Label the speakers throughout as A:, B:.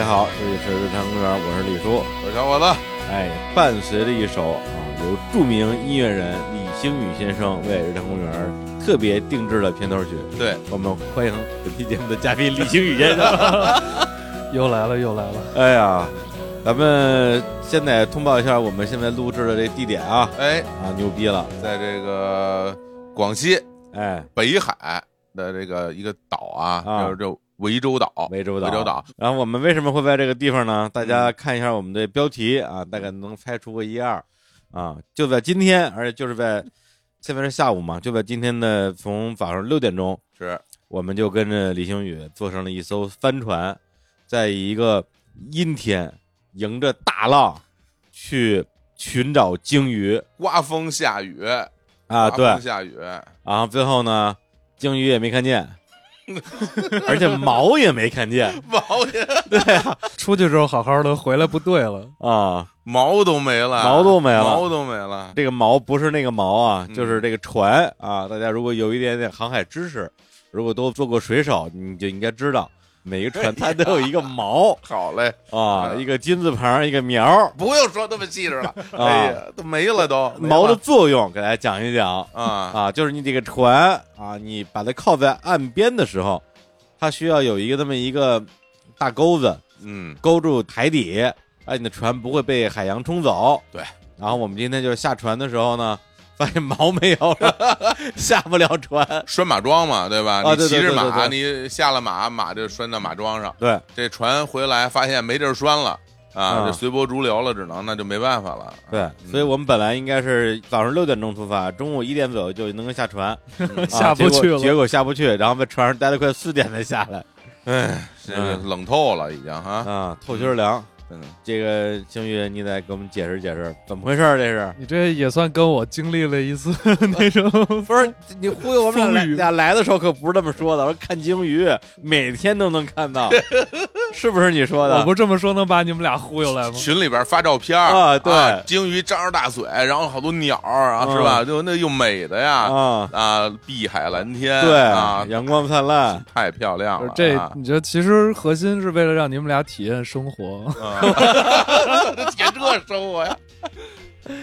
A: 是日坛公园，我是李叔。
B: 我是小伙子，
A: 哎，伴随着一首啊由著名音乐人李星宇先生为日坛公园特别定制的片头曲，
B: 对，
A: 我们欢迎本期节目的嘉宾李星宇先生。
C: 又来了，又来了。
A: 哎呀，咱们现在通报一下我们现在录制的这地点啊
B: 哎，
A: 啊，牛逼了！
B: 在这个广西
A: 哎，
B: 北海的这个一个岛啊，
A: 啊
B: 叫这涠洲岛，
A: 涠洲岛，
B: 涠洲岛，
A: 然后我们为什么会在这个地方呢？大家看一下我们的标题啊，大概能猜出个一二啊。就在今天，而且就是在现在是下午嘛，就在今天的从早上六点钟，
B: 是
A: 我们就跟着李星宇坐上了一艘帆船，在一个阴天，迎着大浪去寻找鲸鱼
B: 刮风下雨
A: 啊。
B: 刮
A: 对，
B: 风下雨，
A: 然后最后呢，鲸鱼也没看见，而且毛也没看见
B: 毛也
C: 出去之后好好的，回来不对了。
A: 啊。
B: 毛都没了，
A: 毛都没了
B: 毛都没了，
A: 这个锚不是那个锚啊，
B: 嗯
A: 就是这个船啊。大家如果有一点点航海知识，如果都做过水手，你就应该知道，每个船它都有一个锚
B: 好嘞，
A: 啊，
B: 嗯
A: 一个金字旁，一个苗，
B: 不用说那么细致 了，
A: 啊
B: 哎呀，都没了都，没了
A: 锚的作用给大家讲一讲
B: 啊，
A: 啊，就是你这个船啊，你把它靠在岸边的时候，它需要有一个那么一个大钩子
B: 嗯，
A: 勾住海底，哎，你的船不会被海洋冲走。
B: 对，
A: 然后我们今天就是下船的时候呢， 发现锚没有了， 下不了船。
B: 拴马桩嘛，对吧？
A: 啊
B: 你
A: 对对
B: 骑着
A: 对对
B: 马，你下了马，马就拴到马桩上，
A: 对，
B: 这船回来发现没地儿拴了啊，
A: 啊
B: 这随波逐流了，只能那就没办法了，
A: 对，
B: 嗯
A: 所以我们本来应该是早上六点钟出发，中午一点左右就能够下船， 啊
C: 下不去
A: 结果
C: 了
A: 结果下不去，然后在船上待了快四点才下来，
B: 哎，这个冷透了已经哈，
A: 嗯
B: 嗯
A: 啊，透心儿凉。
B: 真的。
A: 这个星宇，你得给我们解释解释，怎么回事？儿？这是
C: 你这也算跟我经历了一 次那种
A: 不是你忽悠我们俩来
C: 风雨
A: 俩来的时候可不是这么说的，我说看鲸鱼每天都能看 到，是不是你说的？
C: 我不这么说能把你们俩忽悠来吗？
B: 群里边发照片儿
A: 啊对
B: 鲸鱼张着大嘴，然后好多鸟儿啊，是吧？就那又美的呀，
A: 嗯啊，
B: 啊，碧海蓝天，
A: 对
B: 啊，，
A: 阳光灿烂，
B: 太漂亮了啊，
C: 这 你觉得其实核心是为了让你们俩体验生活，
B: 啊 这解这生活呀，哎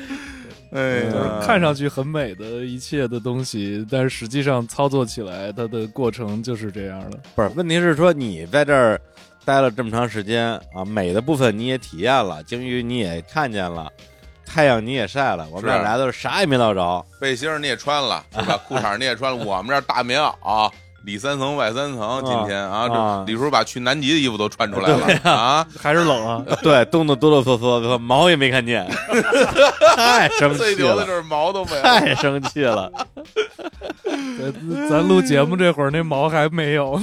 A: 嗯
C: 就是
B: 呀，
C: 看上去很美的一切的东西，但是实际上操作起来它的过程就是这样的。
A: 不是，问题是说你在这儿待了这么长时间啊，美的部分你也体验了，鲸鱼你也看见了，太阳你也晒了，我们俩
B: 是
A: 来的时候啥也没捞 着，
B: 背心儿你也穿了是 吧？裤衩儿你也穿了，我们这儿大棉袄。啊里三层外三层，今天啊，
A: 啊
B: 这李叔把去南极的衣服都穿出来了 啊！
C: 还是冷 啊，
A: 对，冻得哆哆嗦嗦的，毛也没看 见，太生
B: 最
A: 气
B: 牛的
A: 了，
B: 就是毛都没了，
A: 太生气了，
C: 咱咱录节目这会儿那毛还没 有，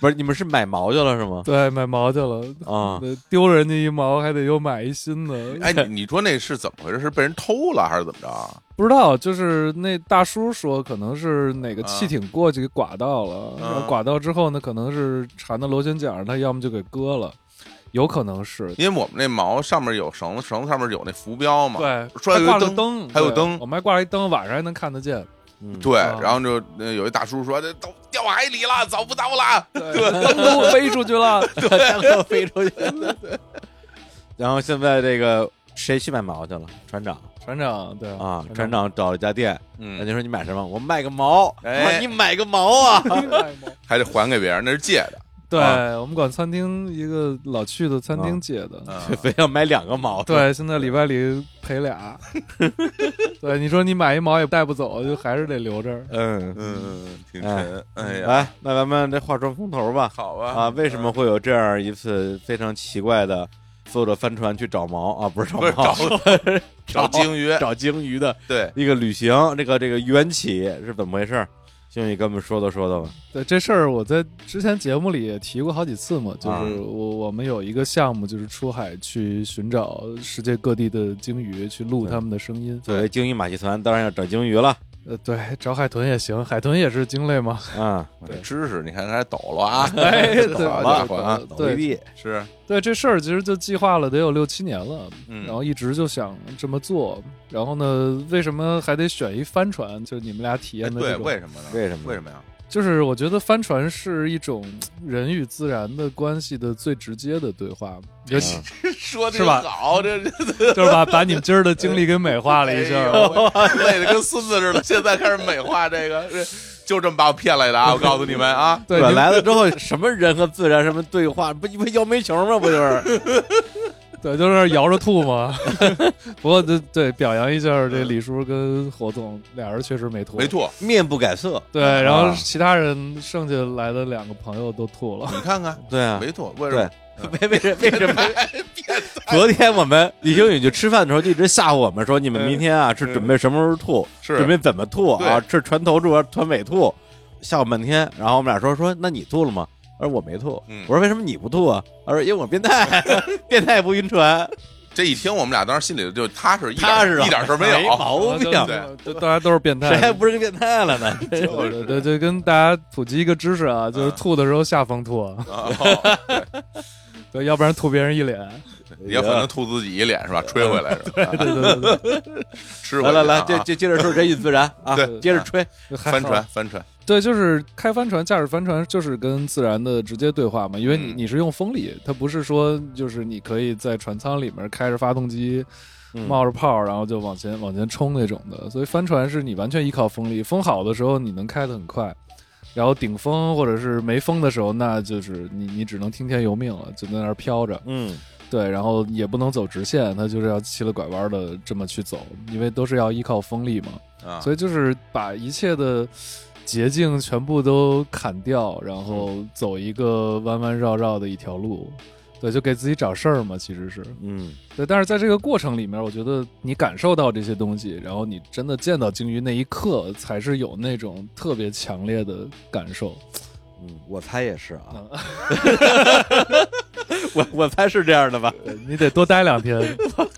A: 不是你们是买毛去了是 吗？
C: 对，买毛去了。
B: 嗯
A: 啊、
C: 呃丢人家一毛，还得又买一新的。
B: 哎，你你说那是怎么回事？是被人偷了还是怎么着？啊
C: 不知道，就是那大叔说，可能是哪个汽艇过去给刮到了，
B: 啊
C: 然后刮到之后呢，可能是缠到螺旋桨上，他要么就给割了，有可能是。
B: 因为我们那毛上面有绳子，绳子上面有那浮标嘛。
C: 对，
B: 摔
C: 还
B: 了一
C: 挂了
B: 灯
C: 灯，
B: 还有
C: 对
B: 灯
C: 我们还挂了一灯，晚上还能看得见。
A: 嗯，
B: 对
C: 啊
B: 然后就那有一大叔说：“这都掉海里了，找不到
A: 哎
B: 了。
C: 对，灯都飞出去了。
A: 对，都飞出去了。然后现在这个谁去买毛去了？船长
C: 船长，对
A: 啊，船，长找了一家店，”人
B: 嗯，
A: 家说你买什么？我买个毛，
B: 哎
A: 我说你买个毛啊！
B: 还得还给别人，那是借的。
C: 对
B: 啊
C: 我们管餐厅一个老去的餐厅借的，
B: 嗯
A: 非要买两个毛，
C: 对，现在礼拜里 赔俩。对，你说你买一毛也带不走，就还是得留这儿。
A: 嗯，
B: 嗯，挺沉。哎呀，
A: 来，那咱们这话说风头吧。
B: 好吧。
A: 啊，为什么会有这样一次非常奇怪的坐着帆船去找毛啊？不是找
B: 不是
A: 毛
B: 找，
A: 找
B: 找鲸鱼？
A: 找鲸鱼的
B: 对，
A: 一个旅行，这个这个缘起是怎么回事？兄弟，跟我们说道说道吧。
C: 对这事儿，我在之前节目里也提过好几次嘛，就是
A: 啊
C: 我我们有一个项目，就是出海去寻找世界各地的鲸鱼，去录它们的声音。
A: 作为鲸鱼马戏团，当然要找鲸鱼了。
C: 呃，对，找海豚也行，海豚也是鲸类嘛。
A: 啊，
B: 这知识你看还抖了啊！
C: 哎对
B: 好
A: 吧
B: 家伙啊，
A: 老
C: 对
A: 一地
B: 是，
C: 对，这事儿其实就计划了得有六七年了，
B: 嗯
C: 然后一直就想这么做。然后呢，为什么还得选一帆船？就是你们俩体
B: 哎
C: 验的
B: 对，
C: 这种，
B: 为什么呢？
A: 为什么啊
B: 为什么呀？
C: 就是我觉得帆船是一种人与自然的关系的最直接的对话，尤其
B: 说的
C: 是吧
B: 好，这这
C: 就是把把你们今儿的经历给美化了一下
B: 哎
C: 儿。
B: 呦喂累的跟孙子似的。现在开始美化这个，这就这么把我骗来的啊！我告诉你们 啊，
C: 对，
A: 吧？
C: 你们
A: 来了之后，什么人和自然什么对话，不不摇煤球吗？不就是？
C: 对，就是摇着吐嘛。不过这对表扬一下儿这李叔跟火总俩人确实没吐，
B: 没。吐，
A: 面不改色，
C: 对，然后
A: 啊
C: 其他人剩下来的两个朋友都吐了。
B: 你看看
A: 对啊，
B: 没吐，为什
A: 对
B: 么？，
A: 为为什为什 么？ 昨天我们李星宇去吃饭的时候，就一直吓唬我们说，你们明天啊是准备什么时候吐，
B: 嗯是
A: 准备怎么吐啊？
B: 对
A: 是船头吐还是船尾吐？吓我半天。然后我们俩说说，那你吐了吗？他说我没吐。
B: 嗯
A: 我说为什么你不吐啊？他说因为我变态， 变态不晕船。
B: 这一听，我们俩当时心里就踏实，一点
A: 踏实啊
B: 一点事儿没
A: 没
B: 有。啊
A: 毛病
C: 然后啊就就大家都是变态，
A: 谁还不是个变态了呢？
C: 对对对，就跟大家普及一个知识啊，就是
B: 嗯
C: 吐的时候下方吐，啊，
B: 哦
C: 对，要不然吐别人一脸。
B: 也
A: 哎
B: 可能吐自己一脸是吧？吹回来是吧？
C: 对对对对
B: 吃回
A: 来来来，
B: 这
A: 接接接着说人与自然啊，
B: 啊对
A: 接着吹。
C: 对，还好
B: 帆船，帆船，
C: 对，就是开帆船、驾驶帆船，就是跟自然的直接对话嘛，因为你
B: 嗯
C: 你是用风力，它不是说就是你可以在船舱里面开着发动机，
A: 嗯
C: 冒着泡，然后就往前往前冲那种的，所以帆船是你完全依靠风力，风好的时候你能开得很快，然后顶风或者是没风的时候，那就是你你只能听天由命了，就在那儿飘着，
A: 嗯，
C: 对，然后也不能走直线，它就是要七了拐弯的这么去走，因为都是要依靠风力嘛，
B: 啊，
C: 所以就是把一切的捷径全部都砍掉，然后
B: 嗯
C: 走一个弯弯绕绕的一条路。对，就给自己找事儿嘛，其实是
A: 嗯，
C: 对。但是在这个过程里面，我觉得你感受到这些东西，然后你真的见到鲸鱼那一刻，才是有那种特别强烈的感受。
A: 嗯，我猜也是啊， 我我猜是这样的 吧？
C: 对你得多待两天，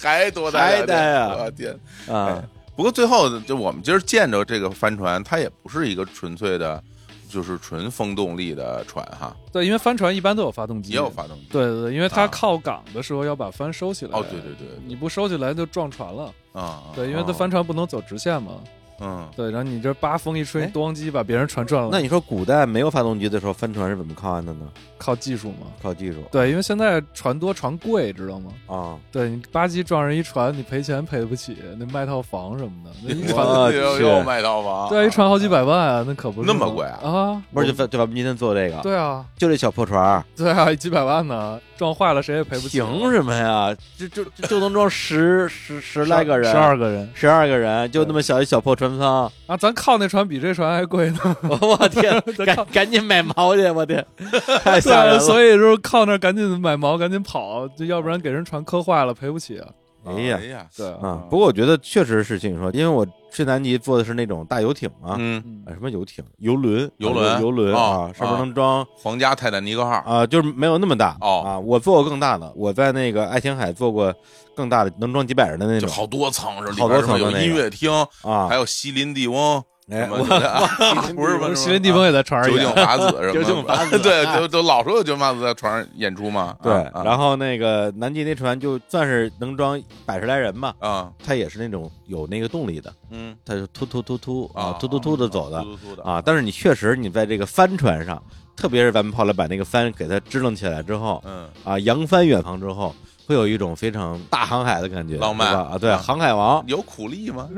B: 还多待
A: 还待啊
B: 我天！
A: 啊，
B: 不过最后就我们今儿见着这个帆船，它也不是一个纯粹的，就是纯风动力的船哈，
C: 对，因为帆船一般都有发动机，
B: 也有发动机。
C: 嗯对对对，因为它
B: 啊
C: 靠港的时候要把帆收起来。
B: 哦，对对对，
C: 你不收起来就撞船了。
B: 啊，
C: 对，因为它帆船不能走直线嘛。
B: 嗯，
C: 对，然后你这八风一吹
A: 哎，
C: 咣叽把别人船转了，
A: 那你说古代没有发动机的时候，帆船是怎么靠岸的呢？
C: 靠技术嘛。
A: 靠技术
C: 对，因为现在船多船贵，知道吗？
A: 啊。
C: 对你吧唧撞人一船，你赔钱赔不起，那卖套房什么的，那一船
A: 我
B: 我
A: 去
B: 又又卖套房，
C: 对一船好几百万啊，那可不是
B: 那么
C: 吗
B: 贵啊
C: 啊！
A: 不是就就咱们今天做这个，
C: 对啊，
A: 就这小破船儿，
C: 对啊，几百万呢，撞坏了谁也赔不起，
A: 凭什么呀？就就就就能装十十十来个人，
C: 十二个人
A: 十二个人，就那么小一小破船舱，
C: 啊，咱靠那船比这船还贵呢。
A: 我我天，
C: 咱靠
A: 赶赶紧买毛去，我天， 太
C: 对
A: 吓人
C: 啊，
A: 了。
C: 所以就是靠那儿赶紧买毛，赶紧跑，就要不然给人船磕坏了赔不起啊。
A: 哎
B: 啊
A: 呀
B: 哎呀，
C: 对
A: 啊，不过我觉得确实是听你说，因为我去南极坐的是那种大游艇嘛，
B: 嗯，
C: 嗯
A: 啊，什么游艇、游轮、
B: 游轮
A: 啊游轮啊，
B: 哦
A: 上面能装
B: 皇家泰坦尼克号，
A: 啊，就是没有那么大
B: 哦
A: 啊。我坐过更大的，我在那个爱琴海坐过更大的，能装几百人的那
B: 就
A: 种
B: 好多层是吧，
A: 好多层的
B: 里边什么有音乐厅，
A: 啊
B: 还。有西林地翁，
A: 哎，
B: 什么
A: 我
B: 的啊 不是不是
C: 西林地翁也在船上
B: 酒
C: 演
B: 井法子什么的，
A: 酒井法子
B: 对，
A: 哎
B: 都都老说有酒井法子在船上演出嘛，
A: 对，
B: 啊
A: 然后那个南极那船就算是能装百十来人吧，
B: 啊，
A: 它也是那种有那个动力的，
B: 嗯
A: 它就突突突突
B: 啊，
A: 突突突的走的
B: 突突突的
A: 啊。但是你确实你在这个帆船上，特别是咱们后来把那个帆给它支棱起来之后
B: 嗯，
A: 啊，扬帆远航之后，会有一种非常大航海的感觉，
B: 浪漫
A: 对吧啊，对，
B: 啊
A: 航海王。
B: 有苦力吗？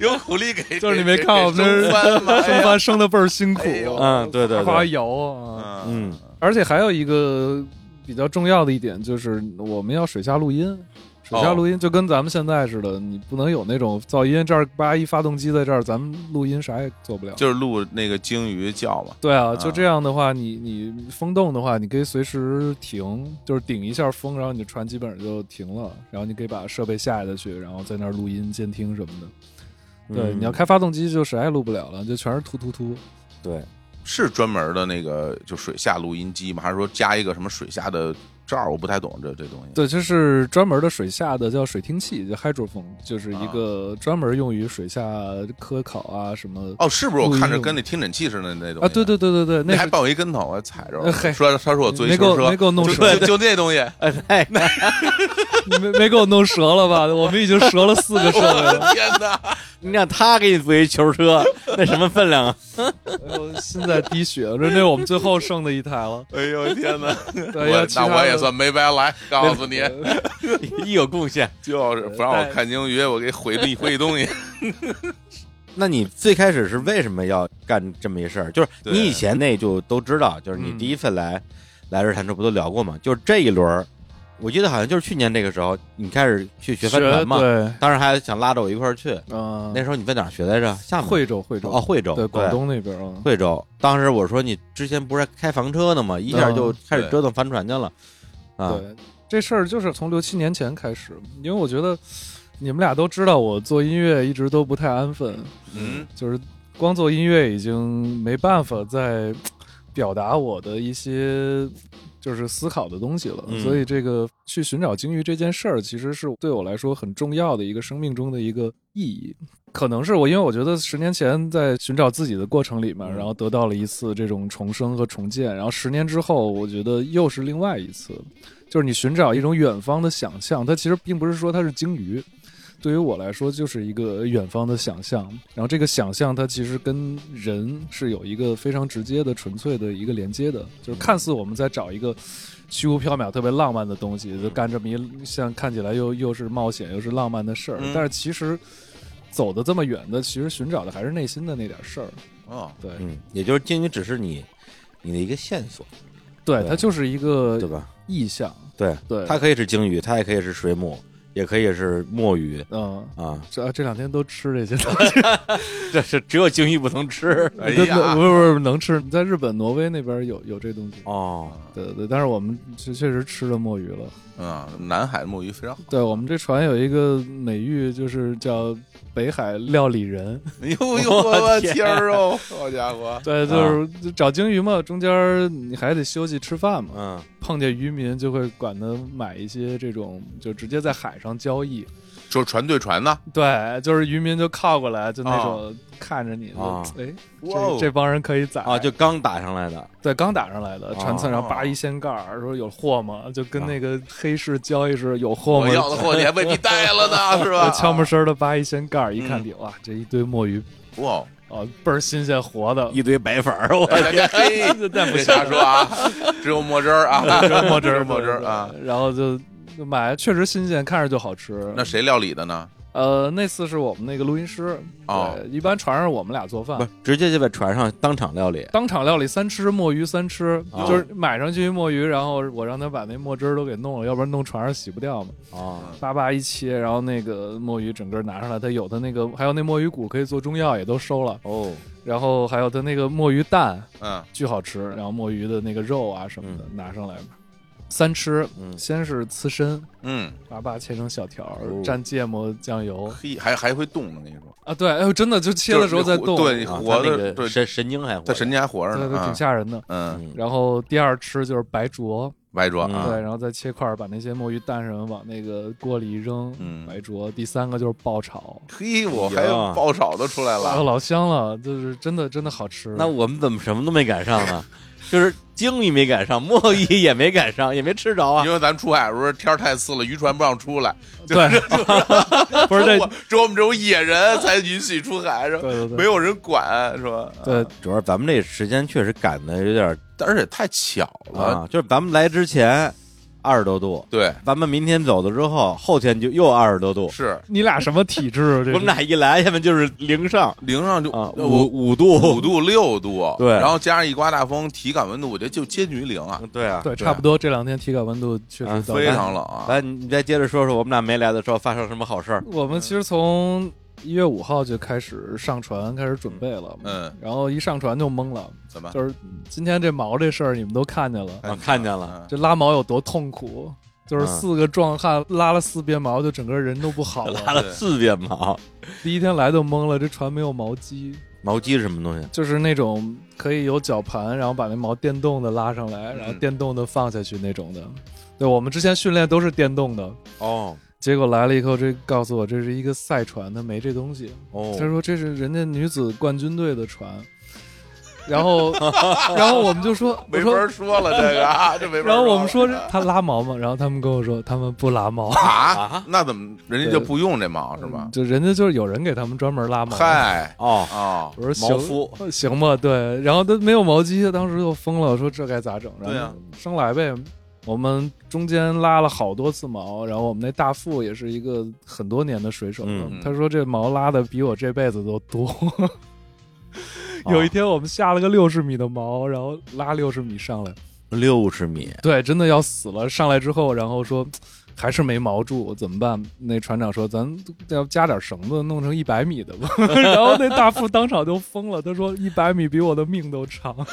B: 有苦力给，
C: 就是你没看我们这
B: 这
C: 儿
B: 翻吗？
C: 生翻生的倍儿辛苦啊
B: 哎，呦
A: 嗯，对对
C: 哗
A: 对，
C: 摇啊。
A: 嗯
C: 而且还有一个比较重要的一点就是，我们要水下录音。水下录音就跟咱们现在似的，你不能有那种噪音，这儿叭一发动机在这儿，咱们录音啥也做不了。
B: 就是录那个鲸鱼叫嘛，
C: 对啊，
B: 啊
C: 就这样的话，你你风洞的话，你可以随时停，就是顶一下风，然后你的船基本上就停了，然后你可以把设备下下去，然后在那儿录音、监听什么的。对，
A: 嗯
C: 你要开发动机就啥也录不了了，就全是突突突。
A: 对，
B: 是专门的那个就水下录音机吗？还是说加一个什么水下的罩儿？我不太懂这这东西。
C: 对，就是专门的水下的叫水听器，叫 hydrophone，就是
B: 啊
C: 一个专门用于水下科考啊什么
B: 哦，是不是我看
C: 录
B: 着
C: 音
B: 跟那听诊器似的那东西
C: 啊，对，对对对对，
B: 那还
C: 那个
B: 绊我一跟头，我还踩着
C: 呃
B: 了。
C: 嘿
B: 说他说我坐一
C: 没给
B: 车
C: 我
B: 车
C: 没，给 我弄
B: 就
C: 折了，
B: 就就那 东西，
A: 哎，那
C: 你没没给我弄折了吧？我们已经折了四个设备了。
B: 天哪！
A: 你让他给你做一球车，那什么分量啊？
C: 哎呦，心在滴血，这那我们最后剩的一台了。
B: 哎呦天哪！
C: 对，要
B: 我
C: 其
B: 那
C: 他
B: 我也
C: 的
B: 算没白来，告 诉你，
A: 一有贡献。
B: 就是不让
C: 哎
B: 我看鲸鱼，我给毁你毁东西。
A: 那你最开始是为什么要干这么一事儿？就是
B: 对
A: 你以前那就都知道，就是你
C: 嗯
A: 第一次来、来日坛时不都聊过吗？就是这一轮儿，我记得好像就是去年这个时候，你开始去学帆船嘛，
C: 对，
A: 当时还想拉着我一块儿去。
C: 嗯，
A: 那时候你在哪儿学来着？厦门
C: 惠州，惠州
A: 哦，，惠州
C: 对，广东那边啊，
A: 惠州。当时我说你之前不是开房车呢吗？一下就开始
B: 对
A: 折腾帆船去了。啊，
C: 对，这事儿就是从六七年前开始，因为我觉得你们俩都知道，我做音乐一直都不太安分，
B: 嗯，
C: 就是光做音乐已经没办法再表达我的一些就是思考的东西了，
A: 嗯
C: 所以这个去寻找鲸鱼这件事儿，其实是对我来说很重要的一个生命中的一个意义。可能是我，因为我觉得十年前在寻找自己的过程里面，
A: 嗯
C: 然后得到了一次这种重生和重建，然后十年之后，我觉得又是另外一次，就是你寻找一种远方的想象，它其实并不是说它是鲸鱼，对于我来说就是一个远方的想象。然后这个想象它其实跟人是有一个非常直接的、纯粹的一个连接的，就是看似我们在找一个虚无缥缈、特别浪漫的东西，就干这么一像看起来又又是冒险又是浪漫的事儿，
B: 嗯
C: 但是其实走的这么远的，其实寻找的还是内心的那点事儿。
B: 哦，
C: 对，
A: 嗯，也就是鲸鱼只是你你的一个线索，
C: 对，
A: 对
C: 它就是一个
A: 对吧？
C: 意象。
A: 对，
C: 对，
A: 它可以是鲸鱼，它也可以是水母，也可以是墨鱼
C: 嗯。
A: 啊。
C: 这这两天都吃这些东西，
A: 这是只有鲸鱼不能吃
B: 哎
C: 不
B: 呀，
C: 不是不是能吃，在日本、挪威那边有有这东西。
A: 哦。
C: 对对，但是我们确确实吃了墨鱼了。
B: 嗯，南海木鱼非常好。
C: 对我们这船有一个美誉，就是叫“北海料理人
B: 哎呦呦，我天儿哦，好家伙”。！
C: 对，就是找鲸鱼嘛，中间儿你还得休息吃饭嘛。
A: 嗯，
C: 碰见渔民就会管他买一些这种，就直接在海上交易。
B: 就是船对船呢，
C: 对，就是渔民就靠过来，就那种看着你，就
A: 啊
C: 哎，
B: 啊哇哦
C: 这这帮人可以宰
A: 啊，就刚打上来的，
C: 对，刚打上来的船侧，
A: 哦
C: 然
B: 啊
C: 后扒一掀盖儿，说有货吗？就跟那个黑市交易是有货
B: 我
C: 吗？
B: 要的货你还为你带了呢，是吧？
C: 悄没声儿的扒一掀盖儿，一看
B: 嗯
C: 里哇，这一堆墨鱼
B: 哇，
C: 哦，倍儿新鲜活的，
A: 一堆白粉儿，我
B: 大家嘿，
C: 那
B: 哎别瞎说啊，只有墨汁儿啊，
C: 墨汁
B: 只有
C: 儿
B: 墨汁儿啊。，
C: 然后就就买，确实新鲜，看着就好吃。
B: 那谁料理的呢？
C: 呃，那次是我们那个录音师
B: 哦
C: 对一般船上我们俩做饭
A: 不，是直接就在船上当场料理，
C: 当场料理三吃，墨鱼三吃，
A: 哦
C: 就是买上去一墨鱼，然后我让他把那墨汁儿都给弄了，要不然弄船上洗不掉嘛。
A: 哦，
C: 叭叭一切，然后那个墨鱼整个拿上来，它有的那个还有那墨鱼骨可以做中药，也都收了，
A: 哦，
C: 然后还有它那个墨鱼蛋
B: 嗯，
C: 巨好吃，然后墨鱼的那个肉啊什么的、拿上来嘛，三吃，
A: 嗯
C: 先是刺身，
B: 嗯，
C: 叭叭切成小条儿，
A: 哦
C: 蘸芥末酱油
B: 嘿，还还会动呢，跟你说，
C: 啊，对，哎呦真的就哦切的时候在动，
B: 就是你
A: 啊
B: 活
A: 他那
B: 哎的
A: 个
B: 对
A: 神神经还活着，
B: 他神经还活着
C: 对
B: 呢
C: 对，挺
B: 啊，
C: 吓人的。
B: 嗯，
A: 嗯，
C: 然后第二吃就是白灼，
B: 歪桌
C: 对，
B: 啊，
C: 然后再切块儿，把那些墨鱼蛋什么往那个锅里一扔，
B: 嗯
C: 白灼。第三个就是爆炒，
B: 嘿，我
A: 哎
B: 还
A: 呀
B: 有爆炒都出来
C: 啊，
B: 了，
C: 老香了，就是真的真的好吃。
A: 那我们怎么什么都没赶上呢？就是鲸鱼没赶上，墨鱼也没赶上，也没吃着啊
B: 因。为咱们出海的时候天儿太刺了，渔船不让出来，
C: 对，不 是这，
B: 我只有我们这种野人才允许出海，是吧？
C: 对对对，
B: 没有啊人管，是吧？
C: 对
A: 主要咱们这时间确实赶的有点
B: 而且太巧了，
A: 啊，就是咱们来之前二十多度，
B: 对，
A: 咱们明天走了之后，后天就又二十多度，
B: 是
C: 你俩什么体质啊？这
A: 我们
C: 是
A: 俩一来，要么就是零上
B: 零上就
A: 啊，
B: 呃我
A: 五五度，
B: 五度六度，
A: 对
B: 然后加上一刮大风，体感温度我觉得就接近于零啊，
A: 对啊，
C: 对，差不多这两天体感温度确
A: 啊
C: 实走
B: 非
C: 了。
B: 常冷啊。
A: 来，你再接着说说我们俩没来的时候发生什么好事儿。
C: 我们其实从一月五号就开始上船，开始准备了。
B: 嗯，
C: 然后一上船就懵了，
B: 怎么？
C: 就是今天这毛这事儿你们都看见了，
A: 啊看见了，
B: 嗯
C: 这拉毛有多痛苦，就是
A: 嗯
C: 四个壮汉拉了四遍毛，就整个人都不好啊
A: 拉
C: 了。
A: 了四遍毛，
C: 第一天来就懵了，这船没有毛机，
A: 毛鸡是什么东西？
C: 就是那种可以有绞盘，然后把那毛电动的拉上来，然后
B: 嗯
C: 电动的放下去那种的。对，我们之前训练都是电动的，
A: 哦
C: 结果来了以后，这告诉我这是一个赛船，他没这东西。
A: 哦
C: 他说这是人家女子冠军队的船，然后 然后我们就说，我
B: 没
C: 说
B: 法说 了这个啊，这没法了。
C: 然后我们说他拉毛吗？然后他们跟我说他们不拉毛，
B: 啊，那怎么人家就
C: 对嗯
B: 不用这毛是吧？
C: 就人家就是有人给他们专门拉毛。
B: 嗨
A: 哦，
B: 啊，
C: 我说
A: 毛
C: 行
A: 夫
C: 呃行吧，对。然后他没有毛机，他当时就疯了，我说这该咋整？然后
B: 对啊
C: 生来呗。我们中间拉了好多次毛，然后我们那大副也是一个很多年的水手，
A: 嗯
C: 他说这毛拉的比我这辈子都多。有一天我们下了个六十米的毛，然后拉六十米上来，
A: 六十米，
C: 对，真的要死了。上来之后，然后说还是没毛住，怎么办？那船长说咱要加点绳子，弄成一百米的吧。然后那大副当场就疯了，他说一百米比我的命都长。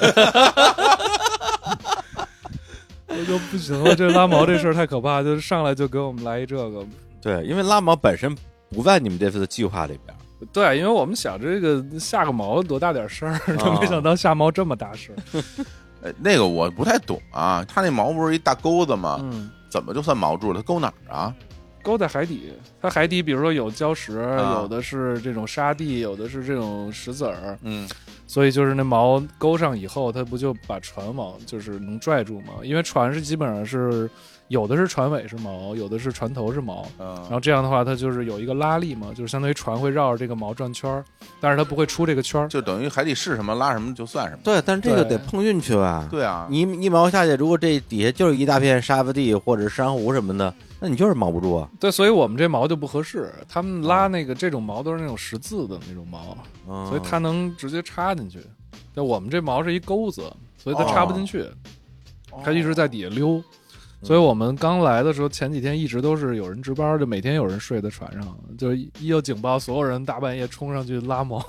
C: 我就不行了，这拉毛这事儿太可怕，就是上来就给我们来一这个。
A: 对，因为拉毛本身不在你们这次的计划里边。
C: 对，因为我们想这个下个毛多大点事儿，
A: 啊
C: 没想到下毛这么大事儿。
B: 哎那个我不太懂啊，他那毛不是一大钩子吗？
C: 嗯，
B: 怎么就算毛住了？它钩哪儿啊？
C: 勾在海底，它海底比如说有礁石，
B: 啊
C: 有的是这种沙地，有的是这种石子儿，
B: 嗯，
C: 所以就是那锚勾上以后，它不就把船往就是能拽住吗？因为船是基本上是有的是船尾是锚，有的是船头是锚，然
B: 嗯
C: 后这样的话它就是有一个拉力嘛，就是相当于船会绕着这个锚转圈儿，但是它不会出这个圈儿。
B: 就等于海底是什么拉什么就算什么。
A: 对，但是这个得
C: 对
A: 碰运气吧？
B: 对啊，
A: 你一毛下去，如果这底下就是一大片沙子地或者是珊瑚什么的，那你就是毛不住啊。
C: 对，所以我们这锚就不合适。他们拉那个这种锚都是那种十字的那种锚，
A: 嗯、
C: 所以它能直接插进去。但我们这锚是一钩子，所以它插不进去，它一直在底下溜。所以我们刚来的时候，前几天一直都是有人值班，就每天有人睡在船上，就是一有警报，所有人大半夜冲上去拉锚，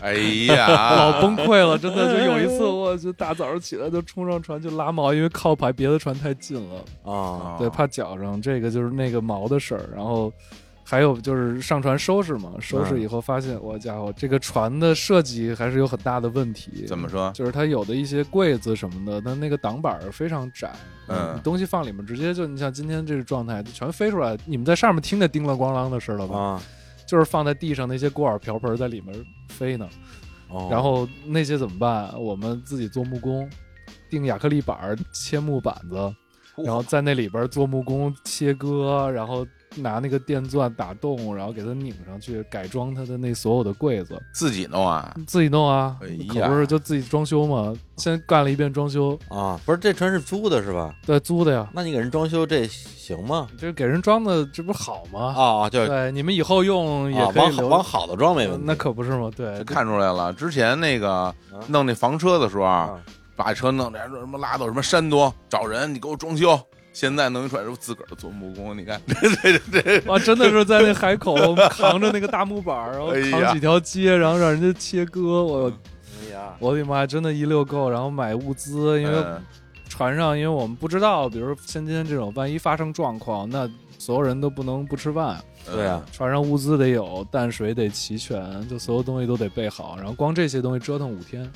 B: 哎呀，
C: 老哦崩溃了，真的。就有 一次，我就大早上起来就冲上船去拉锚，因为靠排别的船太近了，
A: 啊，
B: 啊
C: 对，怕绞上。这个就是那个锚的事儿，然后。还有就是上船收拾嘛，收拾以后发现，我家伙这个船的设计还是有很大的问题。
B: 怎么说？
C: 就是它有的一些柜子什么的，它那个挡板儿非常窄，
B: 嗯
C: 你东西放里面直接就你像今天这个状态就全飞出来。你们在上面听见叮了咣啷的声了吧？
A: 啊，
C: 就是放在地上那些锅碗瓢盆在里面飞呢。
A: 哦
C: 然后那些怎么办？我们自己做木工，钉亚克力板儿，切木板子，然后在那里边做木工切割，然后拿那个电钻打洞，然后给它拧上去，改装它的那所有的柜子。
B: 自己弄啊？
C: 自己弄啊，
B: 哎呀
C: 可不是就自己装修嘛。先干了一遍装修，
A: 啊，不是这船是租的是吧？
C: 对，租的呀，
A: 那你给人装修这行吗？
C: 这给人装的，这不是好吗？
A: 啊啊，就是
C: 对，你们以后用也
A: 啊，
C: 可
A: 往
C: 以
A: 好
C: 留，
A: 往好的装没问题。
C: 那可不是吗？哎对啊
B: 这，看出来了，之前那个弄那房车的时
A: 啊
B: 候，啊
A: 嗯
B: 把车弄来说什么拉到什么山东找人，你给我装修。现在弄一出来说自个儿做木工，你看这这这
C: 哇，啊真的是在那海口 扛着那个大木板儿，然后
B: 哎呀
C: 扛几条街，然后让人家切割，我
A: 哎呀，
C: 我的妈，真的一溜够，然后买物资，因
A: 哎
C: 为
B: 嗯
C: 船上，因为我们不知道，比如现今这种，万一发生状况，那所有人都不能不吃饭。
B: 嗯
A: 对啊，
C: 船上物资得有，淡水得齐全，就所有东西都得备好。然后光这些东西折腾五天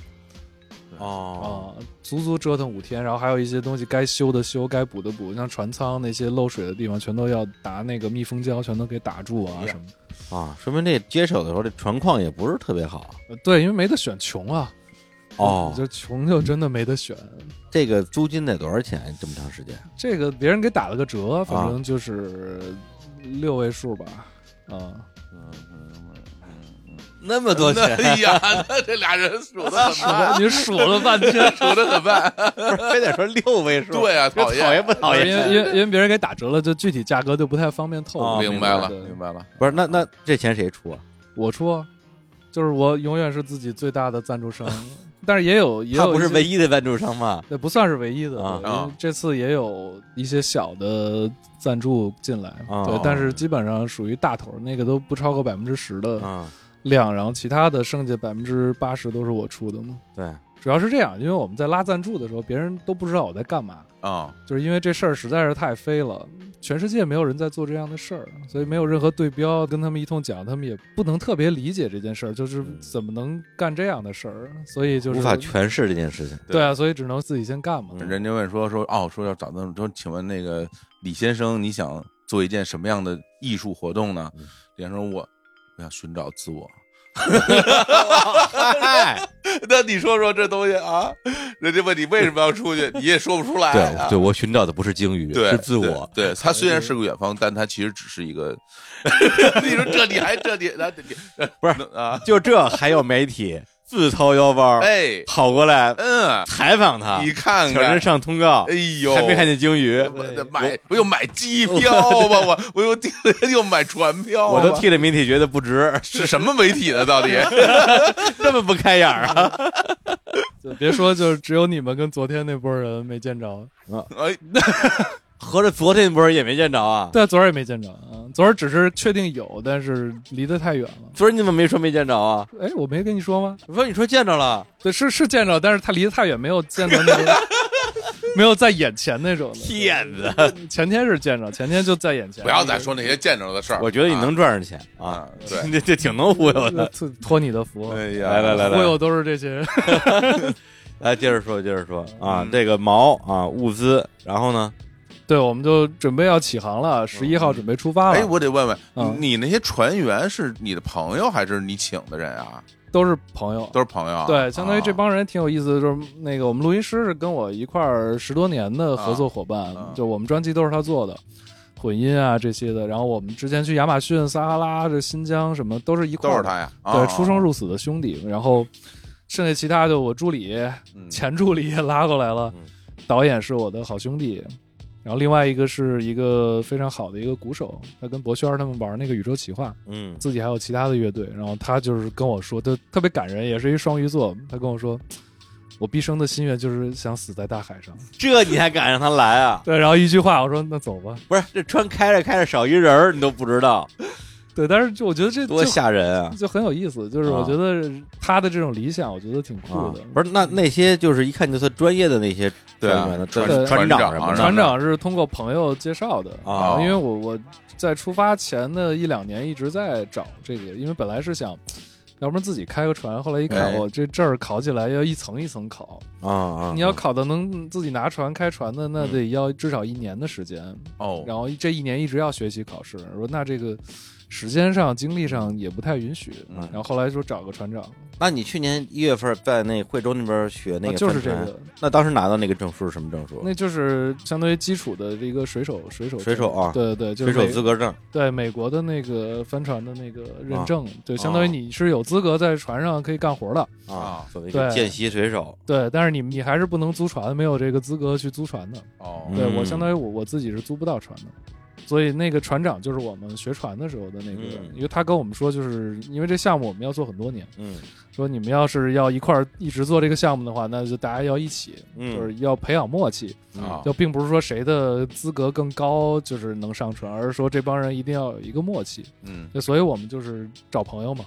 A: 哦，
C: 啊、足足折腾五天。然后还有一些东西该修的修，该补的补，像船舱那些漏水的地方，全都要拿那个密封胶全都给打住啊
B: 哎呀
C: 什么的。
A: 啊，说明这接手的时候这船况也不是特别好。
C: 呃对，因为没得选，穷啊。
A: 哦
C: 你，就穷就真的没得选。
A: 这个租金得多少钱？这么长时间？
C: 这个别人给打了个折，反正就是六位数吧。啊、
A: 那么多
B: 那？哎呀， 那这俩人数 的怎么 办？，
C: 你数了半天
B: 数的怎么办？
A: 不是非得说六位数？
B: 对啊，讨厌，
A: 讨厌不讨
C: 因为
A: 厌？
C: 因为因为别人给打折了，就具体价格就不太方便透露。
A: 哦
B: 明白了，
C: 对
B: 明白了。
A: 不是，那那这钱谁出啊？
C: 我出啊，就是我永远是自己最大的赞助商，但是也有也
A: 他
C: 有
A: 不是唯
C: 一
A: 一的赞助商吗？
C: 些，那不算是唯一的
A: 啊
C: 对
B: 啊
C: 因为这次也有一些小的赞助进来，
A: 啊
C: 对，但是基本上属于大头，那个都不超过百分之十的
A: 啊，
C: 量，然后其他的剩下百分之八十都是我出的嘛。
A: 对，
C: 主要是这样，因为我们在拉赞助的时候，别人都不知道我在干嘛，
B: 啊，
C: 就是因为这事儿实在是太飞了，全世界没有人在做这样的事儿，所以没有任何对标，跟他们一通讲，他们也不能特别理解这件事儿，就是怎么能干这样的事儿，所以就是
A: 无法诠释这件事 情。
C: 对啊，所以只能自己先干嘛。
A: 嗯
B: 人家问说说哦，说要找咱说，请问那个李先生，你想做一件什么样的艺术活动呢
A: 嗯？
B: 李先生说，我我想寻找自我。
A: 嗨，
B: 那你说说这东西啊，人家问你为什么要出去，你也说不出来、啊。
A: 对，我寻找的不是鲸鱼，
B: 对，
A: 是自我。
B: 对 对他虽然是个远方，但他其实只是一个。 你说这你还这你那 你
A: 不是
B: 啊？
A: 就这还有媒体自掏腰包，
B: 哎，
A: 跑过来
B: 嗯，
A: 采访他，
B: 你看
A: 全
B: 看
A: 是，上通告
B: 哎，呦，
A: 还没看见鲸鱼，
B: 我得买，我又买机票吧，我我又订 又买船票吧，
A: 我都替这媒体觉得不值，
B: 是什么媒体的到 底？
A: 这么不开眼儿啊！
C: 就别说，就是只有你们跟昨天那波人没见 着，
B: 哎，
A: 合着昨天不是也没见着啊？
C: 对，昨儿也没见着啊。昨儿只是确定有，但是离得太远了。
A: 昨儿你怎么没说没见着啊？
C: 哎，我没跟你说吗？
A: 我说你说见着了，
C: 对，是是见着，但是他离得太远，没有见到那 个，没有在眼前那种的。
A: 骗子！
C: 对前天是见着，前天就在眼前。
B: 不要再说那些见着的事儿。
A: 我觉得你能赚上钱啊，
B: 啊，对，
A: 这这挺能忽悠
C: 就
A: 的。
C: 就托你 的福，
B: 哎呀，
A: 来来来
C: 忽
A: 来
C: 悠都是这些人。
A: 来，接着说接着说啊，
B: 嗯
A: 这个毛啊物资，然后呢，
C: 对，我们就准备要起航了，十一号准备出发
B: 嗯
C: 了。
B: 哎，我得问问、
C: 嗯
B: 你那些船员是你的朋友还是你请的人啊？
C: 都是朋友，
B: 都是朋友、啊，
C: 对，相当于这
B: 啊、
C: 帮人挺有意思的，就是那个我们录音师是跟我一块儿十多年的合作伙伴，
B: 啊啊
C: 就我们专辑都是他做的，混音啊这些的。然后我们之前去亚马逊、撒哈拉、这新疆什么都是一块
B: 都是
C: 儿，
B: 他呀，啊、
C: 对，出生入死的兄弟。然后剩下其他的，我助理、
B: 嗯
C: 前助理也拉过来了
A: 嗯，
C: 导演是我的好兄弟。然后另外一个是一个非常好的一个鼓手，他跟博轩儿他们玩那个宇宙企划，
A: 嗯
C: 自己还有其他的乐队，然后他就是跟我说，他特别感人，也是一双鱼座，他跟我说，我毕生的心愿就是想死在大海上。
A: 这你还敢让他来啊？
C: 对，然后一句话，我说那走吧。
A: 不是，这船开着开着少一人儿，你都不知道，
C: 对，但是就我觉得这
A: 多
C: 就
A: 吓人啊！
C: 就很有意思，就是
A: 啊
C: 我觉得他的这种理想，我觉得挺酷
A: 啊
C: 的。，
A: 不是那那些就是一看就特专业的那些
B: 对啊
A: 船员的
B: 船
A: 船
B: 船
A: 长
B: 长
A: 什
B: 啊
A: 么的
C: 船长是通过朋友介绍的
A: 啊
C: 因为我我在出发前的一两年一直在找这个，因为本来是想。要不然自己开个船，后来一看
B: 哎
C: 我这证儿考起来要一层一层考，
A: 啊啊！
C: 你要
A: 啊
C: 考到能自己拿船开船的，
A: 嗯
C: 那得要至少一年的时间，
B: 哦，
C: 然后这一年一直要学习考试。我说那这个时间上、精力上也不太允许。
B: 嗯
C: 然后后来说找个船长，
A: 那你去年一月份在那惠州那边学那
C: 啊
A: 个
C: 就是
A: 帆
C: 这
A: 船
C: 个，
A: 那当时拿到那个证书是什么证书？
C: 那就是相当于基础的一个水手水手
A: 水手啊
C: 对对对，就
A: 水
C: 是
A: 手
C: 美
A: 资格证
C: 对美国的那个帆船的那个认证，对，相
A: 啊
C: 当于你是有资格在船上可以干活的，
A: 啊
B: 啊，
A: 所谓
C: 对
A: 见习水手
C: 对，但是你你还是不能租船，没有这个资格去租船的。
B: 哦，
A: 嗯
C: 对我相当于我我自己是租不到船的，所以那个船长就是我们学船的时候的那个人，
A: 嗯
C: 因为他跟我们说，就是因为这项目我们要做很多年，
A: 嗯
C: 说你们要是要一块儿一直做这个项目的话，那就大家要一起，
A: 嗯
C: 就是要培养默契，
B: 啊
C: 就并不是说谁的资格更高就是能上船，而是说这帮人一定要有一个默契。
B: 嗯，
C: 就所以我们就是找朋友嘛，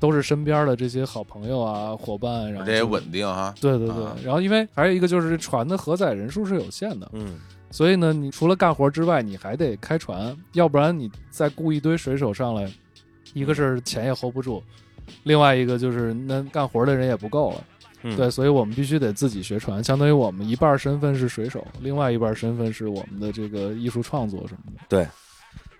C: 都是身边的这些好朋友啊、伙伴，然后
B: 这也
C: 就。
B: 稳定哈，
C: 对对对，
B: 啊
C: 然后因为还有一个就是船的荷载人数是有限的，
A: 嗯
C: 所以呢，你除了干活之外，你还得开船，要不然你再雇一堆水手上来，一
B: 嗯
C: 个是钱也 hold 不住，另外一个就是那干活的人也不够了。
A: 嗯
C: 对，所以我们必须得自己学船，相当于我们一半身份是水手，另外一半身份是我们的这个艺术创作什么的。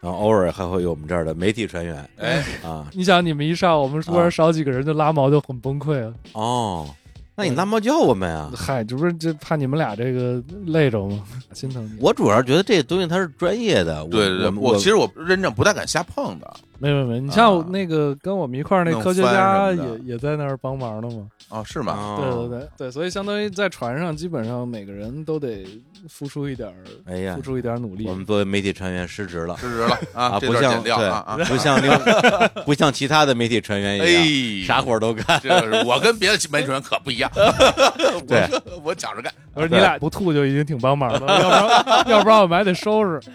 A: 然后偶尔还会有我们这儿的媒体船员
C: 嗯
B: 哎，
A: 啊
C: 你想，你们一上，我们突
A: 啊
C: 然少几个人就拉毛就很崩溃啊！
A: 哦，那你那么叫我们啊？
C: 嗨，这不是就怕你们俩这个累着吗？ 心疼你。
A: 我主要觉得这东西它是专业的，我
B: 对对对，
A: 我
B: 我其实我认证不太敢瞎碰的
C: 没没没，你
B: 啊
C: 像那个跟我们一块儿那
B: 弄
C: 科学
B: 帆
C: 家
B: 什么
C: 也
B: 的
C: 也在那儿帮忙呢嘛。
B: 哦，是吗？
A: 啊
C: 对对对对，所以相当于在船上，基本上每个人都得付出一点儿，
A: 哎呀
C: 付，出一点儿努力
A: 我。们作为媒体船员失职了。
B: 失职 了啊，这
A: 不
B: 段
A: 像
B: 剪掉
A: 对
B: 啊啊，
A: 不像另外不像其他的媒体船员一样，
B: 哎，
A: 啥活儿都干。
B: 这个是我跟别的媒体人可不一样，
A: 对
B: 我我讲着干，
C: 我说你俩不吐就已经挺帮忙了，要不 然要不然我们还得收拾。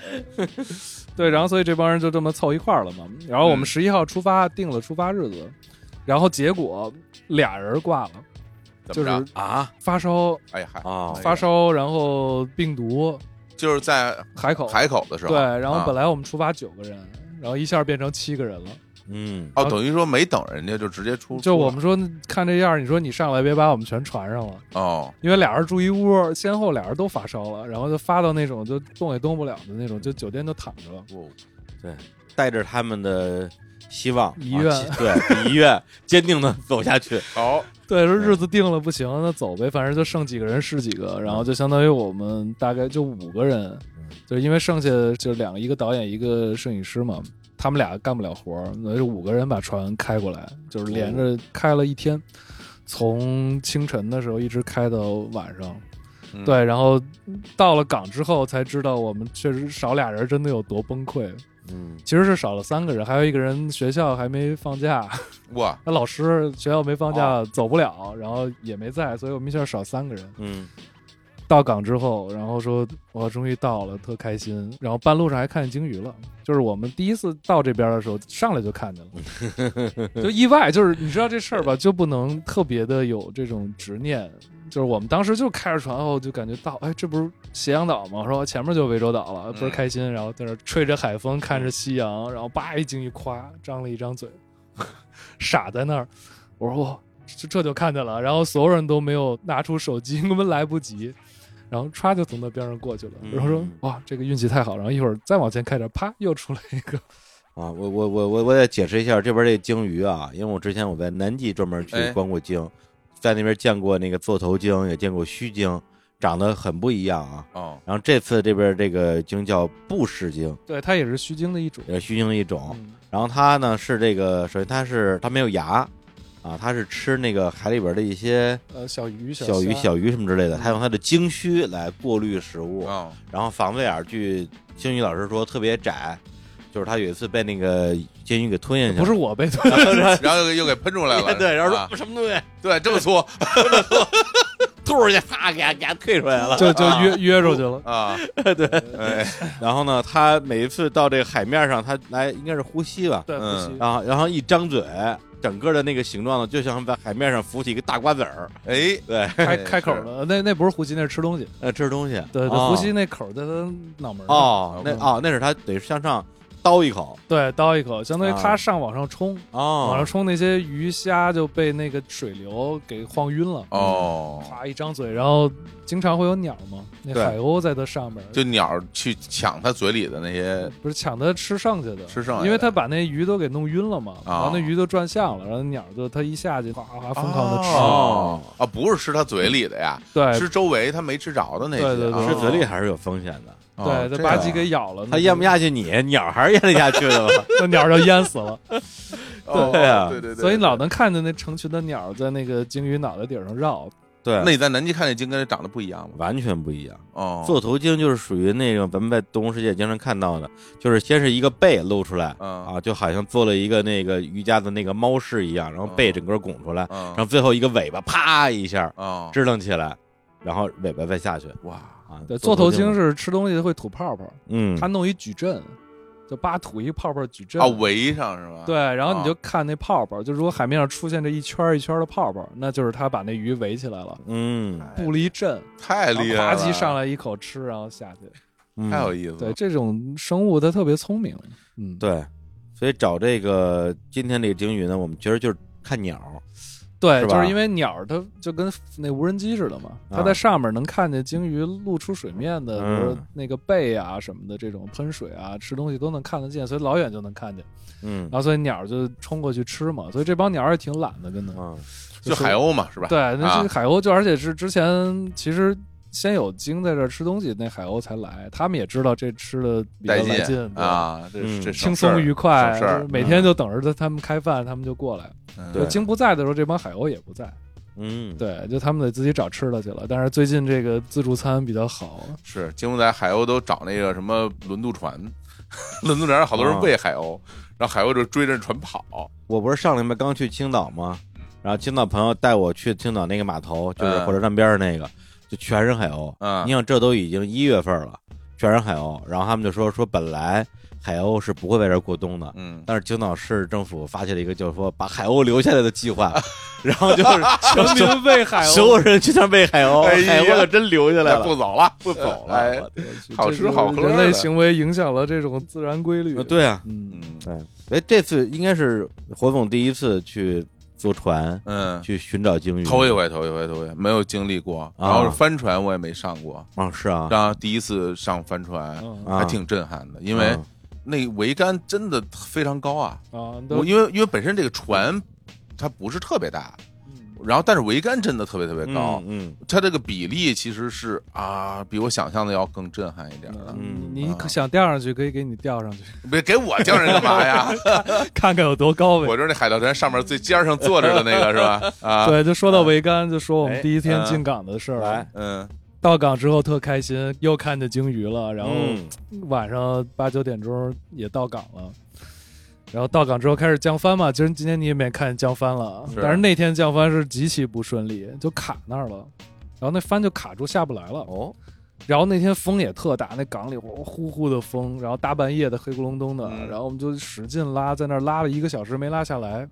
C: 对，然后所以这帮人就这么凑一块儿了嘛。然后我们
B: 嗯
C: 十一号出发，定了出发日子，然后结果俩人挂了，
B: 怎
C: 就
B: 么
C: 是
B: 着？
A: 啊
C: 发烧
B: 哎嗨，
A: 啊
B: 哎呀
C: 发烧，然后病毒
B: 就是在
C: 海口
B: 海口的时候，
C: 对，然后
B: 啊
C: 本来我们出发九个人，然后一下变成七个人了。
A: 嗯，
B: 哦，等于说没等人家就直接出，
C: 就我们说看这样儿，你说你上来别把我们全传上了。
B: 哦，
C: 因为俩人住一屋，先后俩人都发烧了，然后就发到那种就动也动不了的那种，就酒店就躺着了。
A: 带着他们的希望，
C: 遗愿
A: 啊希对比遗愿坚定的走下去。
B: 好，
C: 对，说日子定了不行，那走呗，反正就剩几个人是几个，然后就相当于我们大概就五个人，就是因为剩下就两个，一个导演，一个摄影师嘛，他们俩干不了活儿，那就五个人把船开过来，就是连着开了一天，从清晨的时候一直开到晚上。
B: 嗯
C: 对，然后到了港之后才知道，我们确实少俩人真的有多崩溃。
A: 嗯
C: 其实是少了三个人，还有一个人学校还没放假，
B: 哇，
C: 那老师学校没放假、走不了，然后也没在，所以我们一下少三个人。
A: 嗯
C: 到港之后，然后说我终于到了，特开心。然后半路上还看见鲸鱼了，就是我们第一次到这边的时候，上来就看见了，就意外。就是你知道这事儿吧，就不能特别的有这种执念。就是我们当时就开着船后，就感觉到，哎，这不是斜阳岛吗？我说前面就涠洲岛了，倍儿开心。然后在那儿吹着海风，看着夕阳，然后叭一鲸鱼夸张了一张嘴， 傻在那儿。我说哇，这这就看见了。然后所有人都没有拿出手机， 根本来不及。然后歘就从那边上过去了，
A: 嗯
C: 然后说哇，这个运气太好。然后一会儿再往前开点，啪又出来一个。
A: 啊，我我我我我得解释一下这边这鲸鱼啊，因为我之前我在南极专门去
B: 哎
A: 观过鲸，在那边见过那个座头鲸，也见过须鲸，长得很不一样啊。
B: 哦，
A: 然后这次这边这个鲸叫布氏鲸，
C: 对，它也是须鲸的一种。
A: 也是须鲸的一种。
C: 嗯
A: 然后它呢是这个，首先它是它没有牙啊，它是吃那个海里边的一些
C: 呃，小鱼、小
A: 小鱼、
C: 虾
A: 小鱼什么之类的，
C: 嗯
A: 它用它的鲸须来过滤食物。
B: 哦，
A: 然后防卫眼据鲸鱼老师说特别窄，就是他有一次被那个鲸鱼给吞下去了，，
C: 不是我被吞，
B: 然后又给喷出来了
A: 对，然后
B: 啊
A: 说什么东西
B: 对这么粗
A: 吐出去，啪给它给它退出来了。
C: 就就约约出去了。
B: 啊，对，哎，
A: 然后呢，他每一次到这个海面上，他来应该是呼吸吧，
C: 对，不行。
A: 啊然后然后一张嘴，整个的那个形状呢，就像在海面上浮起一个大瓜子儿，
B: 哎，
A: 对，
C: 开
B: 是
C: 开口了，那那不是呼吸，那是吃东西。
A: 呃，吃东西，
C: 对对，
A: 哦
C: 呼吸那口在它脑门儿上。
A: 哦，那哦那是他得向上叨一口，
C: 对，叨一口，相当于
A: 啊
C: 它上往上冲，
A: 哦
C: 往上，冲那些鱼虾就被那个水流给晃晕了。
B: 哦，
C: 啪一张嘴，然后经常会有鸟嘛，那
A: 对
C: 海鸥在它上面，
B: 就鸟儿去抢它嘴里的那些，
C: 不是抢它吃剩下的，
B: 吃剩下的啊
C: 因为它把那鱼都给弄晕了嘛，然后那鱼都转向了，然后鸟就它一下去哗哗疯狂的吃，
B: 哦啊，不是吃它嘴里的呀，
C: 对
B: 吃周围它没吃着的那些，
C: 对对对
A: 吃嘴里
B: 啊
A: 还是有风险的，
B: 哦
C: 对，它
B: 这
C: 吧
B: 样
C: 唧给咬了，
A: 哦他咽不下去你，鸟还是咽得下去的吧？
C: 那鸟就淹死了，
B: 哦
A: 对啊
B: 对 对对，
C: 所以
B: 对
C: 老能看见那成群的鸟在那个鲸鱼脑袋顶上绕，
A: 对，
B: 那你在南极看见鲸跟这长得不一样吗？
A: 完全不一样。
B: 哦，
A: 座头鲸就是属于那种咱们在动物世界经常看到的，就是先是一个背露出来，
B: 嗯
A: 啊，就好像做了一个那个瑜伽的那个猫式一样，然后背整个拱出来，
B: 嗯
A: 然后最后一个尾巴啪一下
B: 哦，
A: 支棱起来，然后尾巴再下去
B: 哇，
A: 啊。
C: 对，座头鲸
A: 是
C: 是吃东西会吐泡泡，
A: 嗯，
C: 它弄一矩阵，就叭吐一泡泡矩阵
B: 啊，围上是吧？
C: 对，然后
B: 啊
C: 你就看那泡泡，就如果海面上出现这一圈儿一圈儿的泡泡，那就是它把那鱼围起来了，
A: 嗯
C: 布了一阵，
B: 哎太厉害
C: 然后
B: 了，
C: 啪叽啊上来一口吃，然后下去。
A: 嗯
B: 太有意思
C: 对，
B: 了，
C: 这种生物它特别聪明，嗯，
A: 对，所以找这个今天这个鲸鱼呢，我们其实就是看鸟，
C: 对
A: 是吧
C: 就是因为鸟儿它就跟那无人机似的嘛，
A: 啊
C: 它在上面能看见鲸鱼露出水面的，
A: 嗯
C: 比如那个背啊什么的，这种喷水啊、吃东西都能看得见，所以老远就能看见。
A: 嗯
C: 然后所以鸟儿就冲过去吃嘛，所以这帮鸟儿也挺懒的，跟它。
A: 嗯
B: 就海鸥嘛是吧？
C: 对，那
B: 啊
C: 是海鸥，就而且是之前其实先有鲸在这儿吃东西，那海鸥才来，他们也知道这吃的比较
B: 带
C: 来劲，
B: 啊，这
A: 嗯
B: 这省
C: 对轻
B: 事儿
C: 松愉快
B: 省事，儿
C: 每天就等着他们开饭，他们就过来。
B: 嗯
A: 对
C: 就鲸不在的时候，这帮海鸥也不在，
A: 嗯，
C: 对，就他们得自己找吃的去了。但是最近这个自助餐比较 好，
B: 是金木仔海鸥都找那个什么轮渡船， 轮渡船上好
C: 啊
B: 多人喂海鸥，然后海鸥就追着船跑，
A: 我不是上礼拜刚去青岛吗？然后青岛朋友带我去青岛那个码头，就是
B: 嗯
A: 火车站边上那个，就全是海鸥。
B: 嗯
A: 你想这都已经一月份了，全是海鸥。然后他们就说说本来海鸥是不会在这儿过冬的，
B: 嗯，
A: 但是青岛市政府发起了一个就是说把海鸥留下来的计划，然后就是全
C: 全民喂海
A: 所有
C: 鸥，
A: 人去那儿喂海鸥，
B: 哎呀
A: 海鸥可真留下来
B: 哎不
A: 了，
B: 走了，
A: 不走
B: 哎
A: 了。
B: 好吃好喝的
C: 人类行为影响了这种自然规律
A: 呃。，对啊，
B: 嗯
C: 嗯，
A: 对，哎，这次应该是火总第一次去坐船
B: 嗯，
A: 去寻找鲸鱼，
B: 头一回，头一回，头一回，没有经历过，
A: 啊
B: 然后帆船我也没上过，
A: 啊，是啊，
B: 然后第一次上帆船
C: 嗯
A: 啊
B: 还挺震撼的，因为
A: 嗯
B: 那桅杆真的非常高啊，
C: 啊，都
B: 我因为因为本身这个船它不是特别大，
C: 嗯
B: 然后但是桅杆真的特别特别高，
A: 嗯
B: 它这个比例其实是啊，比我想象的要更震撼一点的。
A: 嗯
C: 你
B: 啊
C: 可想吊上去，可以给你 吊上去，
B: 别给我叫人干嘛 呀？
C: 看看有多高呗。
B: 我就是那海盗船上面最尖儿上坐着的那个是 吧？啊，
C: 对，就说到桅杆，就说我
A: 哎
C: 们第一天
B: 嗯
C: 进港的事
A: 嗯，
C: 儿。
A: 来，
B: 嗯
C: 到港之后特开心，又看见鲸鱼了，然后
A: 嗯
C: 晚上八九点钟也到港了。然后到港之后开始降帆嘛，其实今天你也没看见降帆了，
B: 是
C: 但是那天降帆是极其不顺利，就卡那儿了，然后那帆就卡住下不来了。
A: 哦，
C: 然后那天风也特大，那港里呼呼呼的风，然后大半夜的黑咕隆咚的，
B: 嗯
C: 然后我们就使劲拉，在那儿拉了一个小时没拉下来，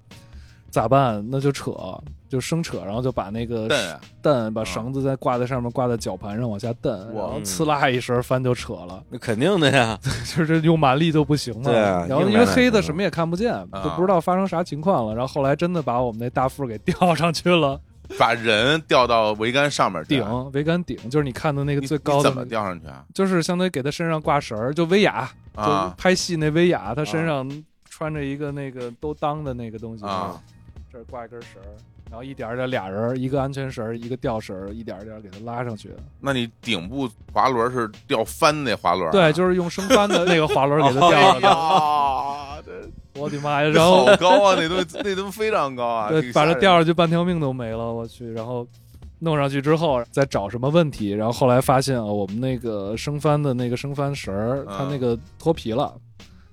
C: 咋办？那就扯，就生扯，然后就把那个
B: 蹬啊
C: 蹬，把
B: 啊
C: 绳子再挂在上面，挂在绞盘上往下蹬，然
B: 哇嗯
C: 后呲啦一声翻就扯了，
A: 那肯定的呀，
C: 就是用蛮力就不行嘛。
A: 对啊
C: 然后
A: 硬
C: 因
A: 来
C: 为
A: 的
B: 嗯
C: 黑的什么也看不
B: 啊
C: 见，就不知道发生啥情况了。然后后来真的把我们那大副给吊上去了，
B: 把人吊到桅杆上面去啊
C: 顶桅杆顶，就是你看的那个
B: 你
C: 最高
B: 你
C: 的
B: 怎
C: 那
B: 么
C: 个。
B: 吊上去啊？
C: 就是相当于给他身上挂绳儿，就威亚，就
B: 啊
C: 拍戏那威亚，他身上穿着一个那个兜裆的那个东西，
B: 啊！
C: 这儿挂一根绳儿，然后一点儿点儿俩人儿，一个安全绳儿，一个吊绳儿，一点儿点儿给他拉 上去。
B: 那你顶部滑轮是吊翻那滑轮啊？
C: 对，就是用升帆的那个滑轮给他吊
B: 哎
C: 上去。
B: 呀，这
C: 我的妈呀！然后
B: 好高啊，那东西那东西非常高啊，
C: 对，
B: 挺吓
C: 把
B: 人
C: 他吊上去，半条命都没了，我去。然后弄上去之后，再找什么问题？然后后来发现啊，我们那个升帆的那个升帆绳儿，它
B: 嗯
C: 那个脱皮了。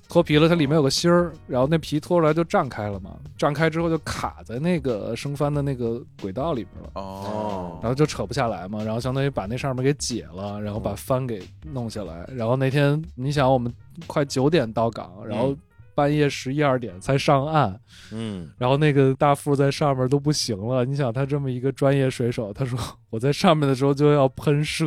C: 脱皮了，它里面有个芯儿，然后那皮脱出来就胀开了嘛，胀开之后就卡在那个升帆的那个轨道里边了，
B: 哦，
C: 然后就扯不下来嘛，然后相当于把那上面给解了，然后把帆给弄下来，然后那天你想我们快九点到港，然
B: 嗯
C: 后半夜十一二点才上岸，
A: 嗯，
C: 然后那个大副在上面都不行了，你想他这么一个专业水手，他说 我在上面的时候就要喷射，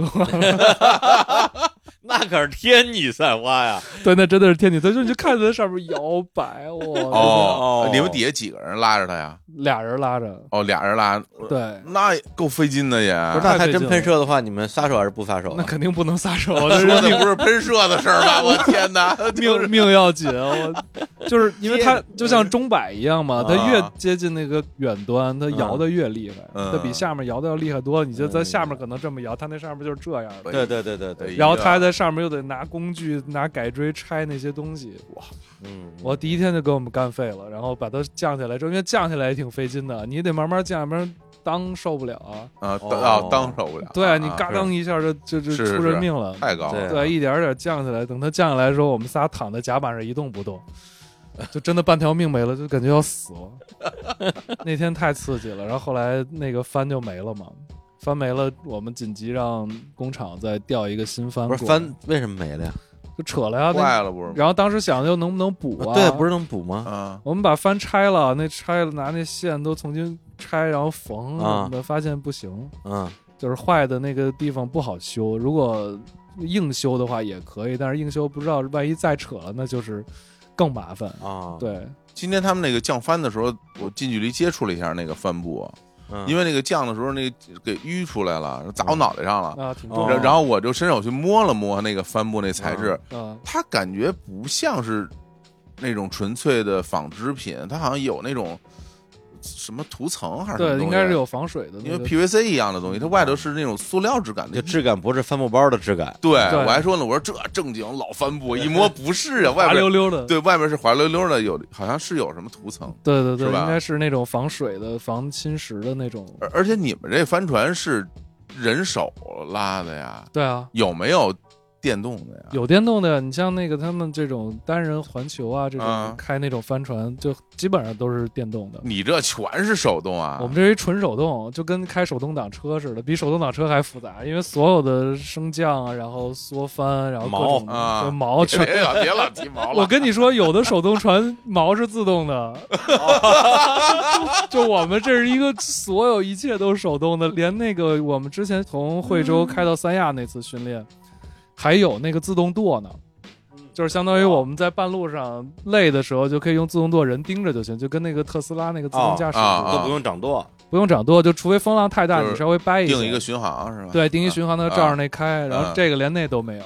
A: 那可是天女散花呀，
C: 对，那真的是天体，他说你就看着他上面摇摆， 哇，
B: 哦
A: 哦，
B: 你们底下几个人拉着他呀？
C: 俩人拉着，
B: 哦，俩人拉，
C: 对，
B: 那也够费劲的也。
A: 不是，那还真喷射的话，你们撒手还是不撒手啊？
C: 那肯定不能撒手， 这
B: 哦说
C: 是
B: 的不是喷射的事儿吧？我天哪，就是
C: 命命要紧，啊我 就是因为他就像钟摆一样嘛，
B: 嗯
C: 他越接近那个远端，他摇的越厉害，
B: 嗯
C: 他比下面摇的要厉害多，你就在下面可能这么摇，他那上面就是这样的。
A: 对对对对对，
B: 哎
C: 然后他还在上面又得拿工具、拿改锥拆那些东西，哇！
A: 嗯，
C: 我第一天就给我们干废了，然后把它降下来之后，因为降下来也挺费劲的，你得慢慢降，要不然当受不了啊。
B: 啊，
A: 哦
B: 当啊当受不了。
C: 对
B: 啊
C: 你
B: 啊
C: 嘎噔一下就就就是
B: 是
C: 出人命了。
B: 太高了，
A: 对啊
C: 对，一啊点儿点儿降下来，等它降下来的时候，我们仨躺在甲板上一动不动，就真的半条命没了，就感觉要死了。 那天太刺激了，然后后来那个帆就没了嘛，帆没了，我们紧急让工厂再调一个新帆
A: 不
C: 过来，
A: 是帆为什么没了呀？
C: 就扯了呀。那
B: 坏了不是吗？
C: 然后当时想又能不能补啊？
A: 对，不是能补吗？
B: 啊，
C: 我们把帆拆了，那拆了拿那线都重新拆，然后缝什
B: 啊
C: 么的，发现不行，
A: 嗯，
C: 就是坏的那个地方不好修。如果硬修的话也可以，但是硬修不知道万一再扯了，那就是更麻烦。
A: 啊，
C: 对，
B: 今天他们那个降帆的时候，我近距离接触了一下那个帆布，
A: 嗯，
B: 因为那个降的时候那个给淤出来了，砸我脑袋上了。
C: 啊，挺重
A: 哦
C: 要
B: 然然后我就伸手去摸了摸那个帆布那材质，
C: 啊，
B: 它感觉不像是那种纯粹的纺织品，它好像有那种什么涂层还是什么东
C: 对，
B: 西
C: 应该是有防水的
B: 因
C: 那
B: 为
C: 个。嗯
B: PVC 一样的东西，它外头是那种塑料质感
A: 就。
B: 的
A: 质感不是帆布包的质感，
B: 对，
C: 对
B: 我还说呢，我说这正经老帆布，一摸不是 啊，外
C: 滑溜
B: 边
C: 溜的，
B: 对外边是滑溜溜的，有好像是有什么涂层。
C: 对对对，
B: 是吧
C: 应该是那种防水的、防侵蚀的那种。
B: 而而且你们这帆船是人手拉的呀，
C: 对啊，
B: 有没有电动的呀？
C: 有电动的，你像那个他们这种单人环球啊，这
B: 啊
C: 种开那种帆船，就基本上都是电动的。
B: 你这全是手动啊！
C: 我们这一纯手动，就跟开手动挡车似的，比手动挡车还复杂，因为所有的升降啊，然后缩帆，然后各种
B: 毛啊
C: 就毛
B: 别
C: 全。
B: 别老别老提毛了。
C: 我跟你说，有的手动船毛是自 动的，就我们这是一个所有一切都是手动的，连那个我们之前从惠州开到三亚那次训练，还有那个自动舵呢。就是相
B: 哦
C: 当于我们在半路上累的时候，就可以用自动舵人盯着就行，就跟那个特斯拉那个自动驾驶
B: 哦
C: 一
B: 啊
C: 样
B: 啊
A: 都不用掌舵，
C: 不用掌舵，就除非风浪太大，
B: 就是
C: 你稍微掰下
B: 定一个巡航是吧？
C: 对，定一巡航灯照
B: 啊
C: 着那开，然后这个连那都没有，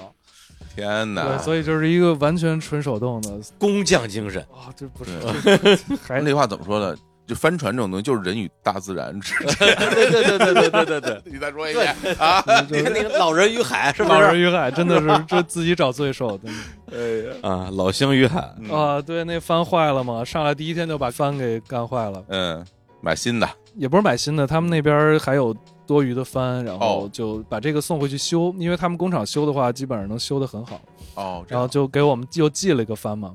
B: 天
C: 对，
B: 哪！
C: 所以就是一个完全纯手动的
A: 工匠精神，
C: 啊，这不是
B: 对
C: 还
B: 哎那句话怎么说的？就帆船这种东西，就是人与大自然之间。
A: 对对对对对对对对，
B: 你再说一遍啊！
A: 你看那个老人与海是不
C: 老人
A: 是？
C: 与海真 的是这自己找罪受，真的
B: 哎呀，
A: 啊，老星与海，
B: 嗯
C: 啊！对，那帆坏了嘛，上来第一天就把帆给干坏了，
B: 嗯，买新的，
C: 也不是买新的，他们那边还有多余的帆，然后
B: 哦
C: 就把这个送回去修，因为他们工厂修的话，基本上能修得很好，
B: 哦，这
C: 然后
B: 样
C: 就给我们又寄了一个帆嘛。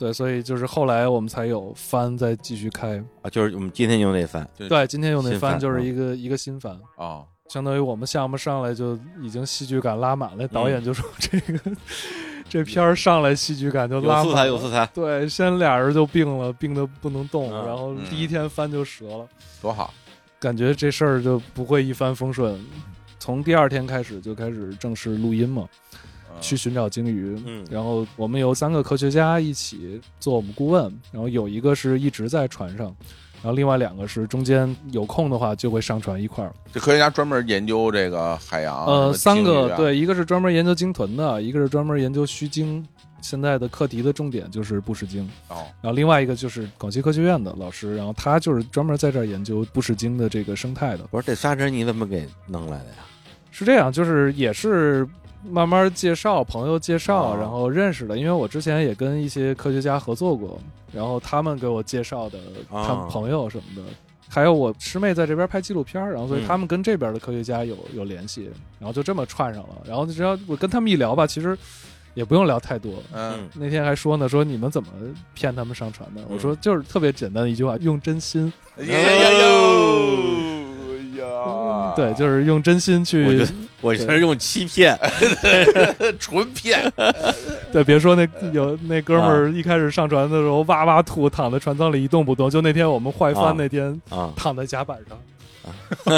C: 对，所以就是后来我们才有帆再继续开。
A: 啊，就是我们今天用那帆，
B: 对
C: 对，今天用那
A: 新
C: 帆
A: 帆
C: 就是
A: 嗯
C: 一个一个新帆，
B: 哦，
C: 相当于我们项目上来就已经戏剧感拉满了。
A: 嗯
C: 导演就说这个、这片儿上来戏剧感就拉
A: 有素材
C: 满
A: 有
C: 了。
A: 素材，
C: 对，先俩人就病了，病的不能动，
A: 嗯
C: 然后
B: 嗯
C: 第一天帆就折了，
B: 多好，
C: 感觉这事儿就不会一帆风顺。从第二天开始就开始正式录音嘛，
B: 嗯
C: 去寻找鲸鱼。
A: 嗯
C: 然后我们有三个科学家一起做我们顾问，然后有一个是一直在船上，然后另外两个是中间有空的话就会上船一块儿。
B: 这科学家专门研究这个海洋，
C: 呃，
B: 什么
C: 三
B: 鲸鱼
C: 个
B: 啊，
C: 对，一个是专门研究鲸豚的，一个是专门研究须鲸。现在的课题的重点就是布氏鲸，
B: 哦，
C: 然后另外一个就是广西科学院的老师，然后他就是专门在这儿研究布氏鲸的这个生态的。
A: 不是这仨人你怎么给弄来的呀？
C: 是这样，就是也是慢慢介绍，朋友介绍，
A: 哦
C: 然后认识的。因为我之前也跟一些科学家合作过，然后他们给我介绍的，
A: 哦
C: 他们朋友什么的。还有我师妹在这边拍纪录片儿，然后所
A: 嗯
C: 以他们跟这边的科学家有有联系，然后就这么串上了。然后只要我跟他们一聊吧，其实也不用聊太多。
B: 嗯，
C: 那天还说呢，说你们怎么骗他们上船的？
A: 嗯
C: 我说就是特别简单的一句话，用真心。
B: 哎呀哎呀，
C: 对，就是用真心
A: 啊我
C: 去
A: 觉得我这是用欺骗，
B: 纯骗，
C: 对，别说那有那哥们儿一开始上船的时候哇哇吐，躺在船舱里一动不动。就那天我们坏
A: 啊
C: 帆那天，
A: 啊，
C: 躺在甲板上，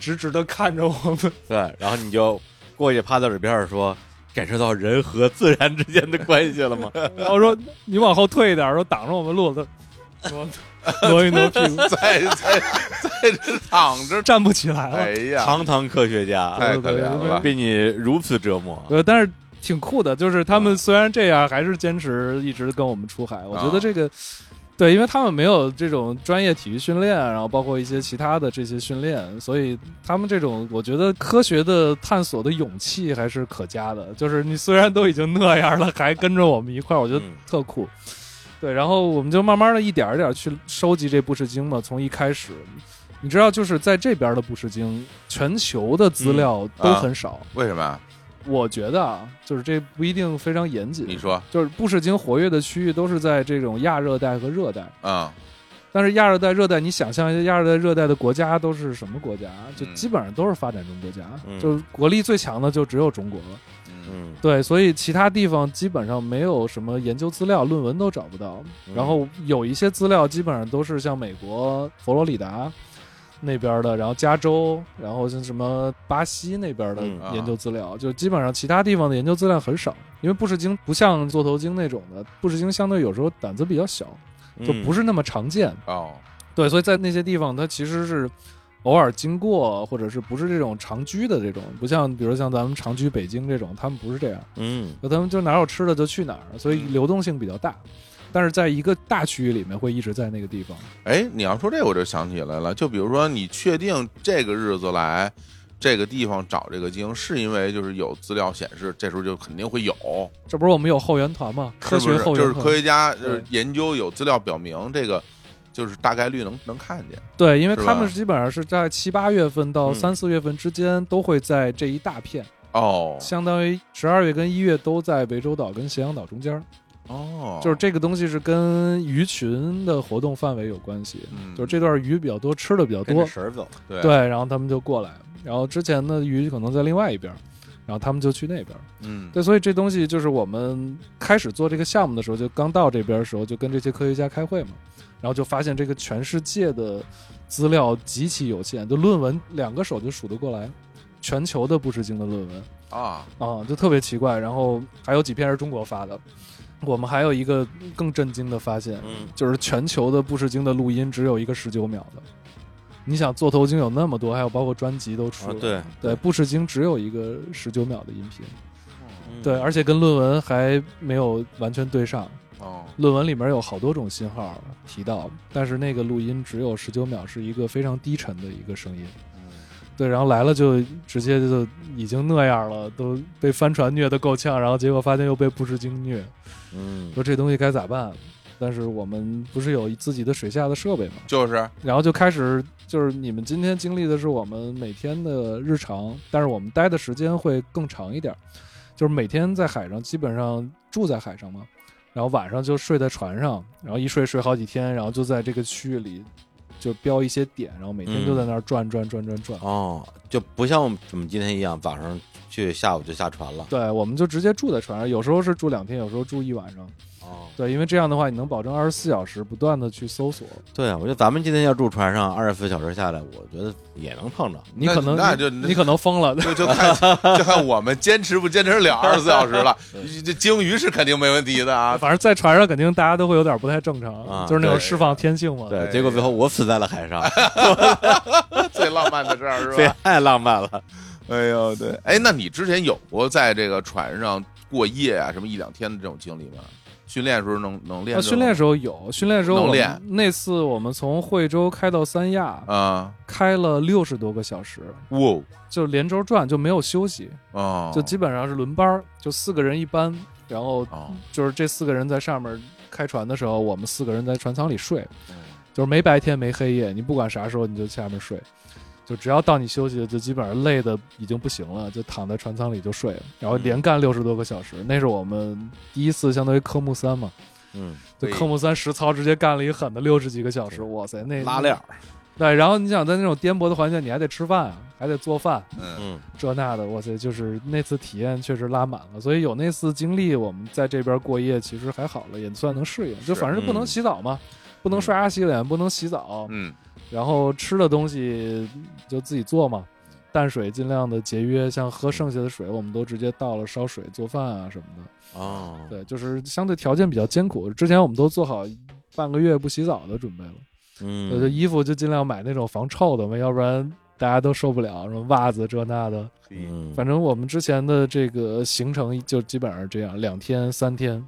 C: 直直的看着我们。
A: 对，然后你就过去趴在耳边儿说，感受到人和自然之间的关系了吗？
C: 然后说你往后退一点，说挡着我们路子，挪挪一挪屁股，
B: 在在在这躺着，
C: 站不起来
B: 哎
C: 了。
B: 呀，
A: 堂堂科学家
B: 太可怜了，
A: 被你如此折磨，
C: 呃，但是挺酷的，就是他们虽然这样，还是坚持一直跟我们出海。我觉得这个。对，因为他们没有这种专业体育训练，然后包括一些其他的这些训练，所以他们这种我觉得科学的探索的勇气还是可嘉的。就是你虽然都已经那样了，还跟着我们一块儿，我觉得
A: 嗯
C: 特酷。对，然后我们就慢慢的一点儿一点儿去收集这布氏鲸嘛，从一开始。你知道，就是在这边的布氏鲸，全球的资料都
B: 啊
C: 很少，
B: 为什么啊？
C: 我觉得啊，就是这不一定非常严
B: 你
C: 谨，
B: 说，
C: 就是布氏鲸活跃的区域都是在这种亚热带和热带。
B: 嗯，
C: 但是亚热带、热带，你想象一下，亚热带、热带的国家都是什么国家？就
B: 嗯
C: 基本上都是发展中国家，
A: 嗯
C: 就是国力最强的就只有中国了。
B: 嗯
A: 嗯，
C: 对，所以其他地方基本上没有什么研究资料，论文都找不到。
A: 嗯
C: 然后有一些资料基本上都是像美国佛罗里达那边的，然后加州，然后像什么巴西那边的
A: 嗯
B: 啊
C: 研究资料，就基本上其他地方的研究资料很少，因为布氏鲸不像座头鲸那种的，布氏鲸相对有时候胆子比较小，就不
A: 是
C: 是那么常见。
B: 哦，
C: 对，所以在那些地方，它其实是偶尔经过，或者是不是这种长居的这种，不像比如像咱们长居北京这种，他们不是这样。
A: 嗯
C: 那他们就哪有吃的就去哪儿，所以流动性比较大。但是在一个大区域里面会一直在那个地方。
B: 哎，你要说这，我就想起来了。就比如说，你确定这个日子来这个地方找这个鲸，是因为就是有资料显示，这时候就肯定会有，
C: 这不是我们有后援团吗？科
B: 是不
C: 学
B: 是？
C: 后
B: 就是
C: 援
B: 科
C: 团。
B: 学家就是
C: 对
B: 研究有资料表明这个，就是大概率能能看见。
C: 对，因为
B: 是
C: 他
B: 吧
C: 们基本上是在七八月份到
A: 嗯
C: 三四月份之间都会在这一大片，
B: 哦
C: 相当于十二月跟一月都在涠洲岛跟咸阳岛中间儿。
B: 哦，
C: 就是这个东西是跟鱼群的活动范围有关系，
B: 嗯
C: 就是这段鱼比较多，吃的比较
A: 跟着
C: 多，
A: 神儿走，
B: 对
C: 对，然后他们就过来，然后之前的鱼可能在另外一边儿，然后他们就去那边儿。
B: 嗯
C: 对，所以这东西就是我们开始做这个项目的时候，就刚到这边的时候，就跟这些科学家开会嘛，然后就发现这个全世界的资料极其有限，就论文两个手就数得过来，全球的布氏鲸的论文
B: 啊，
C: 啊，就特别奇怪。然后还有几篇是中国发的，我们还有一个更震惊的发现，
A: 嗯
C: 就是全球的布氏鲸的录音只有一个十九秒的。你想座头鲸有那么多，还有包括专辑都出
A: 啊
C: 了，
A: 对
C: 对，布氏鲸只有一个十九秒的音频。
B: 哦
A: 嗯
C: 对，而且跟论文还没有完全对上，
B: 哦，
C: 论文里面有好多种信号提到，但是那个录音只有十九秒，是一个非常低沉的一个声音。
B: 嗯
C: 对，然后来了就直接就已经那样了，都被帆船虐得够呛，然后结果发现又被布什鲸虐，
A: 嗯
C: 说这东西该咋办？但是我们不是有自己的水下的设备吗？
B: 就是
C: 然后就开始就是你们今天经历的是我们每天的日常，但是我们待的时间会更长一点，就是每天在海上基本上住在海上嘛，然后晚上就睡在船上，然后一睡睡好几天，然后就在这个区域里就标一些点，然后每天就在那儿
B: 嗯
C: 转转转转转。
A: 哦，就不像我们我们今天一样，早上去，下午就下船了。
C: 对，我们就直接住在船上，有时候是住两天，有时候住一晚上。
A: 哦，
C: 对，因为这样的话，你能保证二十四小时不断的去搜索。
A: 对啊，我觉得咱们今天要住船上，二十四小时下来，我觉得也能碰着。
C: 你
B: 那
C: 可能
B: 那
C: 你
B: 就
C: 你可能疯了，
B: 就就看 就看我们坚持不坚持了二十四小时 了。这鲸鱼是肯定没问题的啊，
C: 反正在船上肯定大家都会有点不太正常，
A: 啊
C: 就是那种
B: 对
C: 释放天性嘛。
A: 对，
B: 对
A: 结果最后我死在了海 上，
B: 最浪漫的事儿是
A: 这
C: 啊
B: 吧？
A: 太浪漫了。
B: 哎呦，对，哎，那你之前有过在这个船上过夜啊，什么一两天的这种经历吗？训练的时候能能练
C: 啊，
B: 这种？
C: 训练时候有，训练时候
B: 能
C: 我
B: 练
C: 们那次我们从惠州开到三亚，
B: 啊，
C: 开了六十多个小时，
B: 哇
C: 就连轴转，就没有休息，
B: 哦，
C: 就基本上是轮班儿，就四个人一班，然后
B: 哦，
C: 就是这四个人在上面开船的时候，我们四个人在船舱里睡，
B: 嗯
C: 就是没白天没黑夜，你不管啥时候你就下面睡。就只要到你休息，就基本上累的已经不行了，就躺在船舱里就睡了，然后
B: 嗯
C: 连干六十多个小时，那是我们第一次相当于科目三嘛，
A: 嗯，
C: 就
B: 对
C: 科目三实操直接干了一狠的六十几个小时，哇塞，那
A: 拉料。。
C: 对，然后你想在那种颠簸的环境，你还得吃饭啊，还得做饭，
B: 嗯，
A: 嗯
C: 这那的，哇塞，就是那次体验确实拉满了。所以有那次经历，我们在这边过夜其实还好了，也算能适应。就反正不能洗澡嘛，不能刷牙洗脸，不能洗澡，
B: 嗯，
C: 然后吃的东西就自己做嘛。淡水尽量的节约，像喝剩下的水，我们都直接倒了烧水做饭啊什么的。
A: 哦，
C: 对，就是相对条件比较艰苦。之前我们都做好半个月不洗澡的准备了，呃
A: 嗯，
C: 我就衣服就尽量买那种防臭的嘛，要不然大家都受不了。什么袜子这那的，
A: 嗯，
C: 反正我们之前的这个行程就基本上是这样，两天三天。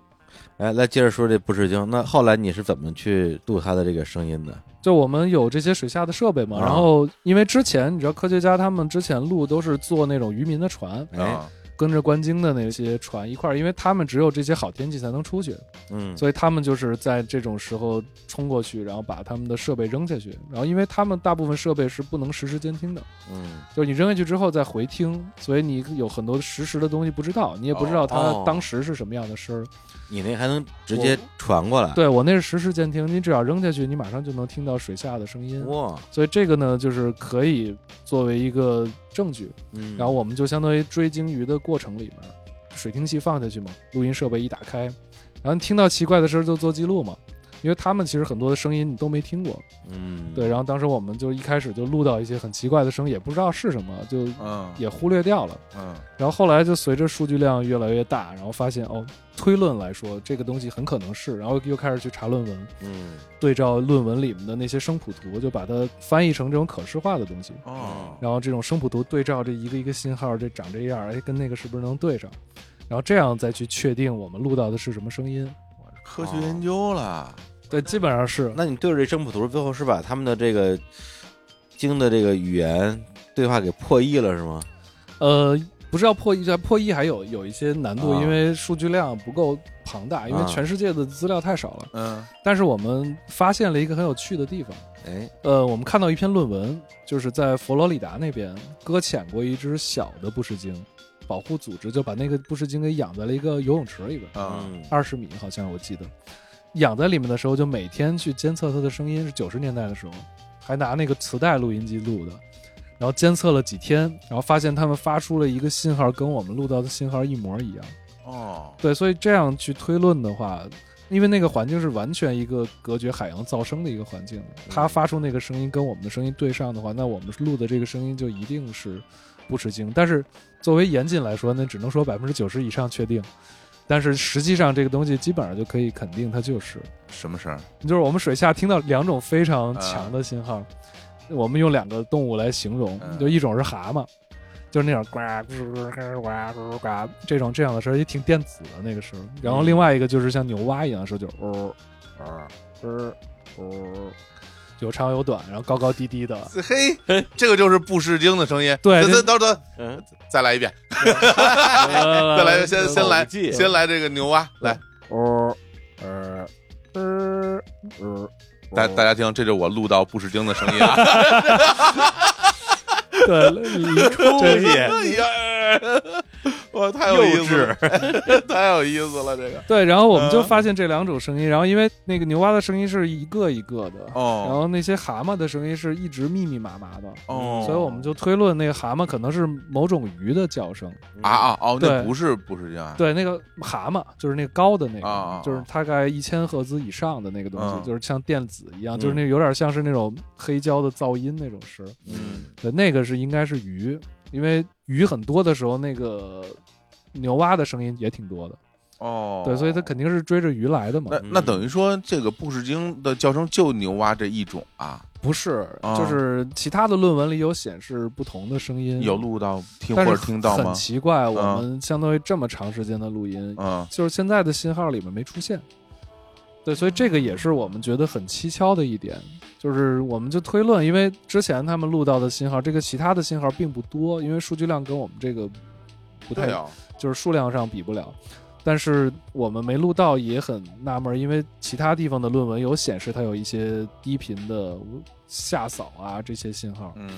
A: 哎，来接着说这不识鲸。那后来你是怎么去度它的这个声音的？
C: 就我们有这些水下的设备嘛，
A: 啊
C: 然后因为之前你知道科学家他们之前录都是坐那种渔民的船，
A: 哎，
B: 啊，
C: 跟着观鲸的那些船一块儿，因为他们只有这些好天气才能出去，
A: 嗯，
C: 所以他们就是在这种时候冲过去，然后把他们的设备扔下去。然后，因为他们大部分设备是不能实时监听的，
A: 嗯，
C: 就是你扔下去之后再回听，所以你有很多实时的东西不知道，你也不知道它
A: 哦
C: 当时是什么样的声儿。
A: 你那还能直接传过来？
C: 对我那是实时监听，你只要扔下去，你马上就能听到水下的声音。
A: 哇，
C: 所以这个呢，就是可以作为一个证据。
A: 嗯，
C: 然后我们就相当于追鲸鱼的过程里面，水听器放下去嘛，录音设备一打开，然后你听到奇怪的声儿就做记录嘛，因为他们其实很多的声音你都没听过。
A: 嗯，
C: 对，然后当时我们就一开始就录到一些很奇怪的声，音，也不知道是什么，就
B: 嗯，
C: 也忽略掉了。
B: 嗯，
C: 然后后来就随着数据量越来越大，然后发现哦，推论来说这个东西很可能是，然后又开始去查论文，
A: 嗯，
C: 对照论文里面的那些声谱图，就把它翻译成这种可视化的东西。
B: 哦，
C: 然后这种声谱图对照这一个一个信号，这长这样，哎，跟那个是不是能对上？然后这样再去确定我们录到的是什么声音。
B: 科学研究了，
C: 对，基本上是。
A: 那你对着这声谱图，最后是把他们的这个鲸的这个语言对话给破译了是吗？
C: 呃，不是要破译，破译还有有一些难度，
A: 啊
C: 因为数据量不够庞大，因为
A: 啊
C: 全世界的资料太少了。
B: 嗯，
C: 但是我们发现了一个很有趣的地方。
A: 哎，
C: 呃，我们看到一篇论文，就是在佛罗里达那边搁浅过一只小的布什鲸，保护组织就把那个布什鲸给养在了一个游泳池里边。
B: 啊，
A: 嗯
C: 二十米，好像我记得。养在里面的时候，就每天去监测它的声音，是九十年代的时候，还拿那个磁带录音机录的，然后监测了几天，然后发现它们发出了一个信号，跟我们录到的信号一模一样。
B: 哦，
C: 对，所以这样去推论的话，因为那个环境是完全一个隔绝海洋噪声的一个环境，它发出那个声音跟我们的声音对上的话，那我们录的这个声音就一定是不吃惊。但是作为严谨来说，那只能说百分之九十以上确定，但是实际上这个东西基本上就可以肯定它就是，
B: 什么事儿？
C: 就是我们水下听到两种非常强的信号，我们用两个动物来形容，
B: 嗯
C: 就一种是蛤蟆。就是那种呱呱呱呱呱这种这样的声儿，也挺电子的那个时候。然后另外一个就是像牛蛙一样的时候，就是哦哦哦哦，有长有短，然后高高低低的。
B: 嘿，这个就是不适应的声音。
C: 对
B: 等等等，
A: 嗯，
B: 再来一遍，
C: 再
B: 再来，先先来，
A: 记
B: 先来这个牛蛙，来，
C: 哦呃呃呃，
B: 大大家听，这就是我录到不适应的声音啊。
C: 对，
A: 东
C: 这
A: 西
B: 哎呀， 哇，太有意思了， 太有意思了，这个
C: 对，然后我们就
B: 嗯
C: 发现这两种声音，然后因为那个牛蛙的声音是一个一个的，然
B: 哦
C: 后那些蛤蟆的声音是一直密密麻麻的，
B: 哦，
C: 嗯所以我们就推论那个蛤蟆可能是某种鱼的叫声。
B: 啊啊哦，那
C: 对
B: 不是不是这样啊，
C: 对，那个蛤蟆就是那个高的那
B: 啊啊啊
C: 个，就是大概一千赫兹以上的那个东
B: 嗯
C: 西，就是像电子一样，就是
A: 嗯
C: 那有点像是那种黑胶的噪音那种声。
B: 嗯
C: 对，那个是应该是鱼，因为鱼很多的时候，那个牛蛙的声音也挺多的。
B: 哦，
C: 对，所以它肯定是追着鱼来的嘛。
B: 那那等于说这个布氏鲸的叫声就牛蛙这一种啊，
C: 不是，
B: 啊
C: 就是其他的论文里有显示不同的声音，
B: 有录到听或
C: 但是
B: 者听到
C: 很
B: 吗？
C: 奇怪，我
B: 啊
C: 们相当于这么长时间的录音，
B: 嗯，
C: 就是现在的信号里面没出现。对，所以这个也是我们觉得很蹊跷的一点，就是我们就推论，因为之前他们录到的信号，这个其他的信号并不多，因为数据量跟我们这个不太
B: 对啊，
C: 就是数量上比不了。但是我们没录到也很纳闷儿，因为其他地方的论文有显示它有一些低频的下扫啊这些信号，
B: 嗯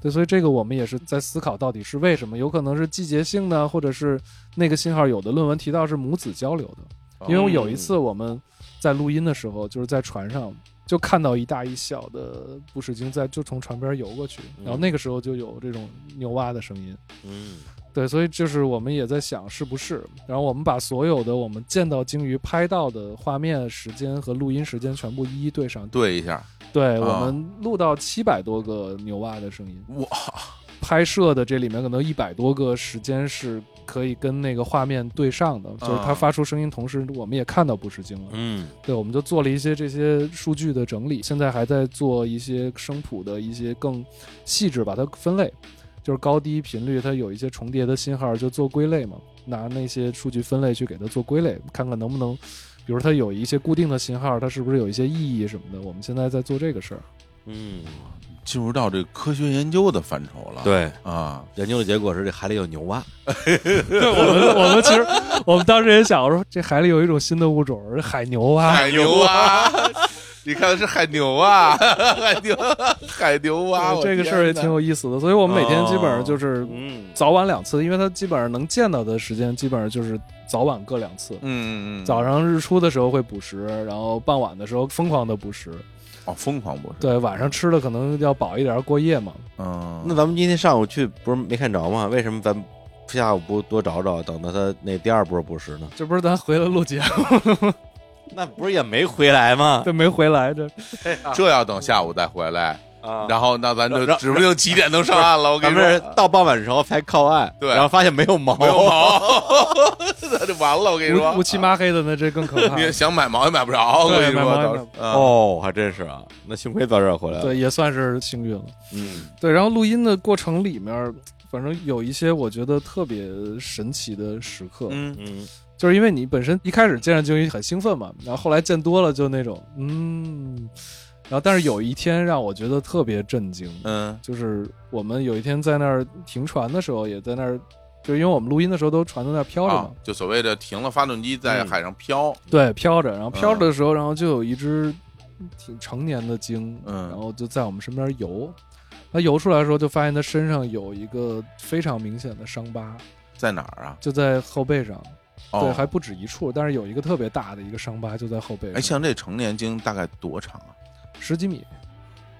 C: 对，所以这个我们也是在思考到底是为什么，有可能是季节性的，或者是那个信号有的论文提到是母子交流的，嗯因为我有一次我们在录音的时候，就是在船上就看到一大一小的布氏鲸在就从船边游过去，然后那个时候就有这种牛蛙的声音，
A: 嗯
C: 对，所以就是我们也在想是不是，然后我们把所有的我们见到鲸鱼拍到的画面、时间和录音时间全部一一对上。
B: 对一下，啊
C: 对，我们录到七百多个牛蛙的声音，
B: 哇，
C: 拍摄的这里面可能一百多个时间是可以跟那个画面对上的，就是它
B: 啊
C: 发出声音同时，我们也看到不是鲸了。
A: 嗯
C: 对，我们就做了一些这些数据的整理，现在还在做一些声谱的一些更细致，把它分类，就是高低频率它有一些重叠的信号，就做归类嘛，拿那些数据分类去给它做归类，看看能不能，比如它有一些固定的信号，它是不是有一些意义什么的，我们现在在做这个事儿。
A: 嗯，
B: 进入到这个科学研究的范畴了，
A: 对，
B: 啊，
A: 研究的结果是这海里有牛蛙，
C: 对我们，我们其实我们当时也想说，这海里有一种新的物种，海牛啊，
B: 海牛蛙， 你看是海牛 啊，海牛海牛啊蛙，
C: 对这个事儿也挺有意思的，所以我们每天基本上就是
A: 嗯
C: 早晚两次，因为它基本上能见到的时间基本上就是早晚各两次。
B: 嗯嗯，
C: 早上日出的时候会捕食，然后傍晚的时候疯狂的捕食。
B: 哦，疯狂博士，
C: 对，晚上吃的可能要饱一点，过夜嘛。
B: 嗯，
A: 那咱们今天上午去不是没看着吗？为什么咱们下午不多找找，等到他那第二波捕食呢？
C: 这不是咱回来录节目，
A: 那不是也没回来吗？
C: 这没回来这。
B: 这要等下午再回来，
A: 啊
B: 然后那咱就
A: 然后
B: 指不定几点能上岸了。我跟
A: 咱
B: 你
A: 们是
B: 说，
A: 到傍晚时候才靠岸，
B: 对
A: 然后发现没有毛，
B: 没有
A: 哦
B: 毛， 那就完了。我跟你
C: 乌
B: 说
C: 乌，漆嘛黑的，那这更 可怕。
B: 你想买毛也买不着。我跟
C: 对
B: 你
C: 买
B: 说，
C: 毛也
B: 到
C: 买
B: 时
C: 不
B: 候啊
A: 哦，还真是啊，那幸亏早点回来了。
C: 对，也算是幸运了。
A: 嗯
C: 对，然后录音的过程里面，反正有一些我觉得特别神奇的时刻。
B: 嗯，
A: 嗯
C: 就是因为你本身一开始见着鲸鱼很兴奋嘛，然后后来见多了就那种嗯，然后但是有一天让我觉得特别震惊，
B: 嗯
C: 就是我们有一天在那儿停船的时候，也在那儿，就因为我们录音的时候都船在那儿飘着
B: 啊
C: 嘛，，
B: 就所谓的停了发动机在
A: 嗯
B: 海上飘，
C: 对，飘着，然
B: 嗯
C: 后飘着的时候，然后就有一只挺成年的鲸，
B: 嗯
C: 然后就在我们身边游，它游出来的时候就发现它身上有一个非常明显的伤疤，
B: 在哪儿啊？
C: 就在后背上，对，
B: 哦，
C: 还不止一处，但是有一个特别大的一个伤疤就在后背上。
B: 哎，像这成年鲸大概多长啊？
C: 十几米，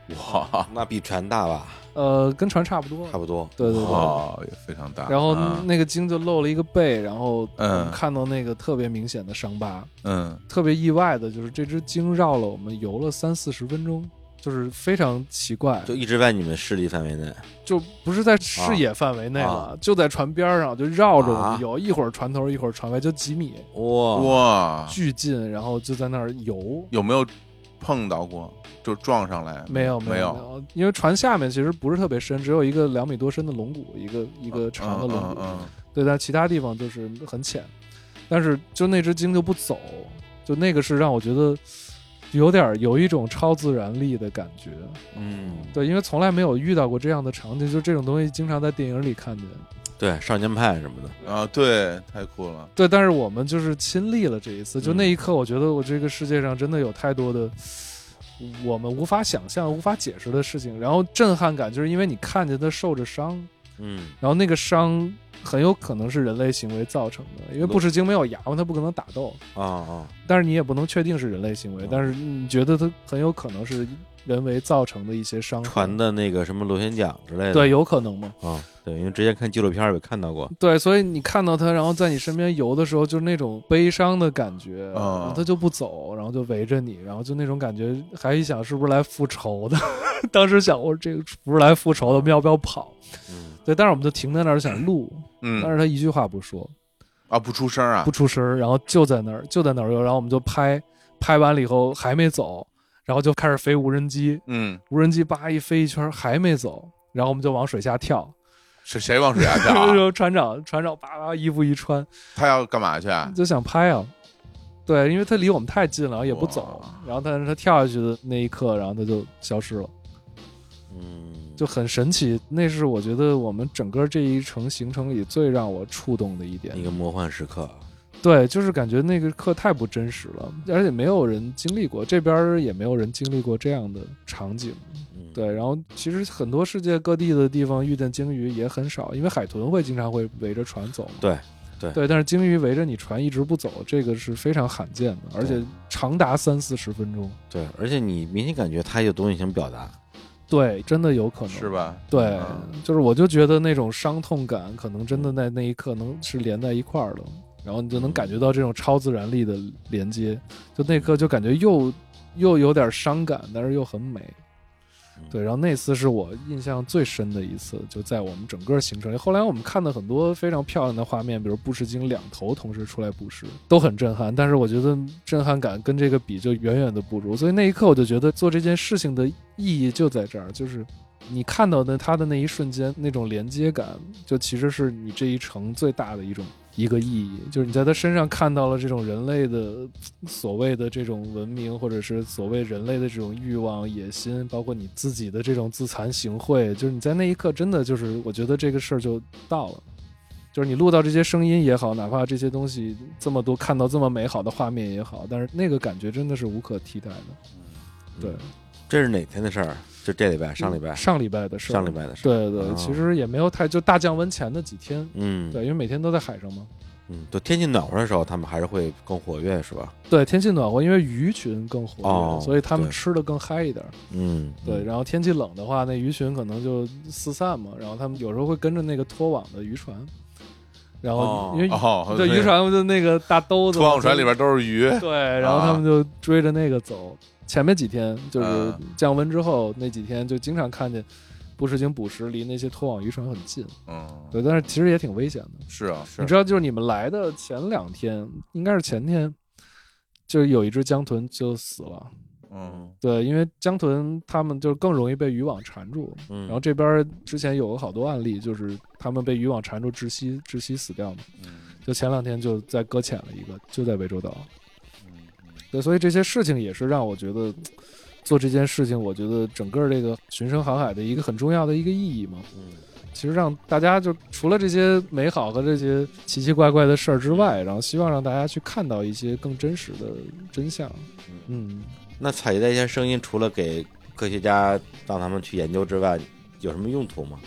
A: 嗯
B: 哇，
A: 那比船大吧，
C: 呃，跟船差不多。
A: 差不多。
C: 对对对。
B: 哇，也非常大。
C: 然后
B: 哦啊
C: 那个鲸就露了一个背，然后我
B: 嗯
C: 们看到那个特别明显的伤疤。
B: 嗯，
C: 特别意外的就是这只鲸绕了我们游了三四十分钟，就是非常奇怪，
A: 就一直在你们视力范围内，
C: 就不是在视野范围内了，
A: 啊
C: 就在船边上，就绕着我
A: 啊
C: 们游，一会儿船头一会儿船尾，就几米
A: 哇
B: 哇，
C: 巨近，然后就在那儿游。
B: 有没有碰到过，就撞上来
C: 没有
B: 没
C: 有，因为船下面其实不是特别深，只有一个两米多深的龙骨，一个一个长的龙
B: 嗯
C: 骨，
B: 嗯
C: 对，但其他地方就是很浅。但是就那只鲸就不走，就那个是让我觉得有点儿有一种超自然力的感觉。
A: 嗯，
C: 对，因为从来没有遇到过这样的场景，就这种东西经常在电影里看见。
A: 对，少年派什么的，
B: 嗯啊，对，太酷了，
C: 对，但是我们就是亲历了这一次，就
A: 嗯
C: 那一刻，我觉得我这个世界上真的有太多的我们无法想象、无法解释的事情。然后震撼感就是因为你看见它受着伤，
A: 嗯
C: 然后那个伤很有可能是人类行为造成的，因为
A: 对
C: 布氏鲸没有牙嘛，它不可能打斗，
A: 啊啊，
C: 但是你也不能确定是人类行为，但是你觉得它很有可能是人为造成的一些伤痕
A: 船的那个什么螺旋桨之类的，
C: 对，有可能吗？
A: 啊，对，因为之前看纪录片儿也看到过，
C: 对，所以你看到它，然后在你身边游的时候，就是那种悲伤的感觉，
B: 啊
C: 它就不走，然后就围着你，然后就那种感觉，还一想是不是来复仇的。 当时想，我说这个不是来复仇
B: 啊
C: 的，我们要不要跑？
A: 嗯
C: 对，但是我们就停在那儿想录，但
B: 嗯
C: 是他一句话不说，
B: 啊，不出声啊
C: 不，出声儿，然后就在那儿，就在那儿游，然后我们就拍，拍完了以后还没走，然后就开始飞无人机，
B: 嗯，
C: 无人机叭一飞一圈儿还没走，然后我们就往水下跳，
B: 是谁往水下
C: 然
B: 跳啊？
C: 后船长船长叭叭衣服一穿。
B: 他要干嘛去啊？
C: 就想拍啊。对，因为他离我们太近了，然后也不走
B: 哇，
C: 然后但是他跳下去的那一刻，然后他就消失了，
A: 嗯，
C: 就很神奇。那是我觉得我们整个这一程行程里最让我触动的一点
A: 一。个魔幻时刻，啊
C: 对，就是感觉那个课太不真实了，而且没有人经历过，这边儿也没有人经历过这样的场景。
A: 嗯，
C: 对，然后其实很多世界各地的地方遇见鲸鱼也很少，因为海豚会经常会围着船走嘛。
A: 对对
C: 对，但是鲸鱼围着你船一直不走，这个是非常罕见的，而且长达三四十分钟。
A: 对，而且你明显感觉他有东西想表达，
C: 对，真的有可能
B: 是？吧？
C: 对
B: 嗯，
C: 就是我就觉得那种伤痛感，可能真的在那一刻能是连在一块儿的，然后你就能感觉到这种超自然力的连接，就那一刻就感觉又又有点伤感，但是又很美。对，然后那次是我印象最深的一次，就在我们整个行程里。后来我们看了很多非常漂亮的画面，比如布什鲸两头同时出来捕食，都很震撼。但是我觉得震撼感跟这个比就远远的不如。所以那一刻我就觉得做这件事情的意义就在这儿，就是你看到的它的那一瞬间那种连接感，就其实是你这一程最大的一种。一个意义就是你在他身上看到了这种人类的所谓的这种文明，或者是所谓人类的这种欲望、野心，包括你自己的这种自惭形秽，就是你在那一刻真的就是，我觉得这个事儿就到了。就是你录到这些声音也好，哪怕这些东西这么多，看到这么美好的画面也好，但是那个感觉真的是无可替代的。对，
A: 这是哪天的事儿？就这礼拜，上礼拜，
C: 上礼拜的事儿，
A: 上礼拜的事儿，
C: 嗯对对，
A: 哦
C: 其实也没有太就大降温前的几天，
A: 嗯，
C: 对，因为每天都在海上嘛。
A: 嗯，就天气暖和的时候，他们还是会更活跃，是吧？
C: 对，天气暖和，因为鱼群更活跃，
A: 哦
C: 所以他们
A: 对
C: 吃的更嗨一点儿。
A: 嗯，
C: 对，然后天气冷的话，那鱼群可能就四散嘛，然后他们有时候会跟着那个拖网的渔船，然后、
A: 哦
C: 因为、
B: 哦，
C: 对渔船就那个大兜子嘛，
B: 拖网船里边都是鱼，
C: 对，然后他们就追着那个走。前面几天就是
B: 啊
C: 降温之后、那几天，就经常看见布什鲸捕食离那些拖网渔船很近，
B: 嗯，
C: 对，但是其实也挺危险的。
B: 是啊，
A: 是
C: 你知道，就是你们来的前两天，应该是前天，就有一只江豚就死了。
B: 嗯
C: 对，因为江豚它们就更容易被渔网缠住，
A: 嗯，
C: 然后这边儿之前有好多案例，就是他们被渔网缠住窒息，窒息死掉嘛。
B: 嗯
C: 就前两天就在搁浅了一个，就在涠洲岛。
B: 嗯嗯
C: 对，所以这些事情也是让我觉得做这件事情，我觉得整个这个巡声航海的一个很重要的一个意义嘛。
A: 嗯
C: 其实让大家就除了这些美好和这些奇奇怪怪的事儿之外，然后希望让大家去看到一些更真实的真相。嗯，
A: 那采集的一些声音，除了给科学家让他们去研究之外，有什么用途吗？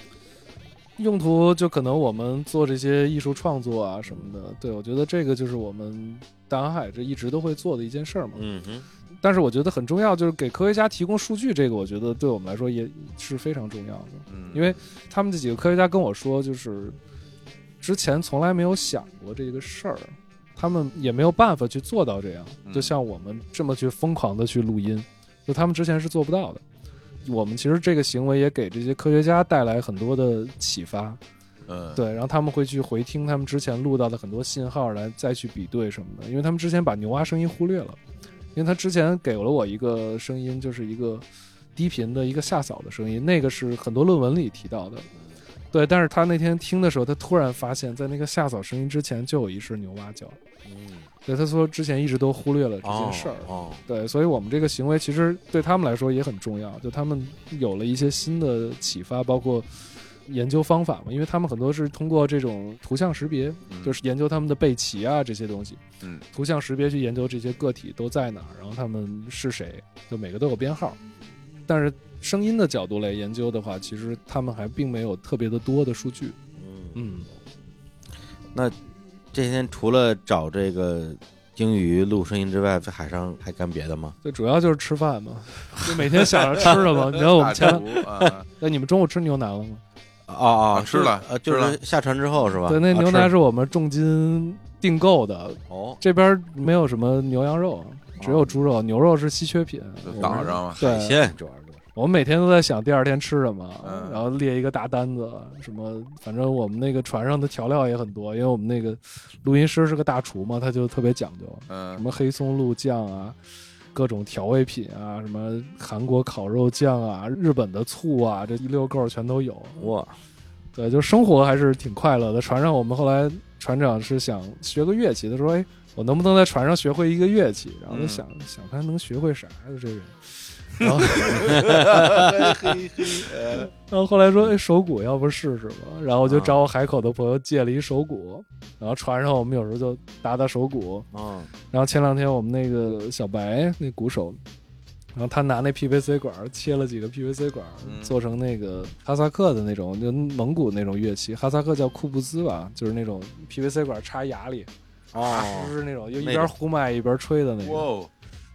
C: 用途就可能我们做这些艺术创作啊什么的，对我觉得这个就是我们大航海这一直都会做的一件事儿嘛。
A: 嗯哼，
C: 但是我觉得很重要，就是给科学家提供数据，这个我觉得对我们来说也是非常重要的。
B: 嗯，
C: 因为他们这几个科学家跟我说，就是之前从来没有想过这个事儿，他们也没有办法去做到这样。
B: 嗯
C: 就像我们这么去疯狂的去录音，就他们之前是做不到的。我们其实这个行为也给这些科学家带来很多的启发，
B: 嗯
C: 对，然后他们会去回听他们之前录到的很多信号来再去比对什么的，因为他们之前把牛蛙声音忽略了。因为他之前给了我一个声音，就是一个低频的一个下扫的声音，那个是很多论文里提到的。对，但是他那天听的时候，他突然发现，在那个下扫声音之前就有一声牛蛙叫。
A: 嗯，
C: 对，他说之前一直都忽略了这件事儿。
B: 哦，
C: 对，所以我们这个行为其实对他们来说也很重要，就他们有了一些新的启发，包括研究方法嘛，因为他们很多是通过这种图像识别，
B: 嗯
C: 就是研究他们的背鳍啊这些东西，
B: 嗯，
C: 图像识别去研究这些个体都在哪儿，然后他们是谁，就每个都有编号，但是声音的角度来研究的话，其实他们还并没有特别的多的数据，
A: 嗯，
C: 嗯，
A: 这些天除了找这个鲸鱼录声音之外，在海上还干别的吗？
C: 最主要就是吃 饭嘛，就每天想着吃什么，你知道我们前两，
B: 前
C: 那你们中午吃牛腩了吗？
A: 哦哦
B: 啊，吃了
A: 呃，就
B: 吃
A: 是下船之后是吧？
C: 对，那
A: 啊
C: 牛
A: 吃
C: 腩是我们重金订购的，
A: 哦，
C: 这边没有什么牛羊肉，只有猪肉，牛肉是稀缺品。我们
B: 岛上嘛，
A: 海
C: 对，
A: 鲜主要是这个
C: 我们每天都在想第二天吃什么，
B: 嗯
C: 然后列一个大单子，什么反正我们那个船上的调料也很多，因为我们那个录音师是个大厨嘛，他就特别讲究，什
B: 嗯，
C: 么黑松露酱啊。各种调味品啊，什么韩国烤肉酱啊，日本的醋啊，这一溜够全都有。
A: 哇，
C: 对，就生活还是挺快乐的。船上我们后来船长是想学个乐器，他说：“哎，我能不能在船上学会一个乐器？”然后就
B: 嗯
C: 想、想他能学会啥呀，这人。然后，然后后来说：“哎，手鼓要不试试吧？”然后就找我海口的朋友借了一手鼓，然后船上我们有时候就打打手鼓。
A: 嗯
C: 然后前两天我们那个小白那鼓手，然后他拿那 PVC 管儿切了几个 PVC 管儿，
B: 嗯
C: 做成那个哈萨克的那种，就蒙古那种乐器，哈萨克叫库布兹吧，就是那种 PVC 管儿插牙里，
A: 哦，
C: 是那种就一
A: 那
C: 边
A: 个
C: 呼麦一边吹的那
B: 哇
C: 个。
B: 哦，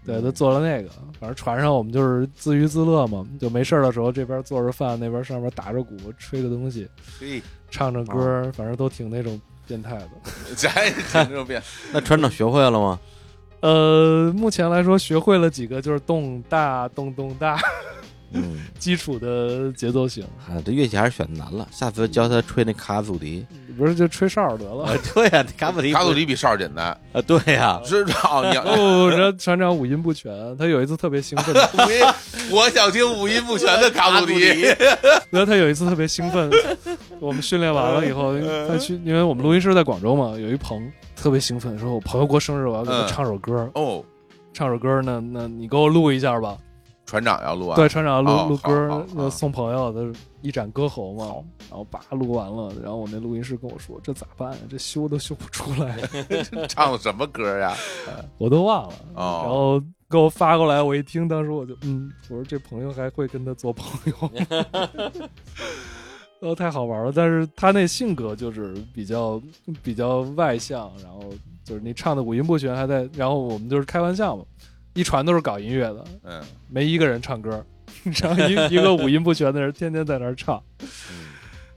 C: 对，他做了那个，反正船上我们就是自娱自乐嘛，就没事儿的时候这边做着饭，那边上面打着鼓吹个东西，
A: 嘿
C: 唱着歌儿，反正都挺那种变态的。
B: 这还挺这种变，
A: 那船长学会了吗？
C: 呃，目前来说学会了几个，就是动大动动大
A: 嗯，
C: 基础的节奏型，
A: 啊，这乐器还是选难了，下次教他吹那卡祖笛。
C: 不是就吹哨得 了。
A: 对呀，卡祖笛
B: 卡路里比哨简单，
A: 啊，对呀，
B: 知道你要
C: 不 不不，这哦船长五音不全，他有一次特别 兴奋，
B: 五音，我想听五音不全的卡路里，
C: 然后他有一次特别兴奋，我们训练完了以后，他去，
B: 嗯
C: 因为我们录音室在广州嘛，有一棚特别兴奋，说我朋友过生日，我要给他
B: 嗯
C: 唱首歌，
B: 哦，
C: 唱首歌呢，那你给我录一下吧。
B: 船长要录啊，
C: 对，船长
B: 哦
C: 录录
B: 好好
C: 歌，
B: 好
C: 要送朋友的一展歌喉嘛，然后叭录完了，然后我那录音师跟我说：“这咋办呀？这修都修不出 来，
B: 唱的什么歌呀？
C: 我都忘了。”
B: 哦
C: 然后给我发过来，我一听，当时我就嗯，我说这朋友还会跟他做朋友吗，然后太好玩了。但是他那性格就是比较比较外向，然后就是你唱的五音不全，还在，然后我们就是开玩笑嘛，一船都是搞音乐的，
B: 嗯，
C: 没一个人唱歌，然后一一个五音不全的人天天在那儿唱，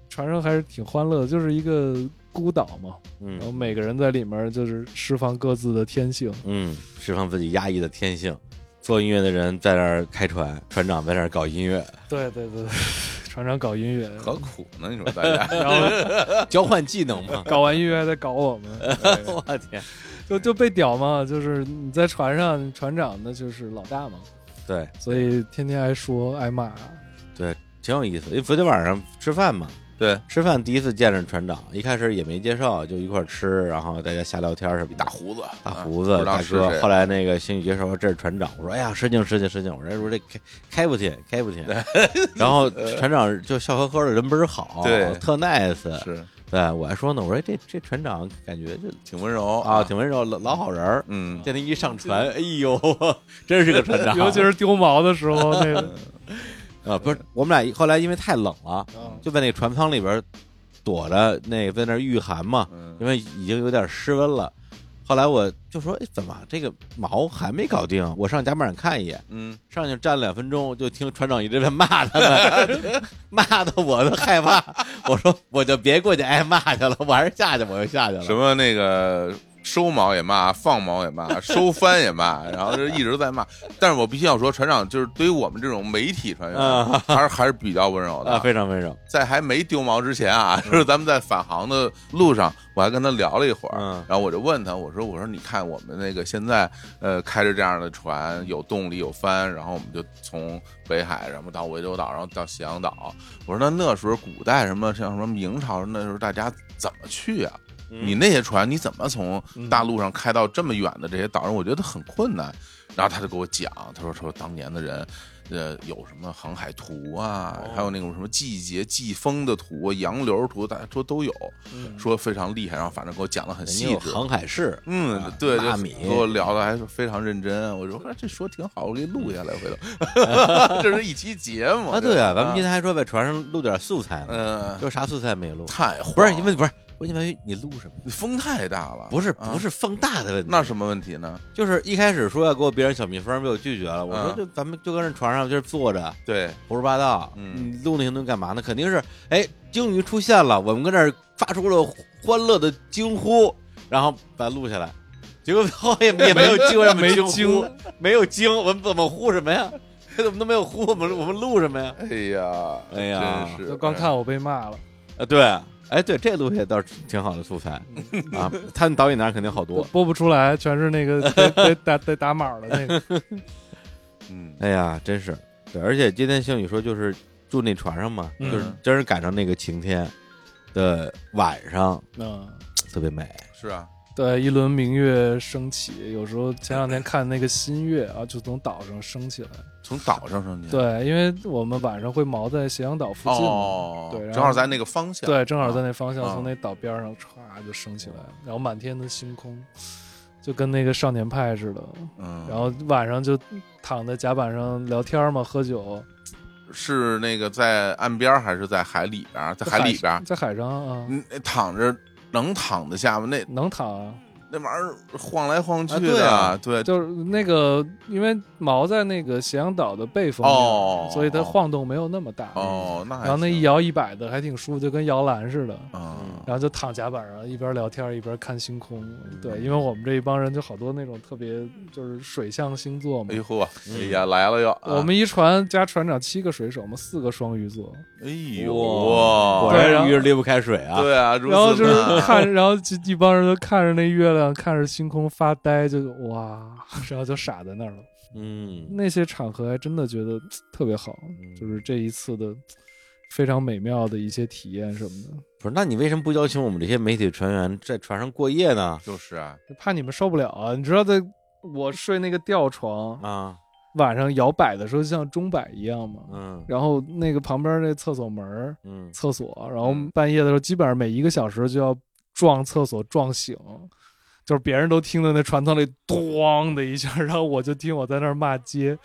C: 船上还是挺欢乐的，就是一个孤岛嘛，然后
A: 嗯
C: 每个人在里面就是释放各自的天性，
A: 嗯，释放自己压抑的天性。做音乐的人在那儿开船，船长在那儿搞音乐，
C: 对对对， 船上搞音乐，
B: 何苦呢？你说大家，
C: 然 后
A: 交换技能嘛。
C: 搞完音乐还在搞我们，对
A: 我天，
C: 就就被屌嘛，就是你在船上，船长那就是老大嘛，
A: 对
C: 所以天天挨说挨骂，啊
A: 对，挺有意思。因为昨天晚上吃饭嘛，
B: 对，
A: 吃饭第一次见着船长，一开始也没介绍，就一块儿吃，然后大家瞎聊天什么的。
B: 大胡子，
A: 大
B: 啊
A: 胡
B: 不
A: 子
B: 知道
A: 大
B: 是
A: 哥，
B: 谁
A: 后来那个星宇介绍说这是船长，我说哎呀失敬失敬失敬，我这我这开开不起开 不起，然后船长就笑呵呵的，人倍儿 好，
B: 对
A: 特 nice，
B: 是
A: 对我还说呢，我说哎这这船长感觉就
B: 挺温柔
A: 啊，挺温柔，老老好人儿，
B: 嗯，
A: 见他一上船， 哎呦，真是个船长，
C: 尤其是丢毛的时候那个，
A: 啊不是我们俩后来因为太冷了，
C: 嗯
A: 就在那个船舱里边躲着，那个在那儿御寒嘛，
B: 嗯
A: 因为已经有点湿温了。后来我就说，哎，怎么这个毛还没搞定？我上甲板上看一眼，
B: 嗯，
A: 上去站了两分钟，就听船长一直在骂他们， 骂的我都害哎怕。我说我就别过去挨骂去了，我还是下去，我就下去了。
B: 什么那个收锚也骂，放锚 也骂，收帆也骂，然后就一直在骂。但是我必须要说，船长就是对于我们这种媒体船员
A: 啊，
B: 还是还是比较温柔
A: 啊，
B: 的。
A: 非常温柔，
B: 在还没丢锚之前啊，
A: 嗯
B: 就是咱们在返航的路上，我还跟他聊了一会儿，
A: 嗯
B: 然后我就问他，我说我说你看我们那个现在呃开着这样的船，有动力有帆，然后我们就从北海，然后到涠洲岛，然后到咸阳岛。我说那那时候古代什么像什么明朝那时候大家怎么去啊？
A: 嗯
B: 你那些船你怎么从大陆上开到这么远的这些岛上？我觉得很困难。然后他就给我讲，他说说当年的人，呃，有什么航海图啊，
A: 哦
B: 还有那种什么季节季风的图、洋流图，大家说都有，说非常厉害。然后反正给我讲的很
A: 嗯人
B: 细
A: 家有
B: 致。
A: 航海士，
B: 嗯
A: 啊，
B: 对，
A: 纳
B: 就
A: 米
B: 给我聊的还是非常认 真。我说哎这说挺好，我给你录下来，回头 这是一期节目
A: 啊，对啊，咱们今
B: 天
A: 天还说在船上录点素材呢，
B: 嗯
A: 就啥素材没 录？
B: 太
A: 不是
B: 慌
A: 因为不是，关键在于你录什么？
B: 了风太大了，
A: 不是
B: 啊
A: 不是放大的问题，
B: 那什么问题呢？
A: 就是一开始说要给我别人小蜜蜂，被我拒绝了。我说
B: 嗯
A: 就咱们就跟那船上就是坐着
B: 对，
A: 胡说八道，
B: 嗯
A: 你录那些东西干嘛呢？肯定是哎，鲸鱼出现了，我们跟这儿发出了欢乐的惊呼，然后把它录下来。结果后来也 没也没有机会让我们
C: 没
A: 惊呼
C: 惊，
A: 没有惊，我们怎么呼什么呀？ 怎么都没有呼，我们我们录什么呀？
B: 哎呀，
A: 哎呀
B: 真是嗯
C: 就光看我被骂了，
A: 啊，对，哎，对，这录下倒是挺好的素 材啊，他们导演那儿肯定好多。
C: 播播不出来，全是那个 得得打得打码的那个。
B: 嗯，
A: 哎呀，真是对，而且今天星宇说就是住那船上嘛，
C: 嗯
A: 就是真是赶上那个晴天的晚上，
C: 嗯，
A: 特别美。
B: 是啊，
C: 对，一轮明月升起，有时候前两天看那个新月啊，就从岛上升起来。
B: 从岛上上去，
C: 对，因为我们晚上会锚在咸阳岛附近嘛，
B: 哦，
C: 对然后
B: 正好在那个方向，
C: 对，正好在
B: 啊
C: 那方向，
B: 啊
C: 从那岛边上歘就升起来，然后满天的星空，就跟那个少年派似的。
B: 嗯，
C: 然后晚上就躺在甲板上聊天嘛，喝酒，
B: 啊是那个在岸边儿还是在海里边儿？在海里边儿，
C: 在海上啊，
B: 嗯，躺着能躺得下吗？那
C: 能躺啊，
B: 那玩意儿晃来晃去
A: 啊对
B: 的，
A: 啊
B: 对
C: 就是那个，因为锚在那个咸阳岛的背风面，
B: 哦
C: 所以它晃动没有那么大。
B: 哦，那还
C: 然后那
B: 行
C: 一摇一摆的还挺舒服，就跟摇篮似的。
B: 啊，
C: 然后就躺甲板上，一边聊天一边看星空。对，因为我们这一帮人就好多那种特别就是水象星座嘛
B: 哎呦。嚯，哎呀来了又，啊
C: 我们一船加船长七个水手嘛，四个双鱼座，
B: 哎呦
A: 果
B: 哇，
C: 对然
A: 然
C: 后
A: 鱼儿离不开水啊！
B: 对啊，如
C: 然后
B: 此
C: 就是
B: 呢
C: 看， 然后就一帮人都看着那月亮，看着星空发呆，就哇， 然后就傻在那儿了。
A: 嗯，
C: 那些场合还真的觉得特别好，就是这一次的非常美妙的一些体验什么的，
A: 不是，那你为什么不邀请我们这些媒体船员在船上过夜呢？
B: 就是啊，
C: 怕你们受不了啊！你知道在。我睡那个吊床，
A: 啊，
C: 晚上摇摆的时候就像钟摆一样嘛。
A: 嗯
C: 然后那个旁边那厕所门儿
A: 嗯，
C: 厕所，然后半夜的时候，基本上每一个小时就要撞厕所撞醒，就是别人都听到那船舱里咣的一下，然后我就听我在那儿骂街。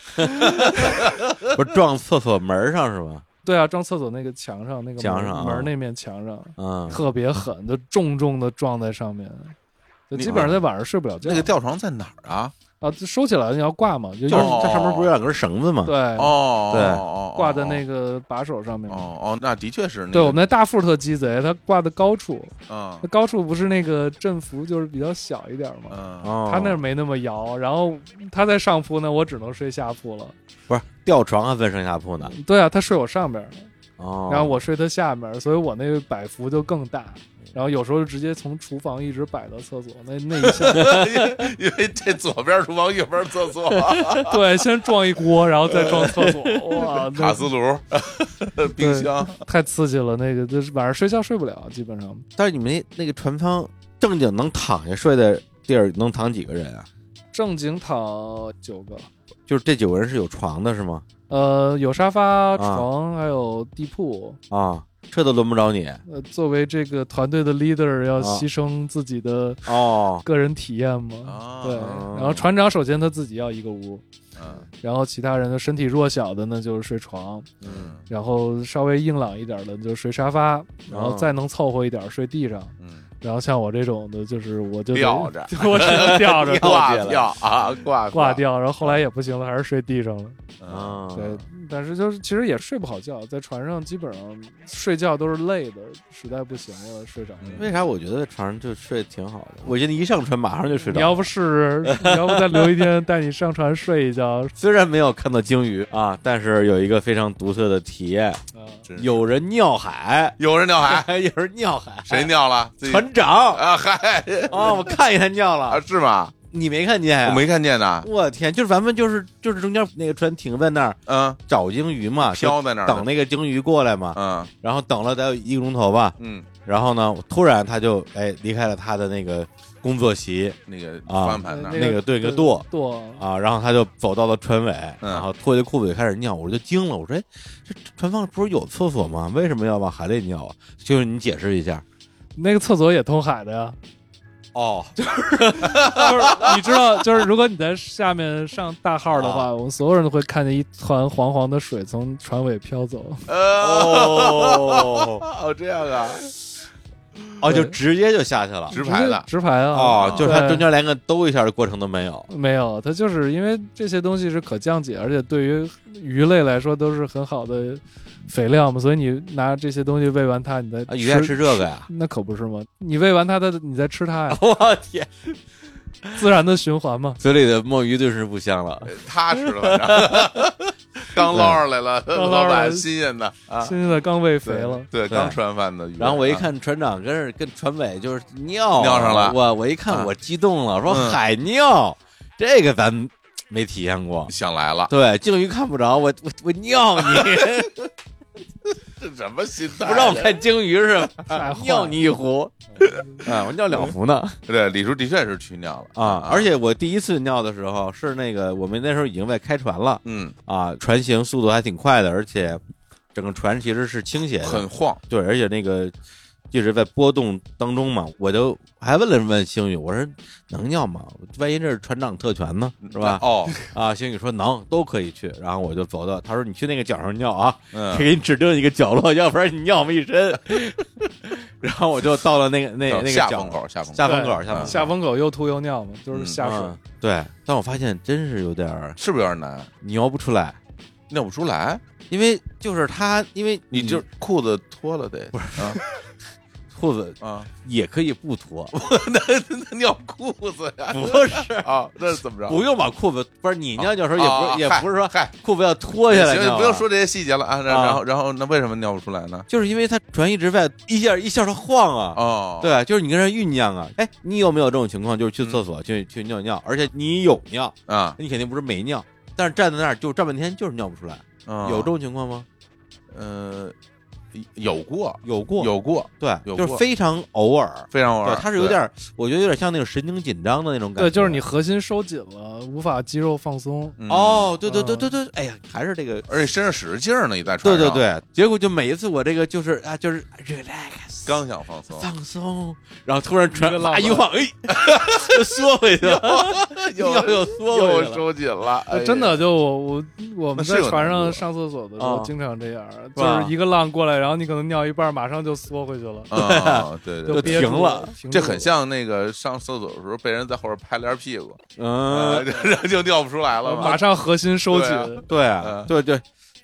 A: 不是撞厕所门儿上是吧？
C: 对啊，撞厕所那个墙上那个门
A: 墙上啊
C: 门那面墙上
A: 嗯，
C: 特别狠，就重重的撞在上面，就基本上在晚上睡不了觉。
B: 那个吊床在哪儿啊？
C: 啊，就收起来了你要挂嘛，就
A: 就是
B: 哦
A: 它上面不是有两根绳子吗？
C: 对
B: 哦，
A: 对
B: 哦哦
C: 挂在那个把手上面嘛。
B: 哦哦，那的确是那
C: 嗯对，
B: 个
C: 我们那大副特鸡贼，它挂的高处，
B: 嗯
C: 那高处不是那个振幅就是比较小一点嘛，
B: 嗯
A: 哦，
C: 他那儿没那么摇，然后他在上铺呢，我只能睡下铺了。
A: 不是吊床还分上下铺呢。
C: 对啊，他睡我上边儿，
A: 哦，
C: 然后我睡他下面儿，所以我那个摆幅就更大。然后有时候直接从厨房一直摆到厕所，那那一下，
B: 嗯因为这左边厨房，右边厕所，
C: 对，先撞一锅，然后再撞厕所，哇，
B: 卡
C: 那
B: 斯炉、冰箱，
C: 太刺激了。那个就是晚上睡觉睡不了，基本上
A: 但是你们那那个船舱正经能躺下睡的地儿能躺几个人啊？
C: 正经躺九个，
A: 就是这九个人是有床的是吗？
C: 呃，有沙发、
A: 啊
C: 床，还有地铺。
A: 啊，这都轮不着你
C: 呃，作为这个团队的 leader，要
A: 啊
C: 牺牲自己的
A: 哦。
C: 个人体验嘛。
B: 啊
C: 对，
A: 哦
C: 然后船长首先他自己要一个屋，
B: 嗯
C: 然后其他人的身体弱小的呢就是睡床，
B: 嗯
C: 然后稍微硬朗一点的就睡沙发，然
A: 哦
C: 后再能凑合一点睡地上，
B: 嗯，
C: 然后像我这种的就是我就得
B: 吊着
C: 我只能吊着
A: 吊
B: 挂
A: 起来
B: 吊啊，挂嗯
C: 挂。掉，然后后来也不行了，还是睡地上了。
A: 啊，
C: 对，但是就是其实也睡不好觉，在船上基本上睡觉都是累的，实在不行了睡着了。
B: 嗯
A: 为啥我觉得床上就睡得挺好的？我现在一上船马上就睡
C: 你
A: 着
C: 要
A: 了，
C: 不试试，你要不再留一天，带你上船睡 一觉。
A: 虽然没有看到鲸鱼啊，但是有一个非常独特的体验，
C: 啊
B: 真是
A: 有人尿海，
B: 有人尿海，
A: 有人尿海，
B: 谁尿了？自己
A: 船长
B: 啊，嗨
A: 啊，我看见他尿
B: 啊，
A: 了，
B: 是吗？
A: 你没看见呀？
B: 我没看见呢。
A: 我天，就是咱们就是就是中间那个船停在那儿
B: 嗯，
A: 找鲸鱼嘛，
B: 飘在那儿
A: 啊就等
B: 那，
A: 那个鲸鱼过来嘛，
B: 嗯
A: 然后等了得有一个钟头吧，
B: 嗯，
A: 然后呢，我突然他就哎离开了他的那个工作席
B: 那个
A: 啊
B: 翻盘那
C: 呃
B: 儿，
A: 那个对个舵
C: 舵，
A: 啊，然后他就走到了船尾，
B: 嗯
A: 然后脱下裤子就开始尿，我就惊了，我说哎，这船方不是有厕所吗？为什么要往海里尿啊？就是你解释一下
C: 那个厕所也通海的呀。
A: 哦，
C: 就是你知道，就是如果你在下面上大号的
A: 啊
C: 话，我们所有人都会看见一团黄黄的水从船尾飘走。
A: 哦
B: 呃哦，这样啊，
A: 哦，就直接就下去了
B: 直排的，
C: 直排啊！
A: 哦，就是他
C: 对
A: 中间连个兜一下的过程都没有。
C: 没有，它就是因为这些东西是可降解，而且对于鱼类来说都是很好的肥料嘛，所以你拿这些东西喂完它，你再
A: 啊，鱼爱吃这个呀！，
C: 那可不是吗？你喂完它，它你再吃它呀
A: 我天，啊
C: 自然的循环嘛。
A: 嘴里的墨鱼顿时不香了。
B: 踏实了，反 正刚捞上来了，
C: 刚
B: 老
C: 捞上来
B: 板新鲜的啊，
C: 现在刚喂肥
B: 对
C: 了，
B: 对，刚吃完饭的鱼。
A: 然后我一
B: 啊，
A: 看船长跟着跟船尾就是尿啊
B: 尿上了
A: 我我一看
B: 啊
A: 我激动了，说
B: 嗯
A: 海尿这个咱没体验过。
B: 想来了，
A: 对，鲸鱼看不着我，我我尿 你，
B: 这什么心态？啊
A: 不让我看鲸鱼是吧？
C: 太坏
A: 尿
C: 了。
A: 你一 壶，啊，我尿两壶呢
B: 对，李叔的确是去尿了
A: 啊！而且我第一次尿的时候是那个我们那时候已经在开船了
B: 嗯，
A: 啊，船行速度还挺快的，而且整个船其实是倾斜的，
B: 很晃，
A: 对，而且那个一直在波动当中嘛，我就还问了问星宇，我说能尿吗？万一这是船长特权呢，是吧？
B: 哦，
A: 啊，星宇说能，都可以去。然后我就走到，他说你去那个角上尿啊，
B: 嗯，
A: 给你指定一个角落，要不然你尿我们一 身。然后我就到了那个那那个
B: 下
A: 角
B: 风，口，下风口，
A: 下风口，
C: 对
A: 下风口
C: 下风口又吐又尿嘛，就是
B: 嗯
C: 下水。
A: 嗯对，但我发现真是有点儿
B: 是不是有点难？
A: 尿不出来，
B: 尿不出来，
A: 因为就是他，因为
B: 你就裤子脱了得，不是啊
A: 裤子
B: 啊，
A: 也可以不 脱，
B: 那尿裤子呀
A: 不是。
B: 啊，那是怎么着？
A: 不用把裤子，不是你尿尿的时候也不
B: 啊
A: 是、也
B: 嗨
A: 不是说
B: 嗨，
A: 裤子要脱下来
B: 行
A: 尿啊，
B: 不用说这些细节了啊。然
A: 啊
B: 然后然后那为什么尿不出来呢？
A: 就是因为它船一直在一下一下的晃啊，
B: 哦，，嗯
A: 对，就是你跟人酝酿啊。哎，你有没有这种情况，就是去厕所、去去尿尿，而且你有尿，
B: 啊，
A: 你肯定不是没尿，但是站在那儿就站半天就是尿不出来，有
B: 有
A: 这种情况吗？
B: 嗯呃，有过，
A: 有过，
B: 有过，
A: 对，
B: 有过
A: 就是非常偶尔。
B: 非常偶
A: 对
B: 尔，，
A: 它是有点儿，我觉得有点像那种神经紧张的那种感觉。
C: 对，就是你核心收紧了，无法肌肉放松。
B: 嗯，
A: 哦，对对对对对，哎呀，还是这个，
B: 而且身上使着劲儿呢，你在
A: 对
B: 船
A: 对
B: 上，对，
A: 对。结果就每一次我这个就是啊，就是 relax，
B: 刚想放 松，
A: 放松，然后突然
C: 一个
A: 船哇
C: 浪
A: 哦
C: 漫
A: 一晃，哎， 又缩回去了，
B: 又
A: 又又缩回
B: 又
A: 去了。
B: 收紧了，哎呀
C: 呃真的，就我我我们
B: 那是有
C: 在船
B: 难度
C: 上上厕所的时
A: 啊
C: 候，经常这样，就
A: 吧
C: 是一个浪过来，然后你可能尿一半，马上就缩回去了，
B: 啊，对对
A: 就
B: 对。
C: 就憋
A: 停
C: 住
A: 了，
C: 停
B: 这
C: 住
B: 很
C: 了。
B: 像那个上厕所的时候被人在后边拍了一下屁股，啊
A: 嗯，
B: 然后就尿不出来了嘛
C: 嗯马。上核心收紧，
B: 对
A: 对啊
B: 嗯
A: 对对，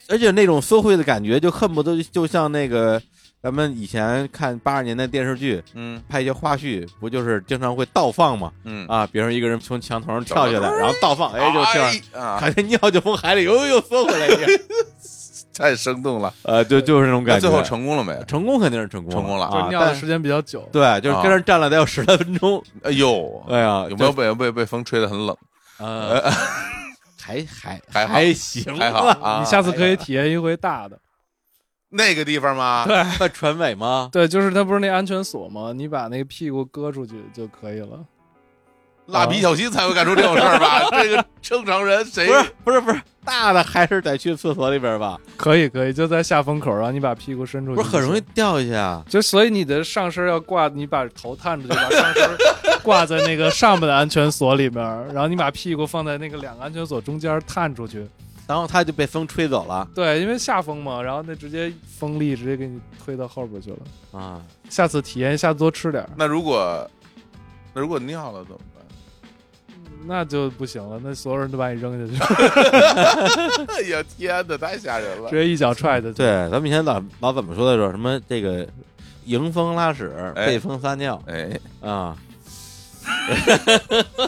A: 而且那种缩回的感觉，就恨不得就像那个咱们以前看八十年代电视剧
B: 嗯
A: 拍一些花絮，不就是经常会倒放嘛？
B: 嗯，
A: 啊，比如说一个人从墙头上跳下来，然后倒放，哎，就这样。
B: 哎啊，
A: 感觉尿就从海里又又缩回来一 样，
B: 太生动了。
A: 呃，就就是那种感
B: 那
A: 觉。呃
B: 最后成功了没？
A: 成功肯定是成功，
B: 成功了
A: 啊
C: 就！尿的
A: 但
C: 时间比较久。
A: 对，啊就是跟那儿站了得有十来分 钟，
B: 哎呦，
A: 哎呀，
B: 有没有被被被风吹得很冷？
A: 呃，还还
B: 还好
A: 还行，
B: 还好啊，
C: 你下次可以体验一回大的，
B: 那个地方吗？
C: 对
A: 在船尾吗？
C: 对，就是它不是那安全锁吗？你把那个屁股搁出去就可以了。
B: 蜡笔小新才会干出这种事儿吧？这个正常人谁
A: 不是不是不是，大的还是得去厕所里边吧，
C: 可以可以，就在下风口，然后你把屁股伸出去，
A: 不是很容易。掉下去啊？
C: 就所以你的上身要挂，你把头探出去，把上身挂在那个上面的安全锁里面，然后你把屁股放在那个两个安全锁中间探出去。
A: 然后它就被风吹走了
C: 对，因为下风嘛，然后那直接风力直接给你推到后边去了。
A: 啊！
C: 下次体验，下次多吃点儿。
B: 那如果那如果尿了怎么办？
C: 那就不行了，那所有人都把你扔下去，
B: 哎呀天哪，太吓人了
C: 直！接一脚踹下去。
A: 对，咱们以前老老怎么说的时候，什么这个迎风拉屎，
B: 哎
A: 背风撒尿
B: 哎，
A: 啊，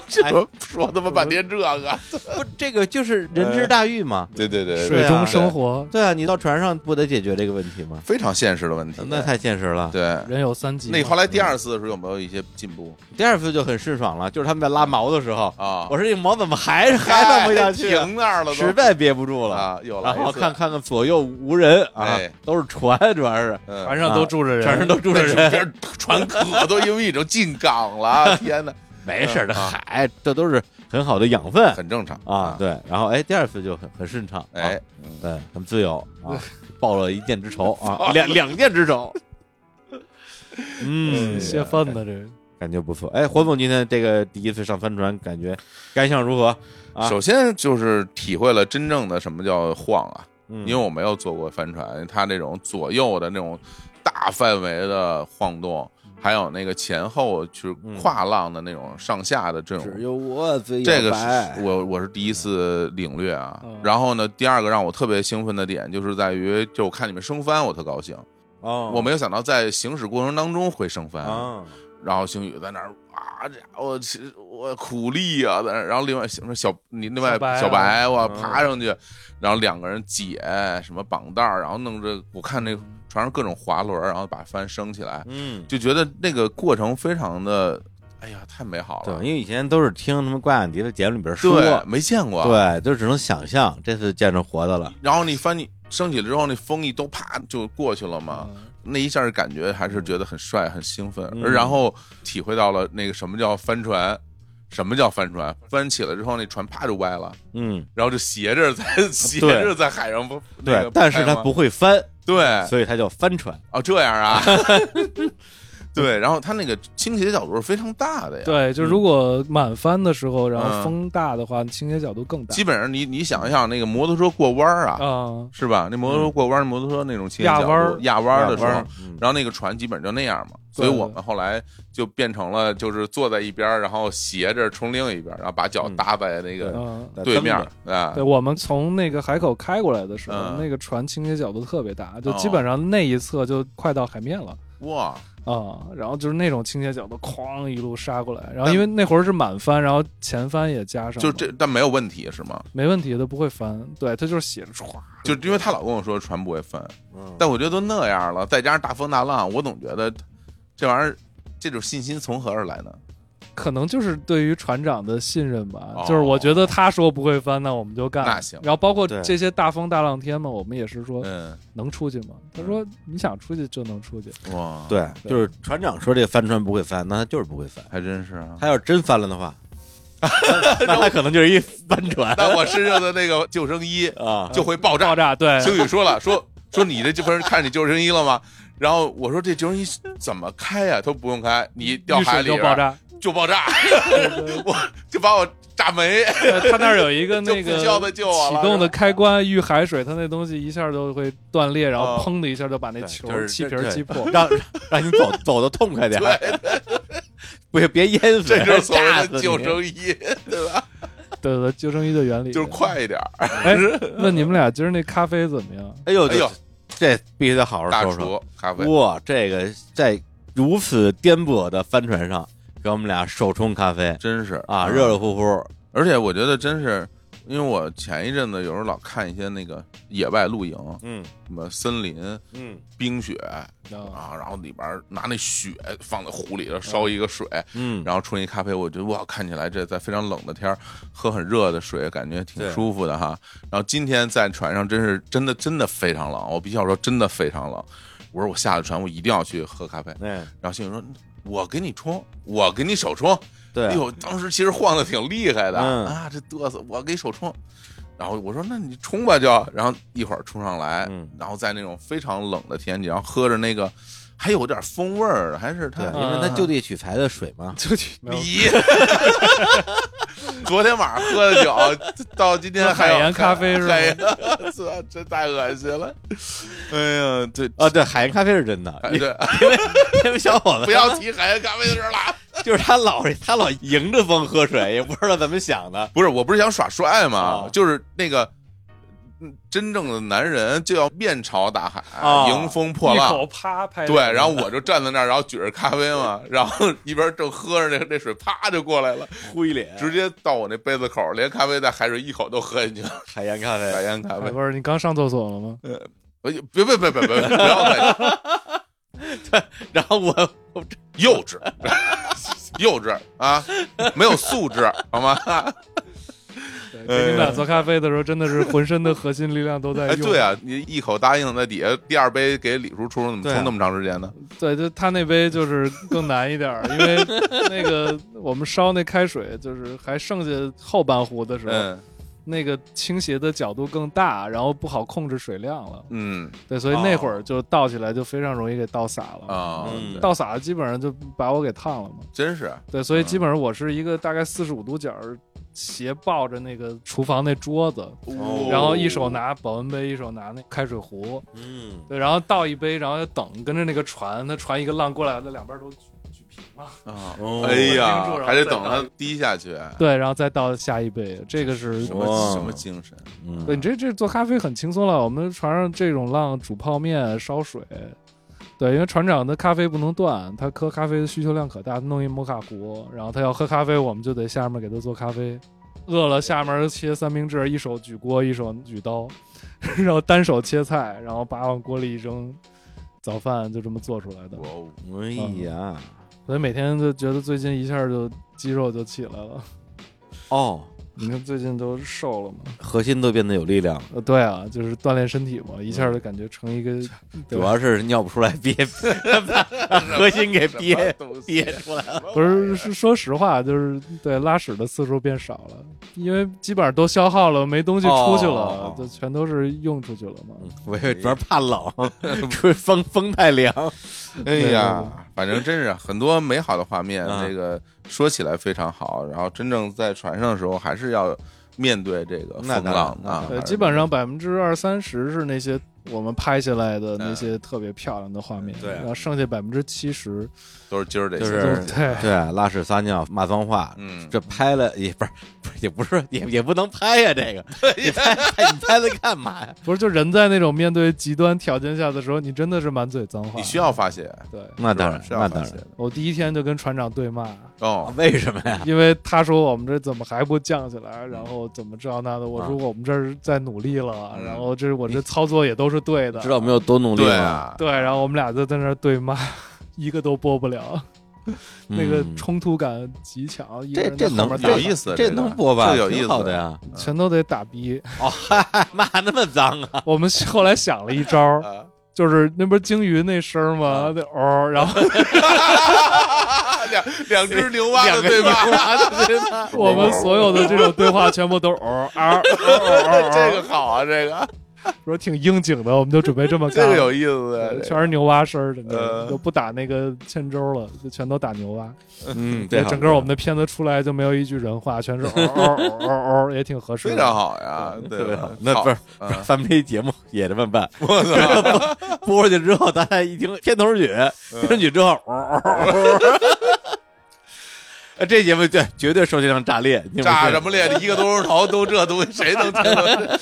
B: 这说说他妈半天这个，
A: 不，这个就是人之大欲嘛。
B: 对对对，
C: 水
A: 对啊
C: 中生活，
A: 呃对啊，你到船上不得解决这个问题吗？
B: 非常现实的问题。
A: 那太现实了。
B: 对。啊
C: 人有三急嘛。
B: 那你后来第二次的时候有没有一些进步
A: 第二次就很释爽了，就是他们在拉毛的时候，
B: 啊？
A: 我说这毛怎么还还放不下去啊，
B: 停那儿了都，
A: 实在憋不住了。
B: 啊，有了
A: 然
B: 一
A: 后
B: 次
A: 看看看左右无人啊
B: 哎，
A: 都是船， 主要是
B: 嗯
C: 船上都住着人，
A: 船上都住着
B: 那是
A: 人，
B: 边 船可多，因为已经进港了。啊天哪，
A: 没事儿，这
B: 啊
A: 海嗯哎这都是很好的养分
B: 很正常
A: 啊。，对，然后哎，第二次就很很顺畅，啊
B: 哎，
A: 对，很自由 啊，报了一箭之仇啊，两两箭之仇。嗯，
C: 泄愤的这个。
A: 感觉不错。哎，火总今天这个第一次上帆船，感觉感想如何？啊
B: 首先就是体会了真正的什么叫晃啊，
A: 嗯，
B: 因为我没有坐过帆船，它那种左右的那种大范围的晃动，
A: 嗯
B: 还有那个前后就是跨浪的那种上下的这种
A: 只有我最
B: 这个
A: 摇摆
B: 是我我是第一次领略啊
C: 嗯。
B: 然后呢，第二个让我特别兴奋的点就是在于，就我看你们升帆，我特高兴。
A: 哦，
B: 我没有想到在行驶过程当中会升帆，
A: 啊，
B: 然后星宇在那儿啊，这家伙其实我苦力啊，在那儿。然后另外什么小你另外
C: 小白啊
B: 小白，我
A: 嗯
B: 爬上去，然后两个人解什么绑带儿，然后弄这我看那船上各种滑轮儿，然后把帆升起来，
A: 嗯，
B: 就觉得那个过程非常的，哎呀，太美好
A: 对，
B: 了。
A: 因为以前都是听他们怪眼迪的节目里边说，
B: 对，没见过。，
A: 对，就只能想象。这次见着活的了，
B: 然后你翻你升起来之后，那风一都啪就过去了嘛。
C: 嗯
B: 那一下感觉还是觉得很帅、很兴奋，
A: 嗯
B: 而然后体会到了那个什么叫帆船，什么叫帆船，翻起来之后那船啪就歪了，
A: 嗯，
B: 然后就斜着在 斜着在海上不哎那
A: 对
B: 个，
A: 但是
B: 拍
A: 他
B: 吗
A: 不会翻，
B: 对
A: 所以他叫帆船。
B: 哦这样啊，对，然后他那个倾斜角度是非常大的呀，
C: 对，就如果满帆的时候，
B: 嗯
C: 然后风大的话，倾斜角度更大
B: 基本上你你想一想那个摩托车过弯儿啊，
C: 啊。
B: 是吧？那摩托车过弯儿，摩托车那种倾斜
C: 压
B: 角
C: 弯儿
B: 度压弯儿的时候
A: 弯，嗯
B: 然后那个船基本就那样嘛，所
C: 对
B: 以我们后来就变成了就是坐在一边儿，然后斜着冲另一边儿，然后把脚搭在那个
C: 嗯，
A: 在
B: 对
A: 蹬
B: 面
A: 着
B: 儿啊
C: 对，，我们从那个海口开过来的时候，
B: 嗯
C: 那个船倾斜角度特别大，就
B: 哦
C: 基本上那一侧就快到海面了
B: 哇，
C: 啊、
B: 哦
C: 然后就是那种倾斜角度，哐一路杀过来，然后因为那会儿是满帆，然后前帆也加上，
B: 就这但没有问题是吗？
C: 没问题的，不会翻。对，它就是写着歘，
B: 就因为他老跟我说船不会翻，
A: 嗯
B: 但我觉得都那样了，再加上大风大浪，我总觉得这玩意儿这种信心从何而来呢？
C: 可能就是对于船长的信任吧。
B: 哦
C: 就是我觉得他说不会翻，那我们就干。
B: 那行
C: 然后包括
A: 对
C: 这些大风大浪天嘛，我们也是说
B: 嗯，
C: 能出去吗？他说你想出去就能出去。
B: 哇，，
A: 对，就是船长说这个帆船不会翻，那他就是不会翻。
B: 还真是啊。
A: 他要是真翻了的 话，那他可能就是一帆船
B: 但我身上的那个救生衣
A: 啊。
B: 就会爆炸
C: 爆，炸，对，
B: 星宇说了，说说你这这不是看你救生衣了吗？然后我说这救生衣怎么开呀、他说不用开，你掉
C: 遇
B: 海
C: 水
B: 里
C: 就
B: 边
C: 爆，炸。
B: 就爆炸，
C: 对对
B: 我就把我炸没。
C: 对他那儿有一个那
B: 就
C: 个
B: 不叫他救我了
C: 启动的开关，遇海水，它那东西一下就会断裂，然
B: 哦
C: 后砰的一下就把那
A: 对
C: 球
A: 就是
C: 气
A: 这
C: 瓶儿
A: 对
C: 击破。
A: 让让你 走走的痛快点，
B: 对，
A: 别别淹死，
B: 这就是所
A: 炸
B: 谓
A: 死
B: 的
A: 你
B: 救生衣，对吧？
C: 对对，对救生衣的原理
B: 就是。快一点儿，
C: 哎，问你们俩今儿那咖啡怎么样？
A: 哎呦，
B: 哎呦，
A: 这必须得好好
B: 大
A: 说说。
B: 厨咖啡，
A: 哇，这个在如此颠簸的帆船上，给我们俩手冲咖啡
B: 真是
A: 啊，热热乎乎。
B: 而且我觉得真是，因为我前一阵子有时候老看一些那个野外露营，
A: 嗯
B: 什么森林、
A: 嗯
B: 冰雪
C: 啊，
B: 啊，然后里边儿拿那雪放在壶里头烧一个水，
A: 嗯，
B: 然后冲一咖啡，我觉得哇，看起来这在非常冷的天儿喝很热的水，感觉挺
A: 对
B: 舒服的哈。然后今天在船上真是真的真的非常冷，我必须要说真的非常冷。我说我下了船，我一定要去喝咖啡。
A: 哎，
B: 然后星宇说。我给你冲，我给你手冲。
A: 对
B: 哎，呦，当时其实晃的挺厉害的、
A: 嗯
B: 啊，这嘚瑟，我给手冲。然后我说那你冲吧就，然后一会儿冲上来，
A: 嗯
B: 然后在那种非常冷的天气，然后喝着那个还有点风味儿，还是它
A: 对，因为它就地取材的水 嘛。
C: 就去
B: 你昨天晚上喝的酒，到今天还有
C: 海盐咖啡是 吧
B: 海盐，这这太恶心了。哎呀，对，
A: 啊，对，海盐咖啡是真的，
B: 哎
A: 因
B: 对，
A: 因为小伙
B: 不
A: 子
B: 要提海盐咖啡的事儿了。
A: 就是他老他老迎着风喝水， 也不知道怎么想的。
B: 不是，我不是想耍帅吗？
A: 哦
B: 就是那个。嗯真正的男人就要面朝大海，
A: 哦
B: 迎风破
C: 一
B: 浪
C: 口。啪拍
B: 对，然后我就站在那儿，然后举着咖啡嘛， 然后一边正喝着那那水，啪就过来了，
A: 灰脸，
B: 直接到我那杯子口，连咖啡带海水一口都喝进去了，
A: 海盐咖
B: 白
A: 啡，
B: 烟咖啡
C: 海。哎波，你刚上厕所 了吗？
B: 哎呦别别别别别，别不要 再
A: 然后我
B: 幼稚，幼稚啊，没有素质好吗？嗯
C: 对给你们俩做咖啡的时候，真的是浑身的核心力量都在
B: 哎，
C: 用。
B: 对啊，你一口答应在底下，第二杯给李叔冲，怎么
A: 对啊
B: 冲那么长时间呢？
C: 对，就他那杯就是更难一点儿，因为那个我们烧那开水，就是还剩下后半壶的时候，
B: 嗯
C: 那个倾斜的角度更大，然后不好控制水量了。
B: 嗯
C: 对，所以
A: 哦
C: 那会儿就倒起来就非常容易给倒洒了。
B: 啊，
A: 嗯
B: 对
C: 倒洒了基本上就把我给烫了嘛。
B: 真是
C: 对，所以
B: 嗯
C: 基本上我是一个大概四十五度角儿斜抱着那个厨房那桌子，
A: 哦
C: 然后一手拿保温杯，一手拿那开水壶，
A: 嗯，
C: 对，然后倒一杯，然后就等跟着那个船，它船一个浪过来，那两边都举举平了。
B: 啊
A: 哦，
B: 哎
C: 盯住
B: 呀，
C: 了
B: 还得等
C: 再倒
B: 它滴下去，
C: 对，然后再倒下一杯，这个是
B: 什
A: 哇
B: 么什么精神？
A: 嗯
C: 对你这这做咖啡很轻松了。我们船上这种浪煮泡面、烧水，对，因为船长的咖啡不能断，他喝咖啡的需求量可大，弄一摩卡壶，然后他要喝咖啡，我们就得下面给他做咖啡。饿了，下面切三明治，一手举锅，一手举刀， 然后单手切菜，然后把往锅里一扔，早饭就这么做出来的。
B: 我
A: 哎呀，
C: 所以每天就觉得最近一下就肌肉就起来了。
A: 哦，
C: 你看最近都瘦了嘛？
A: 核心都变得有力量了，
C: 呃，对啊，就是锻炼身体嘛，一下就感觉成一个，
A: 主
C: 对吧
A: 要是尿不出来，憋把核心给憋憋出来了。
C: 不是是说实话，就是对拉屎的次数变少了，因为基本上都消耗了，没东西出去了
A: 哦，嗯
C: 就全都是用出去了嘛。
A: 我以为主要怕 冷，吹风风太凉。
B: 哎
C: 对
B: 呀，反正真是很多美好的画面，
A: 啊
B: 这个说起来非常好，然后真正在船上的时候，还是要面对这个
A: 那当
B: 风
A: 然
B: 浪
A: 那当
B: 啊
A: 然。
C: 对，
B: 还是
C: 基本上百分之二三十是那些我们拍下来的那些特别漂亮的画面，
A: 嗯对啊
C: 然后剩下百分之七十
B: 都是今儿这些，
A: 就是
C: 对对
A: 对，拉屎撒尿骂脏话，
B: 嗯，
A: 这拍了也不是， 不是也不是也也不能拍呀、这个
B: 哎
A: 你拍拍你拍它干嘛 呀？
C: 不是，就人在那种面对极端条件下的时候，你真的是满嘴脏话。
B: 你需要发泄，
C: 对
A: 那
B: 是吧
A: 当然，
B: 是要
A: 那
B: 发
A: 当
B: 泄
A: 然。
B: 的
C: 我第一天就跟船长对骂，
B: 哦，
A: 为什么呀？
C: 因为他说我们这怎么还不降起来，然后怎么这样那的。我说我们这儿在努力了，
B: 啊嗯
C: 然后这我这操作也都是对 的，
A: 知道我们有多努力
B: 对
A: 吗？
B: 啊，
C: 对，然后我们俩就在那儿对骂，一个都播不了，那个
A: 嗯
C: 冲突感极强，一个
A: 这
C: 人
A: 这
C: 在
A: 能
C: 后面
A: 这
C: 打
B: 有意思
A: 这
B: 这个
A: 能播吧？
B: 这有意思
A: 挺好的呀。
C: 全都得打逼。
A: 哦，嗨， 骂那么脏啊！
C: 我们后来想了一招，
B: 啊
C: 就是那不是鲸鱼那声儿吗？那哦，然后
B: 两两只牛蛙的
A: 两个
B: 对
A: 牛
B: 吧？
A: 蛙的对吧？
C: 我们所有的这种对话全部都是哦啊，
B: 这个好 啊，这个
C: 说挺应景的，我们就准备这么干。
B: 这个有意思啊
C: 对，
B: 这
C: 全是牛蛙声儿的，
B: 呃
C: 就不打那个欠周了，就全都打牛蛙。
A: 嗯，
C: 对，啊
A: 对，
C: 整个我们的片子出来就没有一句人话，全是嗷嗷嗷嗷嗷，也挺合适
B: 非常
C: 的。
B: 好呀，
A: 嗯
B: 对吧？
A: 那不是
B: 好嗯
A: 咱们这节目也这么办，我操！ 播出去之后，大家一听片头曲，片头曲之后，呃 这节目对绝对收听量炸裂，你们
B: 炸
A: 信
B: 什么裂？一个多钟头都这东西，谁能听得懂？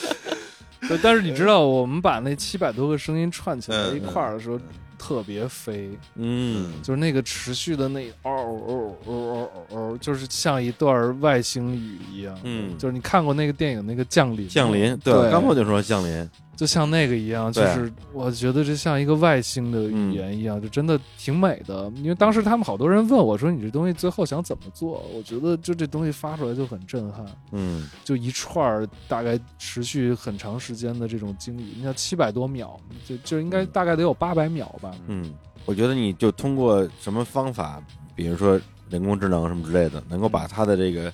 C: 对，但是你知道，我们把那七百多个声音串起来
B: 嗯
C: 一块儿的时候，特别飞，
A: 嗯，
C: 就是那个持续的那嗷嗷嗷嗷嗷嗷，就是像一段外星语一样。
A: 嗯
C: 就是你看过那个电影那个降临吗，
A: 降临，
C: 对，
A: 我刚我就说降临，
C: 就像那个一样，就
A: 对
C: 是我觉得这像一个外星的语言一样，就真的挺美的。因为当时他们好多人问我说：“你这东西最后想怎么做？”我觉得就这东西发出来就很震撼，
A: 嗯，
C: 就一串儿大概持续很长时间的这种经历，你像七百多秒，就就应该大概得有八百秒吧。
A: 嗯，我觉得你就通过什么方法，比如说人工智能什么之类的，能够把它的这个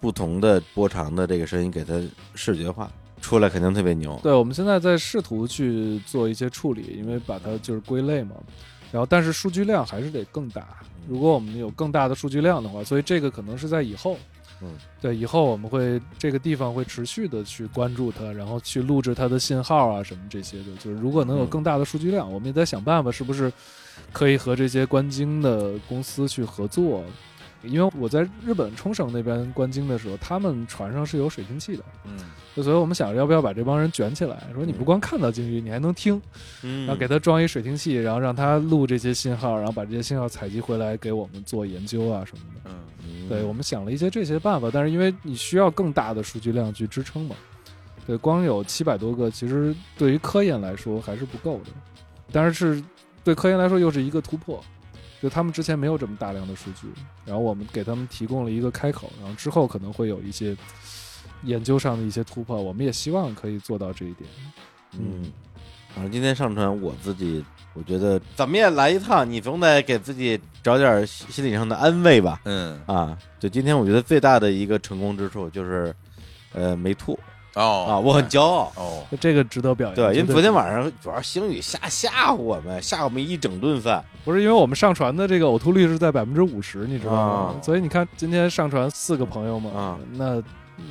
A: 不同的波长的这个声音给它视觉化出来，肯定特别牛。
C: 对，我们现在在试图去做一些处理，因为把它就是归类嘛。然后，但是数据量还是得更大。
A: 嗯
C: 如果我们有更大的数据量的话，所以这个可能是在以后。
A: 嗯，
C: 对，以后我们会这个地方会持续的去关注它，然后去录制它的信号啊什么这些的。就是如果能有
A: 嗯
C: 更大的数据量，我们也在想办法是不是可以和这些观鲸的公司去合作，因为我在日本冲绳那边观鲸的时候，他们船上是有水听器的，
B: 嗯，
C: 就所以我们想着要不要把这帮人卷起来，说你不光看到鲸鱼，你还能听，
A: 嗯，
C: 然后给他装一水听器，然后让他录这些信号，然后把这些信号采集回来给我们做研究啊什么的。
B: 嗯，
A: 嗯
C: 对，我们想了一些这些办法，但是因为你需要更大的数据量去支撑嘛，对，光有七百多个，其实对于科研来说还是不够的，但是对科研来说又是一个突破，就他们之前没有这么大量的数据，然后我们给他们提供了一个开口，然后之后可能会有一些研究上的一些突破，我们也希望可以做到这一点。
A: 嗯，反正今天上传我自己，我觉得怎么也来一趟，你总得给自己找点心心理上的安慰吧。
B: 嗯，
A: 啊，就今天我觉得最大的一个成功之处就是，呃，没吐
B: 哦
A: 啊，我很骄傲。
B: 哦，
C: 就这个值得表扬。
A: 对，因
C: 绝
A: 为昨天
C: 值
A: 晚上主要星宇吓吓唬我们，吓唬我们一整顿饭。
C: 不是因为我们上传的这个呕吐率是在百分之五十，你知道吗？
A: 啊
C: 所以你看今天上传四个朋友嘛，
A: 啊
C: 那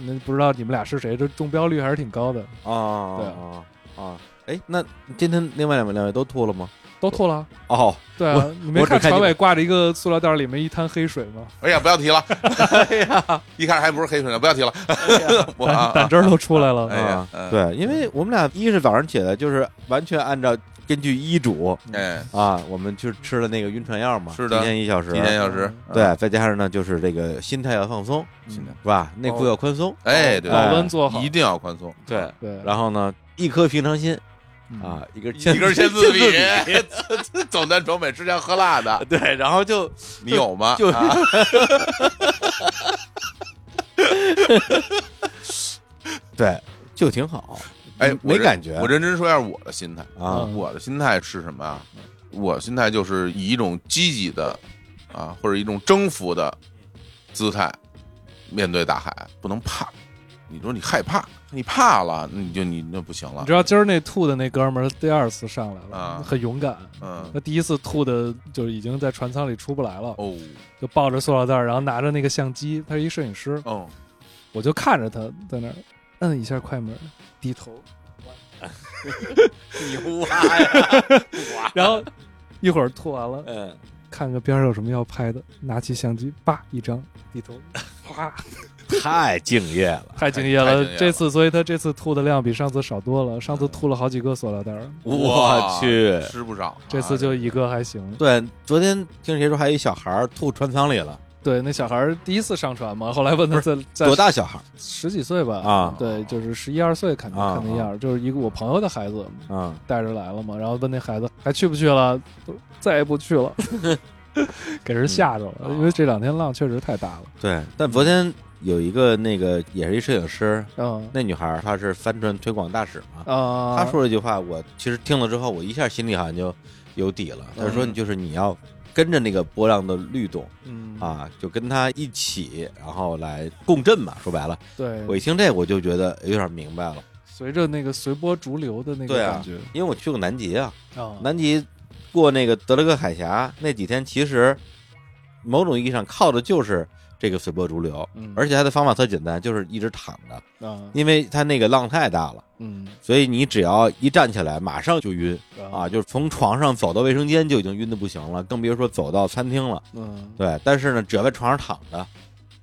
C: 那不知道你们俩是谁，这中标率还是挺高的，
A: 啊，
C: 对
A: 啊啊！哎，那今天另外两位两位都吐了吗？
C: 都吐了。
A: 哦，
C: 对啊
A: 我，
C: 你没
A: 我只
C: 看
A: 看
C: 船
A: 见
C: 尾挂着一个塑料袋，里面一滩黑水 吗？
B: 哎呀，不要提了，哎呀，一开始还不是黑水呢，不要提了，
C: 哎
B: 我
C: 胆
B: 啊
C: 胆汁儿都出来 了。
B: 哎呀
A: 啊
B: 嗯
A: 对，因为我们俩一是早上起来就是完全按照根据医嘱
B: 哎，
A: 啊，我们去吃了那个晕船药嘛，
B: 是的
A: 提前一小时，
B: 提前一嗯小
C: 嗯
B: 时，
A: 对，再加上呢，就是这个心态要放松，
B: 现在，
A: 是吧？内裤要宽松，
B: 哎，对，
C: 保温做好
B: 一定要宽松，
A: 对，
C: 对，
A: 然后呢，一颗平常心
C: 嗯
A: 啊，一根
B: 一根
A: 签
B: 签字笔
A: 笔，
B: 走南闯北，吃香喝辣 的，
A: 对，然后就
B: 你有吗？
A: 就
B: 啊
A: 对，就挺好，
B: 哎，我
A: 没
B: 认
A: 感觉
B: 我认真说一下我的心态
A: 啊
C: 嗯
B: 我的心态是什么啊？我心态就是以一种积极的啊，或者一种征服的姿态面对大海，不能怕。你说你害怕，你怕了，你就你那不行了
C: 你知。道今儿那吐的那哥们儿第二次上来了，
B: 啊
C: 很勇敢。
B: 嗯，
C: 他第一次吐的就已经在船舱里出不来了，
B: 哦
C: 就抱着塑料袋儿，然后拿着那个相机，他是一摄影师，
B: 哦，
C: 我就看着他在那儿摁一下快门，低头，
A: 牛蛙呀，
C: 然后一会儿吐完了，
A: 嗯，
C: 看看边上有什么要拍的，拿起相机，叭一张，低头，哗，
A: 太敬业了。
C: 太敬业
B: 太
C: 了
B: 敬业。了
C: 这次，所以他这次吐的量比上次少多了，上次吐了好几个塑料袋儿，
A: 我去
B: 吃不少啊。
C: 这次就一个还行。
A: 对，昨天听谁说还有一小孩儿吐船舱里了？
C: 对，那小孩儿第一次上船嘛，后来问他在在
A: 多大小孩
C: 十几岁吧？
A: 啊
C: 对，就是十一二岁，看
A: 啊
C: 看那样儿，就是一个我朋友的孩子
A: 儿
B: 嗯
A: 啊？
C: 带着来了嘛，然后问那孩子还去不去了， 都再也不去了，给人吓着了，
B: 嗯
C: 因为这两天浪确实太大了。
A: 对，但昨天有一个那个也是一摄影师，
C: 嗯
A: 那女孩儿她是帆船推广大使嘛，
C: 啊，
A: 她说了一句话，我其实听了之后，我一下心里好像就有底了。她说
B: 嗯
A: 就是你要跟着那个波浪的律动
C: 嗯，
A: 啊，就跟它一起，然后来共振嘛。说白了，
C: 对，
A: 我一听这我就觉得哎有点明白了，
C: 随着那个随波逐流的那个
A: 对啊
C: 感觉
A: 因为我去过南极啊，
C: 啊，
A: 南极过那个德雷克海峡那几天，其实某种意义上靠的就是这个随波逐流，
C: 嗯
A: 而且它的方法特简单，就是一直躺着，
C: 啊，
A: 因为它那个浪太大了，
C: 嗯
A: 所以你只要一站起来，马上就晕啊，
C: 啊，
A: 就是从床上走到卫生间就已经晕的不行了，更别说走到餐厅了。
C: 嗯，
A: 对，但是呢，只要在床上躺着，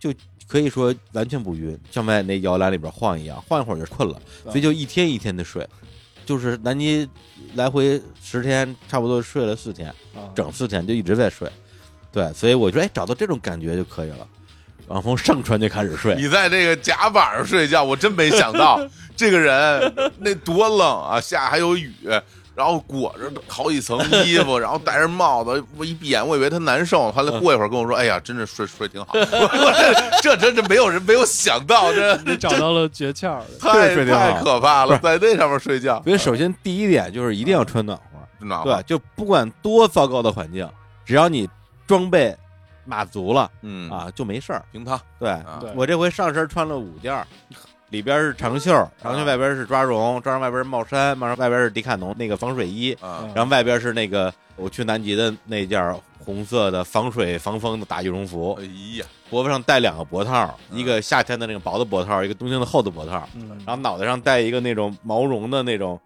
A: 就可以说完全不晕，像在那摇篮里边晃一样，晃一会儿就困了，所以就一天一天的睡。就是南极来回十天，差不多睡了四天，
C: 啊
A: 整四天就一直在睡。对，所以我觉得哎，找到这种感觉就可以了。然后从上船就开始睡，
B: 你在这个甲板上睡觉，我真没想 到这个人那多冷啊，下还有雨，然后裹着好几层衣 服，然后戴着帽子，我一闭眼我以为他难受，后来过一会儿跟我说：“哎呀，真是睡 睡挺好。我”我这这真是没有人没有想到，这
C: 你找到了诀窍 了，
A: 是
B: 太
A: 睡挺好
B: 太可怕了，在那上面睡觉
A: 所，以首先第一点就是一定要穿暖和，
B: 暖和
A: 对，，就不管多糟糕的环境，只要你装备码足了
B: 嗯，
A: 啊，就没事儿。
B: 平汤
A: 对
B: 啊，
C: 对
A: 我这回上身穿了五件儿，里边是长袖儿，长
B: 啊
A: 袖外边是抓绒，抓绒外边是帽衫，帽衫外边是迪卡侬那个防水衣，
B: 啊
A: 然后外边是那个我去南极的那件儿红色的防水防风的大羽绒服
B: 哎，呀，
A: 脖子上戴两个脖套，
B: 嗯
A: 一个夏天的那个薄的脖套，一个冬天的厚的脖套，
C: 嗯
A: 然后脑袋上戴一个那种毛绒的那种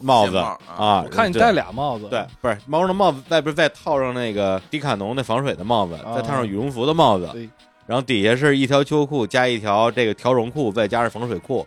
A: 帽
B: 尖
A: 子
B: 帽啊
A: 啊
C: 我，看你
A: 对
C: 戴。俩帽子，
A: 对，不是毛绒的帽子，外边再套上那个迪卡侬的防水的帽子，
C: 啊
A: 再套上羽绒服的帽子，
C: 对
A: 然后底下是一条秋裤加一条这个条绒裤，再加上防水裤，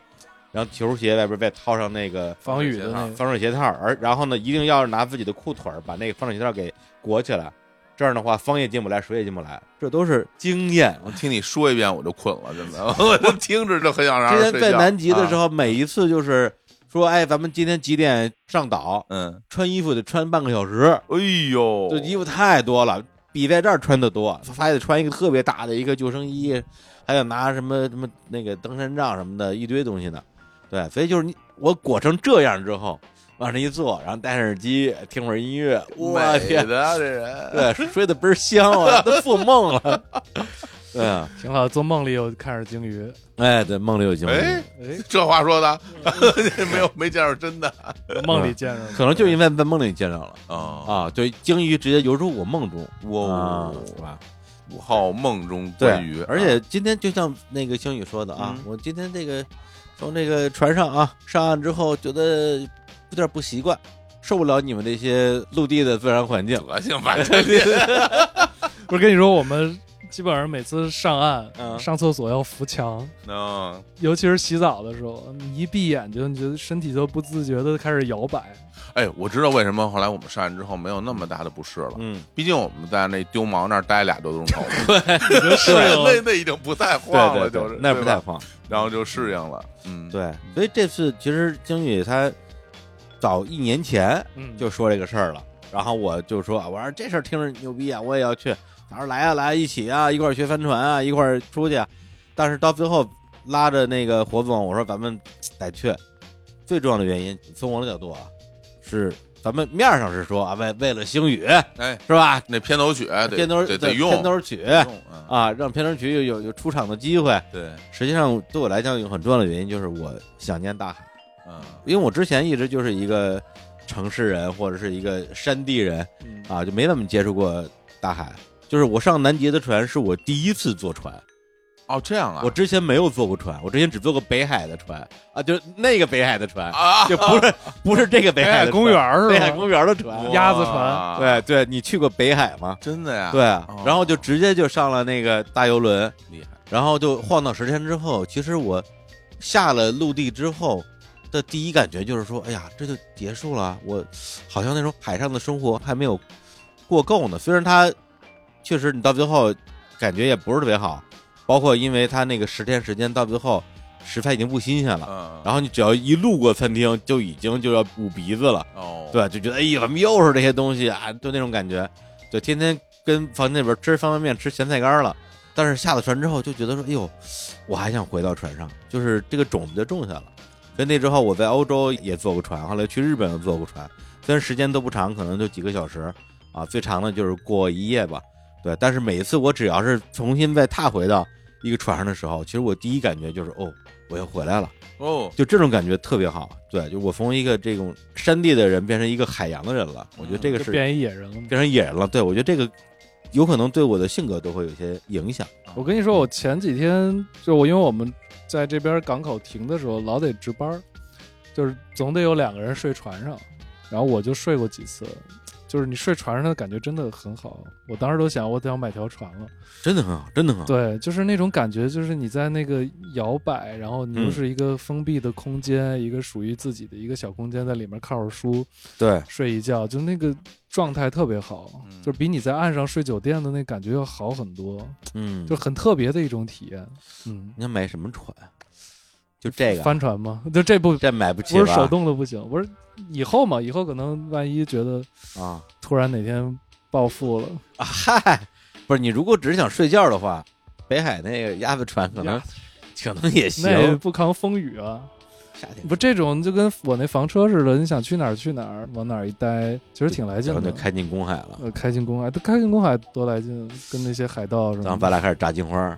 A: 然后球鞋外边再套上那个
C: 防雨的那个，
A: 防水鞋套，而然后呢，一定要是拿自己的裤腿儿把那个防水鞋套给裹起来，这样的话风也进不来，水也进不来，这都是经验。
B: 我听你说一遍我就困了，真的， 我就听着就很想让
A: 之
B: 人
A: 前
B: 睡觉。
A: 在南极的时
B: 啊，
A: 候，每一次就是说，哎，咱们今天几点上岛？
B: 嗯，
A: 穿衣服得穿半个小时，
B: 哎呦，
A: 就衣服太多了，比在这儿穿的多，还得穿一个特别大的一个救生衣，还有拿什么什么那个登山杖什么的，一堆东西呢。对，所以就是你我裹成这样之后，往上一坐，然后戴上耳机听会儿音乐，我
B: 美
A: 天，
B: 的啊这人，
A: 对，睡得倍儿香啊，都 做梦了。对啊，
C: 挺好。做梦里有看着鲸鱼，
A: 哎，对，梦里有鲸鱼
B: 哎，
C: 哎，
B: 这话说的， 没有没见着真的
C: 哎 梦里见着的，
A: 可能就因为在梦里见着了
B: 啊。
A: 啊，对，鲸鱼直接游出我梦中，
B: 哇
A: 啊
B: 哦，
A: 是吧？
B: 五号梦中
A: 对
B: 关啊羽，，
A: 而且今天就像那个星宇说的啊
B: 嗯，
A: 我今天这个从这个船上啊上岸之后，觉得有点不习惯，受不了你们这些陆地的自然环境。
B: 德行吧，这是
C: 不是跟你说，我们基本上每次上岸、
A: 嗯
C: 上厕所要扶墙，
B: 嗯，
C: 尤其是洗澡的时候，你一闭眼睛，你觉得身体就不自觉的开始摇 摆。
B: 哎，我知道为什么后来我们上岸之后没有那么大的不适了，
A: 嗯，
B: 毕竟我们在那丢毛那儿待俩多钟 头，
C: 你觉得是
B: 那
C: 吗？
B: 那已经不太
A: 对
B: 晃了，
A: 啊对
B: 就是
A: 对，那不太
B: 对吧
A: 晃。
B: 然后就适应了，嗯，
A: 对，所以这次其实星宇他早一年前
C: 嗯，
A: 就说这个事儿了，然后我就说，我说这事儿听着牛逼啊，我也要去。他说来啊来啊，一起啊，一块儿学帆船啊，一块儿出去、啊。但是到最后拉着那个火总，我说咱们得去。最重要的原因，从我的角度啊，是咱们面儿上是说啊，为为了星宇
B: 哎，
A: 是吧？
B: 那片头曲得
A: 片头
B: 啊得
A: 对
B: 得用
A: 片头曲
B: 得用啊，
A: 啊，让片头曲有有有出场的机会。
B: 对，
A: 实际上对我来讲有很重要的原因就是我想念大海。
B: 嗯，
A: 因为我之前一直就是一个城市人或者是一个山地人
C: 嗯
A: 啊，就没怎么接触过大海。就是我上南极的船是我第一次坐船，
B: 哦，这样啊，
A: 我之前没有坐过船，我之前只坐过北海的船啊，就是那个北海的船，
B: 啊，
A: 就不是不是这个北
C: 北
A: 海
C: 海
A: 的船
C: 公园，儿
A: 北
C: 是
A: 海
C: 吧？
A: 公园的船
B: 哇。
C: 鸭子船，
A: 对对，你去过北海吗？
B: 真的呀，
A: 对，啊
B: 哦
A: 然后就直接就上了那个大游轮，
B: 厉害，
A: 然后就晃荡十天之后，其实我下了陆地之后的第一感觉就是说，哎呀，这就结束了，我好像那种海上的生活还没有过够呢。虽然它确实你到最后感觉也不是特别好，包括因为它那个十天时间到最后食材已经不新鲜了，
B: 嗯，
A: 然后你只要一路过餐厅就已经就要捂鼻子了。
B: 哦，，
A: 对，就觉得哎呀，怎么又是这些东西啊？就那种感觉，就天天跟房间里边吃方便面、吃咸菜干儿了。但是下了船之后就觉得说，哎呦，我还想回到船上，就是这个种子就种下了。所以那之后我在欧洲也坐过船，后来去日本又坐过船，虽然时间都不长，可能就几个小时啊，最长的就是过一夜吧。对，但是每一次我只要是重新再踏回到一个船上的时候，其实我第一感觉就是哦，我又回来了。
B: 哦，
A: 就这种感觉特别好。对，就我从一个这种山地的人变成一个海洋的人了，我觉得这个
C: 嗯就是变一野人了嘛。
A: 变成野人了。对，我觉得这个有可能对我的性格都会有些影响。
C: 我跟你说，我前几天就我因为我们在这边港口停的时候老得值班儿，就是总得有两个人睡船上，然后我就睡过几次，就是你睡船上的感觉真的很好，我当时都想我得要买条船了。
A: 真的很好，真的很好。
C: 对，就是那种感觉，就是你在那个摇摆，然后你又
A: 嗯
C: 是一个封闭的空间，一个属于自己的一个小空间，在里面看会儿书，
A: 对，
C: 睡一觉，就那个状态特别好，
B: 嗯
C: 就是比你在岸上睡酒店的那感觉要好很多，
A: 嗯，
C: 就很特别的一种体验。嗯，
A: 你想买什么船？啊就这个，
C: 帆船吗？就这不
A: 这买不起
C: 不是
A: 吧
C: 手动的不行，不是以后嘛？以后可能万一觉得
A: 啊
C: 突然哪天暴富了，
A: 啊！嗨，不是你如果只是想睡觉的话，北海那个鸭子船可能
C: 呀
A: 可能也
C: 那也
A: 行。
C: 不扛风雨啊。
A: 夏天
C: 不，这种就跟我那房车似的，你想去哪儿去哪儿，往哪儿一待，其实挺来劲
A: 然后
C: 的
A: 就。开进公海了，
C: 呃，开进公海，都开进公海多来劲，跟那些海盗什
A: 然后
C: 么
A: 咱
C: 的，
A: 俩开始炸金花儿，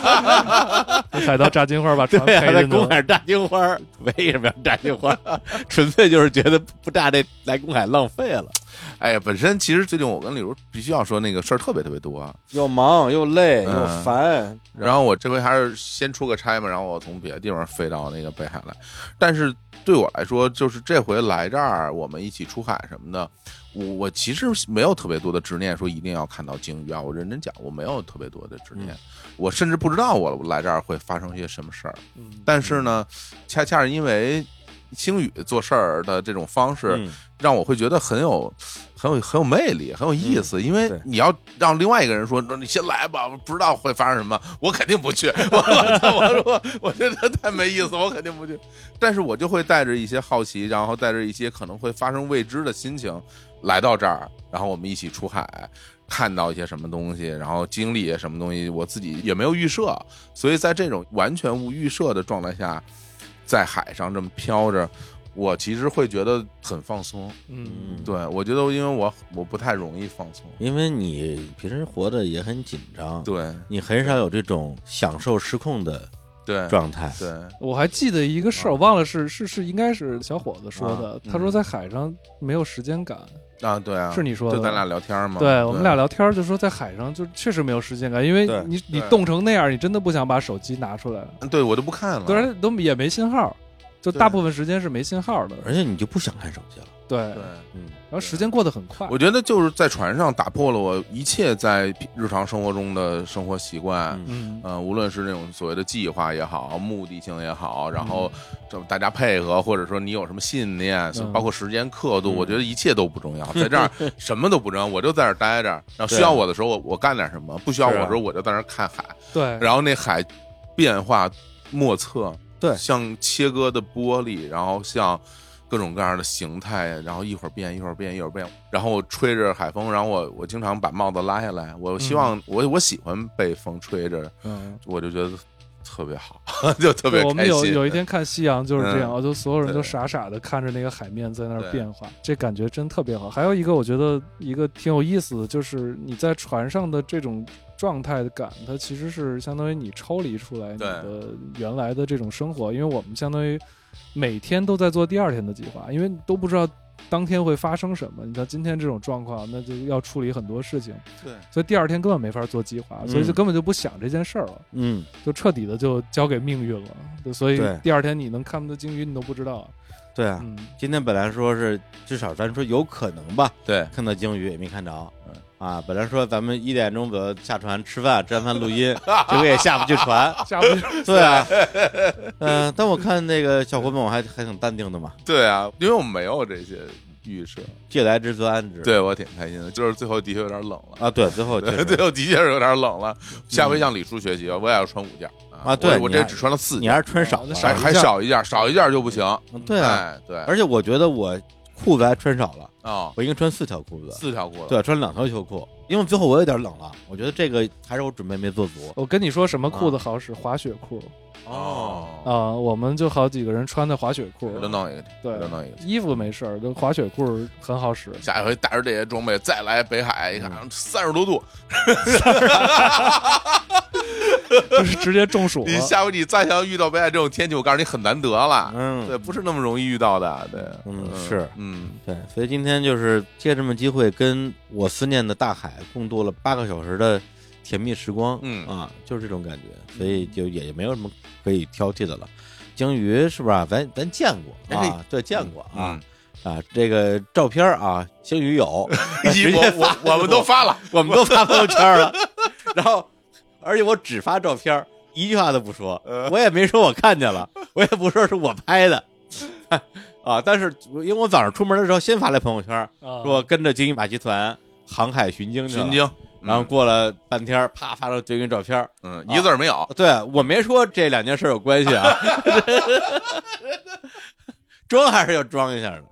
C: 海盗炸金花把 船
A: 对呀、
C: 开
A: 在
C: 进去
A: 公
C: 了。
A: 海炸金 花儿，为什么要炸金花儿？纯粹就是觉得不炸这来公海浪费了。
B: 哎呀，本身其实最近我跟李茹必须要说那个事儿特别特别多啊，
A: 又忙又累
B: 嗯
A: 又烦，
B: 然后我这回还是先出个差嘛，然后我从别的地方飞到那个北海来。但是对我来说，就是这回来这儿，我们一起出海什么的，我我其实没有特别多的执念，说一定要看到鲸鱼啊。我认真讲，我没有特别多的执念，我甚至不知道我来这儿会发生些什么事儿。
C: 嗯
B: 但是呢，恰恰是因为星宇做事儿的这种方式，
A: 嗯
B: 让我会觉得很有、很有、很有魅力，很有意思。因为
A: 对
B: 你要让另外一个人说：“你先来吧，不知道会发生什么。”我肯定不去。我我我我觉得太没意思，我肯定不去。但是我就会带着一些好奇，然后带着一些可能会发生未知的心情来到这儿，然后我们一起出海。看到一些什么东西，然后经历什么东西，我自己也没有预设，所以在这种完全无预设的状态下，在海上这么飘着，我其实会觉得很放松。
C: 嗯，
B: 对，我觉得因为我我不太容易放松。
A: 因为你平时活得也很紧张，
B: 对
A: 你很少有这种享受失控的
B: 对
A: 状态。
B: 对，
C: 我还记得一个事儿，我忘了是是是应该是小伙子说
A: 啊
C: 的，
B: 嗯
C: 他说在海上没有时间感，
B: 啊对啊，
C: 是你说的
B: 就咱俩聊天嘛，
C: 对我们俩聊天儿就说在海上就确实没有时间感，因为
A: 对啊
C: 你你
B: 对
C: 冻成那样，你真的不想把手机拿出来，
B: 嗯对我都不看了，
C: 当然都也没信号，就
B: 对
C: 大部分时间是没信号的，
A: 而且你就不想看手机了。
C: 对，
B: 对。
C: 然
A: 嗯，
C: 后时间过得很快，
B: 我觉得就是在船上打破了我一切在日常生活中的生活习惯，
A: 嗯
C: 嗯
B: 呃，无论是那种所谓的计划也好，目的性也好，然后这大家配合，或者说你有什么信念，
C: 嗯
B: 包括时间刻度，
A: 嗯
B: 我觉得一切都不重要，在 这儿什么都不重要，我就在这儿待着，然后需要我的时候我我干点什么，不需
C: 啊
B: 要我的时
A: 是
B: 候我就在那儿看海，
C: 对，
B: 然后那海变化莫测，
A: 对
B: 像切割的玻璃，然后像各种各样的形态，然后一会儿变，一会儿变，一会儿变。然后我吹着海风，然后我我经常把帽子拉下来，我希
A: 嗯
B: 望、我我喜欢被风吹着，
C: 嗯。
B: 我就觉得特别好， 就特别
C: 对我
B: 开
C: 们
B: 心。
C: 有有一天看夕阳就是这样，
B: 嗯
C: 就所有人都
B: 对
C: 傻傻的看着那个海面在那
B: 对
C: 儿变化，这感觉真特别好。还有一个我觉得一个挺有意思的，就是你在船上的这种状态感，它其实是相当于你抽离出来你
B: 对
C: 的原来的这种生活，因为我们相当于每天都在做第二天的计划，因为你都不知道。当天会发生什么？你像今天这种状况，那就要处理很多事情，
B: 对
C: 所以第二天根本没法做计划，所以就
A: 嗯
C: 根本就不想这件事儿了。
A: 嗯，
C: 就彻底的就交给命运了。对所以
A: 对
C: 第二天你能看不到鲸鱼，你都不知道。
A: 对啊。
C: 嗯，
A: 今天本来说是至少咱说有可能吧，
B: 对
A: 看到鲸鱼也没看着
B: 嗯。
A: 啊，本来说咱们一点钟左右下船吃饭，吃完饭录 音，结果也下不去船。
C: 下回
A: 对啊，嗯、但我看那个小伙伴，我还还挺淡定的嘛，
B: 对啊，因为我没有这些预设，
A: 既来之则安之。
B: 对我挺开心的。就是最后的确有点冷了。
A: 啊，对，最后确
B: 对，
A: 实
B: 最后的确是有点冷了。下回向李叔学习，我也要穿五件儿
A: 啊对
B: 我我
A: 你
B: 这
A: 还
B: 只穿了四
A: 你
B: 件儿，
A: 还是穿少了，
C: 那
B: 还
C: 少
B: 还
C: 一件
B: 少一件
C: 儿
B: 儿，少一件儿就不行。
A: 嗯对啊，
B: 哎，对，
A: 而且我觉得我裤子还穿少了，
B: 哦，
A: 我应该穿四条裤子，
B: 四条裤子，
A: 对，穿两条秋裤，因为最后我有点冷了，我觉得这个还是我准备没做足。
C: 我跟你说什么裤子好使？滑雪裤
B: 哦，
C: 啊，我们就好几个人穿的滑雪裤
B: 我，就弄一个，我
C: 对
B: 就弄一个。
C: 衣服没事儿，就滑雪裤很好使。
B: 下一回带着这些装备再来北海，一
A: 嗯
B: 看三十多度，
C: 就是直接中暑
B: 你
C: 了。
B: 下回你再想遇到北海这种天气，我告诉你很难得了，
A: 嗯
B: 对，不是那么容易遇到的，对，
A: 嗯是
B: 嗯，
A: 对，所以今天就是借这么机会，跟我思念的大海共度了八个小时的甜蜜时光。
B: 嗯
A: 啊，就是这种感觉，所以就也也没有什么可以挑剔的了。鲸鱼是吧？咱咱见过
B: 哎
A: 啊，对，见过
B: 嗯
A: 啊、啊，这个照片啊，鲸鱼有，
B: 一我我我们都发了，
A: 我们都发朋友圈了， 然后而且我只发照片，一句话都不说，
B: 呃
A: 我也没说我看见 了，我也不说是我拍的。 啊！但是因为我早上出门的时候先发了朋友圈，
C: 啊
A: 说跟着鲸鱼马戏团航海巡经去了
B: 巡，经，
A: 然后过了半天儿，啪发了鲸鱼照片儿。哦
B: 嗯，一个字儿没有，
A: 对我没说这两件事儿有关系 啊，装还是要装一下的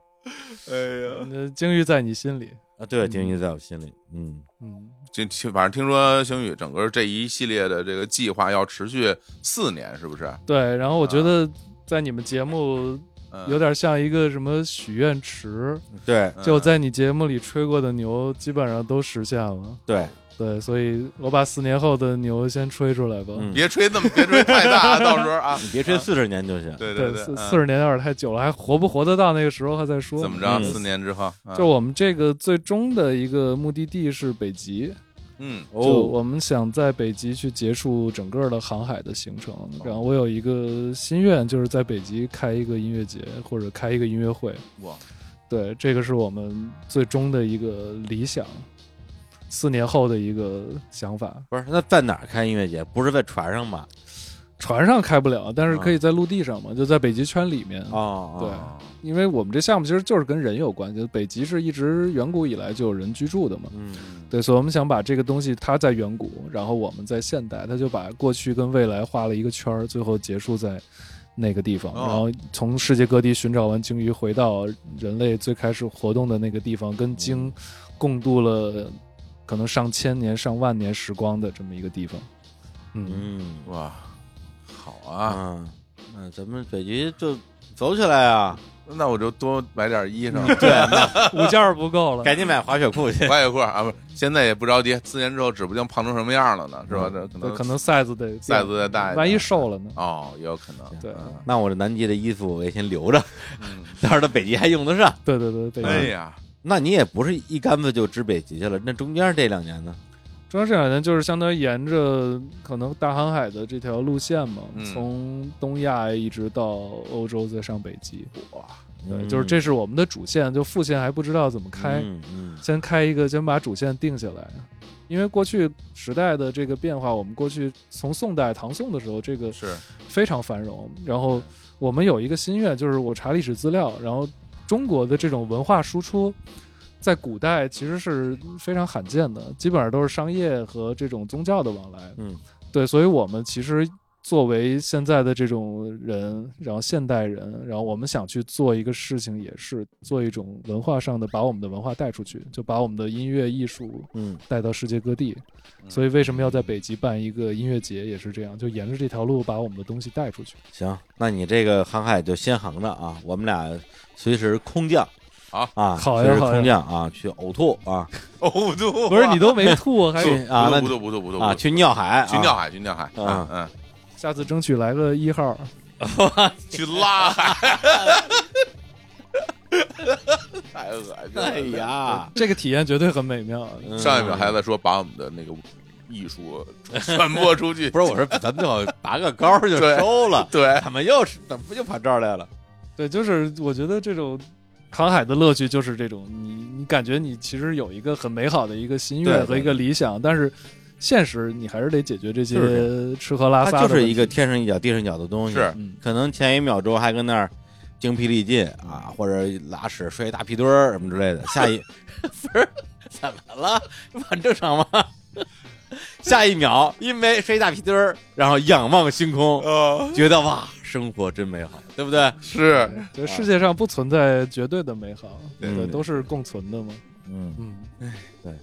B: 哎呀，
C: 那鲸鱼在你心里，
A: 啊。对，
C: 嗯
A: 鲸鱼在我心里，嗯，
C: 嗯，
B: 这这反正听说星宇整个这一系列的这个计划要持续四年，是不是？
C: 对。然后我觉得在你们节目
B: 嗯
C: 有点像一个什么许愿池，
A: 对
B: 嗯
C: 就在你节目里吹过的牛基本上都实现了。
A: 对，
C: 对，所以我把四年后的牛先吹出来吧。
A: 嗯
B: 别吹那么别吹太大，到时 候啊，
A: 你别吹四十年就行。
B: 对
C: 对，
B: 对，
C: 四
B: 嗯
C: 四十年有点太久了，还活不活得到那个时候还再说。
B: 怎么着？
A: 嗯
B: 四年之后，嗯
C: 就我们这个最终的一个目的地是北极，
B: 嗯
C: 就
A: 哦，
C: 我们想在北极去结束整个的航海的行程。
B: 哦
C: 然后我有一个心愿，就是在北极开一个音乐节或者开一个音乐会。
B: 哇，
C: 对，这个是我们最终的一个理想，四年后的一个想法。
A: 不是，那在哪儿开音乐节？不是在船上吧？
C: 船上开不了，但是
B: 嗯
C: 可以在陆地上嘛，就在北极圈里面。
A: 哦，
C: 对因为我们这项目其实就是跟人有关系，北极是一直远古以来就有人居住的嘛。
A: 嗯，
C: 对，所以我们想把这个东西，它在远古，然后我们在现代，它就把过去跟未来画了一个圈儿，最后结束在那个地方，
B: 哦
C: 然后从世界各地寻找完鲸鱼，回到人类最开始活动的那个地方，跟
B: 嗯
C: 鲸共度了可能上千年、上万年时光的这么一个地方。嗯，
A: 嗯
B: 哇，好啊，
A: 啊，那咱们北极就走起来啊！
B: 那我就多买点衣裳，
A: 对，那
B: 嗯
C: 午觉儿不够了，
A: 赶紧买滑雪裤去。
B: 滑雪裤啊，不是，现在也不着急，四年之后指不定胖成什么样了呢，是吧？这可
C: 对，
B: 能
C: 可能 size 得
B: size 再大一点
C: 万一瘦了呢？
B: 哦，也有可能，
C: 对
B: 嗯
A: 那我这南极的衣服我也先留着，
B: 嗯
A: 到时候到北极还用得上。
C: 对对对，北
B: 哎
C: 极。
B: 呀，
A: 那你也不是一竿子就支北极去了，那中间这两年呢？
C: 中央这两年就是相当于沿着可能大航海的这条路线嘛，
B: 嗯
C: 从东亚一直到欧洲，再上北极。
B: 哇，
C: 对，
A: 嗯
C: 就是这是我们的主线，就副线还不知道怎么开，
A: 嗯嗯
C: 先开一个，先把主线定下来。因为过去时代的这个变化，我们过去从宋代、唐宋的时候，这个
B: 是
C: 非常繁荣。然后我们有一个心愿，就是我查历史资料，然后中国的这种文化输出，在古代其实是非常罕见的，基本上都是商业和这种宗教的往来。
A: 嗯，
C: 对，所以我们其实作为现在的这种人，然后现代人，然后我们想去做一个事情，也是做一种文化上的，把我们的文化带出去，就把我们的音乐艺术
A: 嗯
C: 带到世界各地。
B: 嗯
C: 所以为什么要在北极办一个音乐节，也是这样，就沿着这条路把我们的东西带出去。
A: 行，那你这个航海就先航着啊，我们俩随时空降。
B: 好
A: 啊，
C: 好呀
A: 随时
C: 好呀
A: 空降啊，去呕吐啊
B: 哦，不吐，
C: 不是你都没 吐，还
A: 去啊那
B: 不吐不吐不吐
A: 啊，去尿海啊
B: 去尿海去尿海，
A: 啊
B: 嗯嗯，
C: 下次争取来个一号。
B: 去拉海。 太恶心了！
A: 哎呀，
C: 这个体验绝对很美妙。啊
A: 嗯
B: 上一秒还在说把我们的那个艺术传播出 去，
A: 不是我说，咱们就拔个高就
B: 对
A: 收了，
B: 对，
A: 怎么又是怎么又跑这儿来 了？
C: 对，就是我觉得这种航海的乐趣就是这种，你你感觉你其实有一个很美好的一个心
A: 对
C: 愿
A: 对
C: 和一个理想，但是现实你还是得解决这
A: 就
C: 些吃喝拉
A: 它
C: 撒的
A: 就
C: 问题。
A: 是一个天上一脚地上一脚的东西，
B: 是
C: 嗯，
A: 可能前一秒钟还跟那儿精疲力尽啊，或者拉屎摔一大屁墩儿什么之类 的，下一不是怎么了？这不很正常吗？ 下一秒因为摔一大屁墩儿，然后仰望星空，
B: 呃，
A: 觉得哇，生活真美好，对不对？啊
B: 是
C: 就世界上不存在绝对的美好，
B: 对
C: 对，
A: 嗯
C: 都是共存的嘛。
A: 嗯，
C: 嗯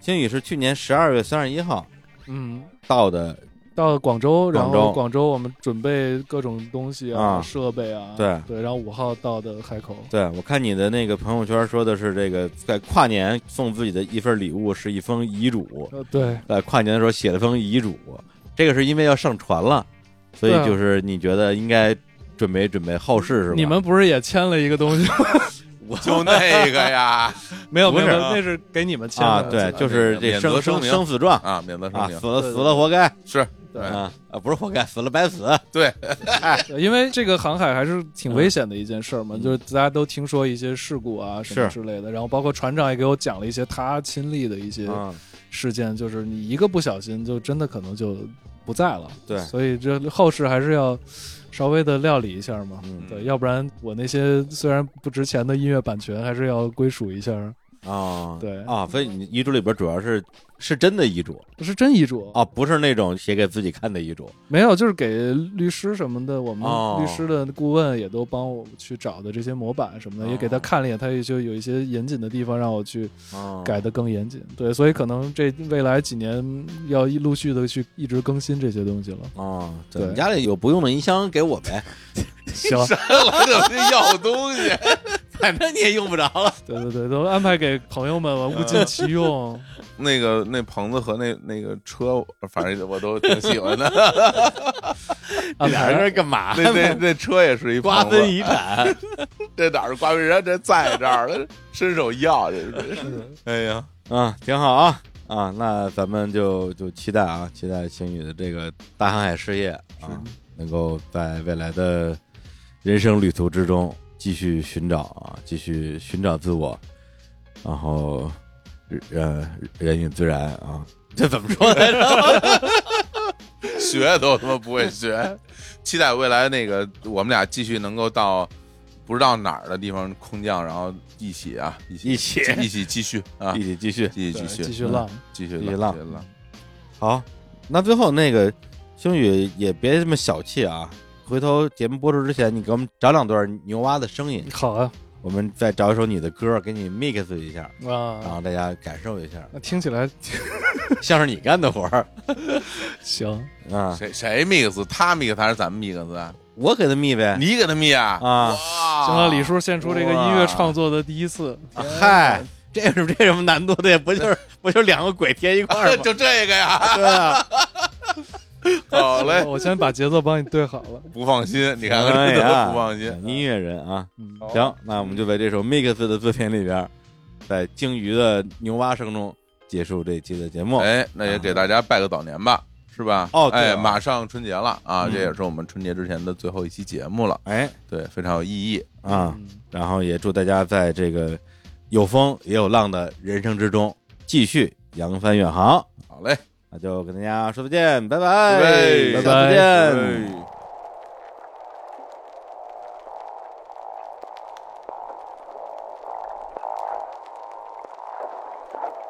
A: 星宇是去年十二月三十一号
C: 嗯。
A: 到的，
C: 到广州，然
A: 广州
C: 后广州我们准备各种东西
A: 啊
C: 设备啊，
A: 对
C: 对，然后五号到的海口，
A: 对我看你的那个朋友圈说的是这个，在跨年送自己的一份礼物是一封遗嘱，
C: 呃，对，
A: 在跨年的时候写了封遗嘱，这个是因为要上船了，所以
C: 对啊
A: 就是你觉得应该准备准备后事是吧？
C: 你们不是也签了一 个东西吗？
B: 就那个呀
C: 没有没有，
A: 不是
C: 那是给你们签
A: 啊，
C: 的。
A: 对，
B: 啊个
A: 就是这
B: 免责
A: 生
B: 声
A: 生
B: 明
A: 生死状
B: 啊，免责声
A: 啊，
B: 明
A: 死了
C: 对
A: 死了活该
B: 是
C: 对
A: 啊啊，不是活该，死了白死，
B: 对，
C: 对因为这个航海还是挺危险的一件事儿嘛，
A: 嗯
C: 就是大家都听说一些事故啊什么
A: 是
C: 之类的，然后包括船长也给我讲了一些他亲历的一些
A: 嗯，
C: 事件，就是你一个不小心就真的可能就不在了。
A: 对
C: 所以这后事还是要稍微的料理一下嘛。
A: 嗯
C: 对，要不然我那些虽然不值钱的音乐版权，还是要归属一下。
A: 啊，
C: 对
A: 啊，所以你遗嘱里边主要是是真的遗嘱
C: 是真遗嘱
A: 啊，不是那种写给自己看的遗嘱
C: 没有，就是给律师什么的，我们
A: 哦
C: 律师的顾问也都帮我去找的这些模板什么
A: 哦
C: 的，也给他看了一眼，他也就有一些严谨的地方让我去
A: 啊，
C: 改的更严谨。对，所以可能这未来几年要一陆续的去一直更新这些东西 了。
A: 啊，
C: 对
A: 对你家里有不用的音箱给我呗，
C: 行，
B: 来怎么就要东西？
A: 反正你也用不着 了。
C: 对对对，都安排给朋友们了，物尽其 用。
B: 那个那棚子和那那个车，反正我都挺喜 欢的。
A: 你
C: 安
A: 俩
C: 排
A: 人这干嘛
B: 那
A: 呢？
B: 那那车也是一
A: 瓜
B: 棚
A: 分
B: 子，
A: 遗产，
B: 这哪儿是瓜分人家这在这儿了，伸手要这是。哎呀，
A: 啊，挺好啊啊，那咱们就就期待啊，期待星宇的这个大航海事业啊，能够在未来的人生旅途之中继续寻找啊，继续寻找自我，然后呃人与自然啊， 这怎么说来着？
B: 学都他妈不会学。期待未来那个我们俩继续能够到不知道哪儿的地方空降，然后一起啊，一起
A: 一起
B: 一起继续啊
A: 一，起继续
B: 继续继
C: 对
B: 续
C: 哎继续，浪，
B: 继续
A: 继续
B: 浪
A: 浪
B: 继续浪。
A: 好，那最后那个星宇也别这么小气啊。回头节目播出之前，你给我们找两段牛蛙的声音，
C: 好啊
A: 我们再找一首你的歌，给你 mix 一下，然
C: 啊！
A: 后大家感受一下，
C: 那听起来
A: 像是你干的活儿
C: 行，
A: 啊。
B: 谁谁 mix 他 mix 还是咱们 mix 啊？
A: 我给他密呗，
B: 你给他 mix 啊？
A: 哎啊，
B: 哇！
C: 行了，李叔献出这个音乐
B: 哇
C: 创作的第一次，
A: 嗨，这有这有什么难度的？也不 就是不就两个鬼贴一块儿吗？
B: 就这个呀，
A: 对啊，
B: 好嘞，
C: 我先把节奏帮你对好了。
B: 不放心，你看
A: 哎
B: 看这
A: 呀
B: 都不放心。
A: 音乐人啊，
C: 嗯，
A: 行，那我们就在这首 mix 的作品里边儿，在鲸鱼的牛蛙声中结束这期的节目。
B: 哎，那也给大家拜个早年吧，是吧？
A: 哦对啊
B: 哎，马上春节了啊，
A: 嗯
B: 这也是我们春节之前的最后一期节目了，
A: 哎
B: 对，非常有意义。
A: 啊，
C: 嗯
A: 然后也祝大家在这个有风也有浪的人生之中继续扬帆远航。
B: 好嘞，
A: 那就跟大家说再见，拜拜，
B: 拜拜
A: 下次
C: 拜
A: 见。
B: 哎
D: 「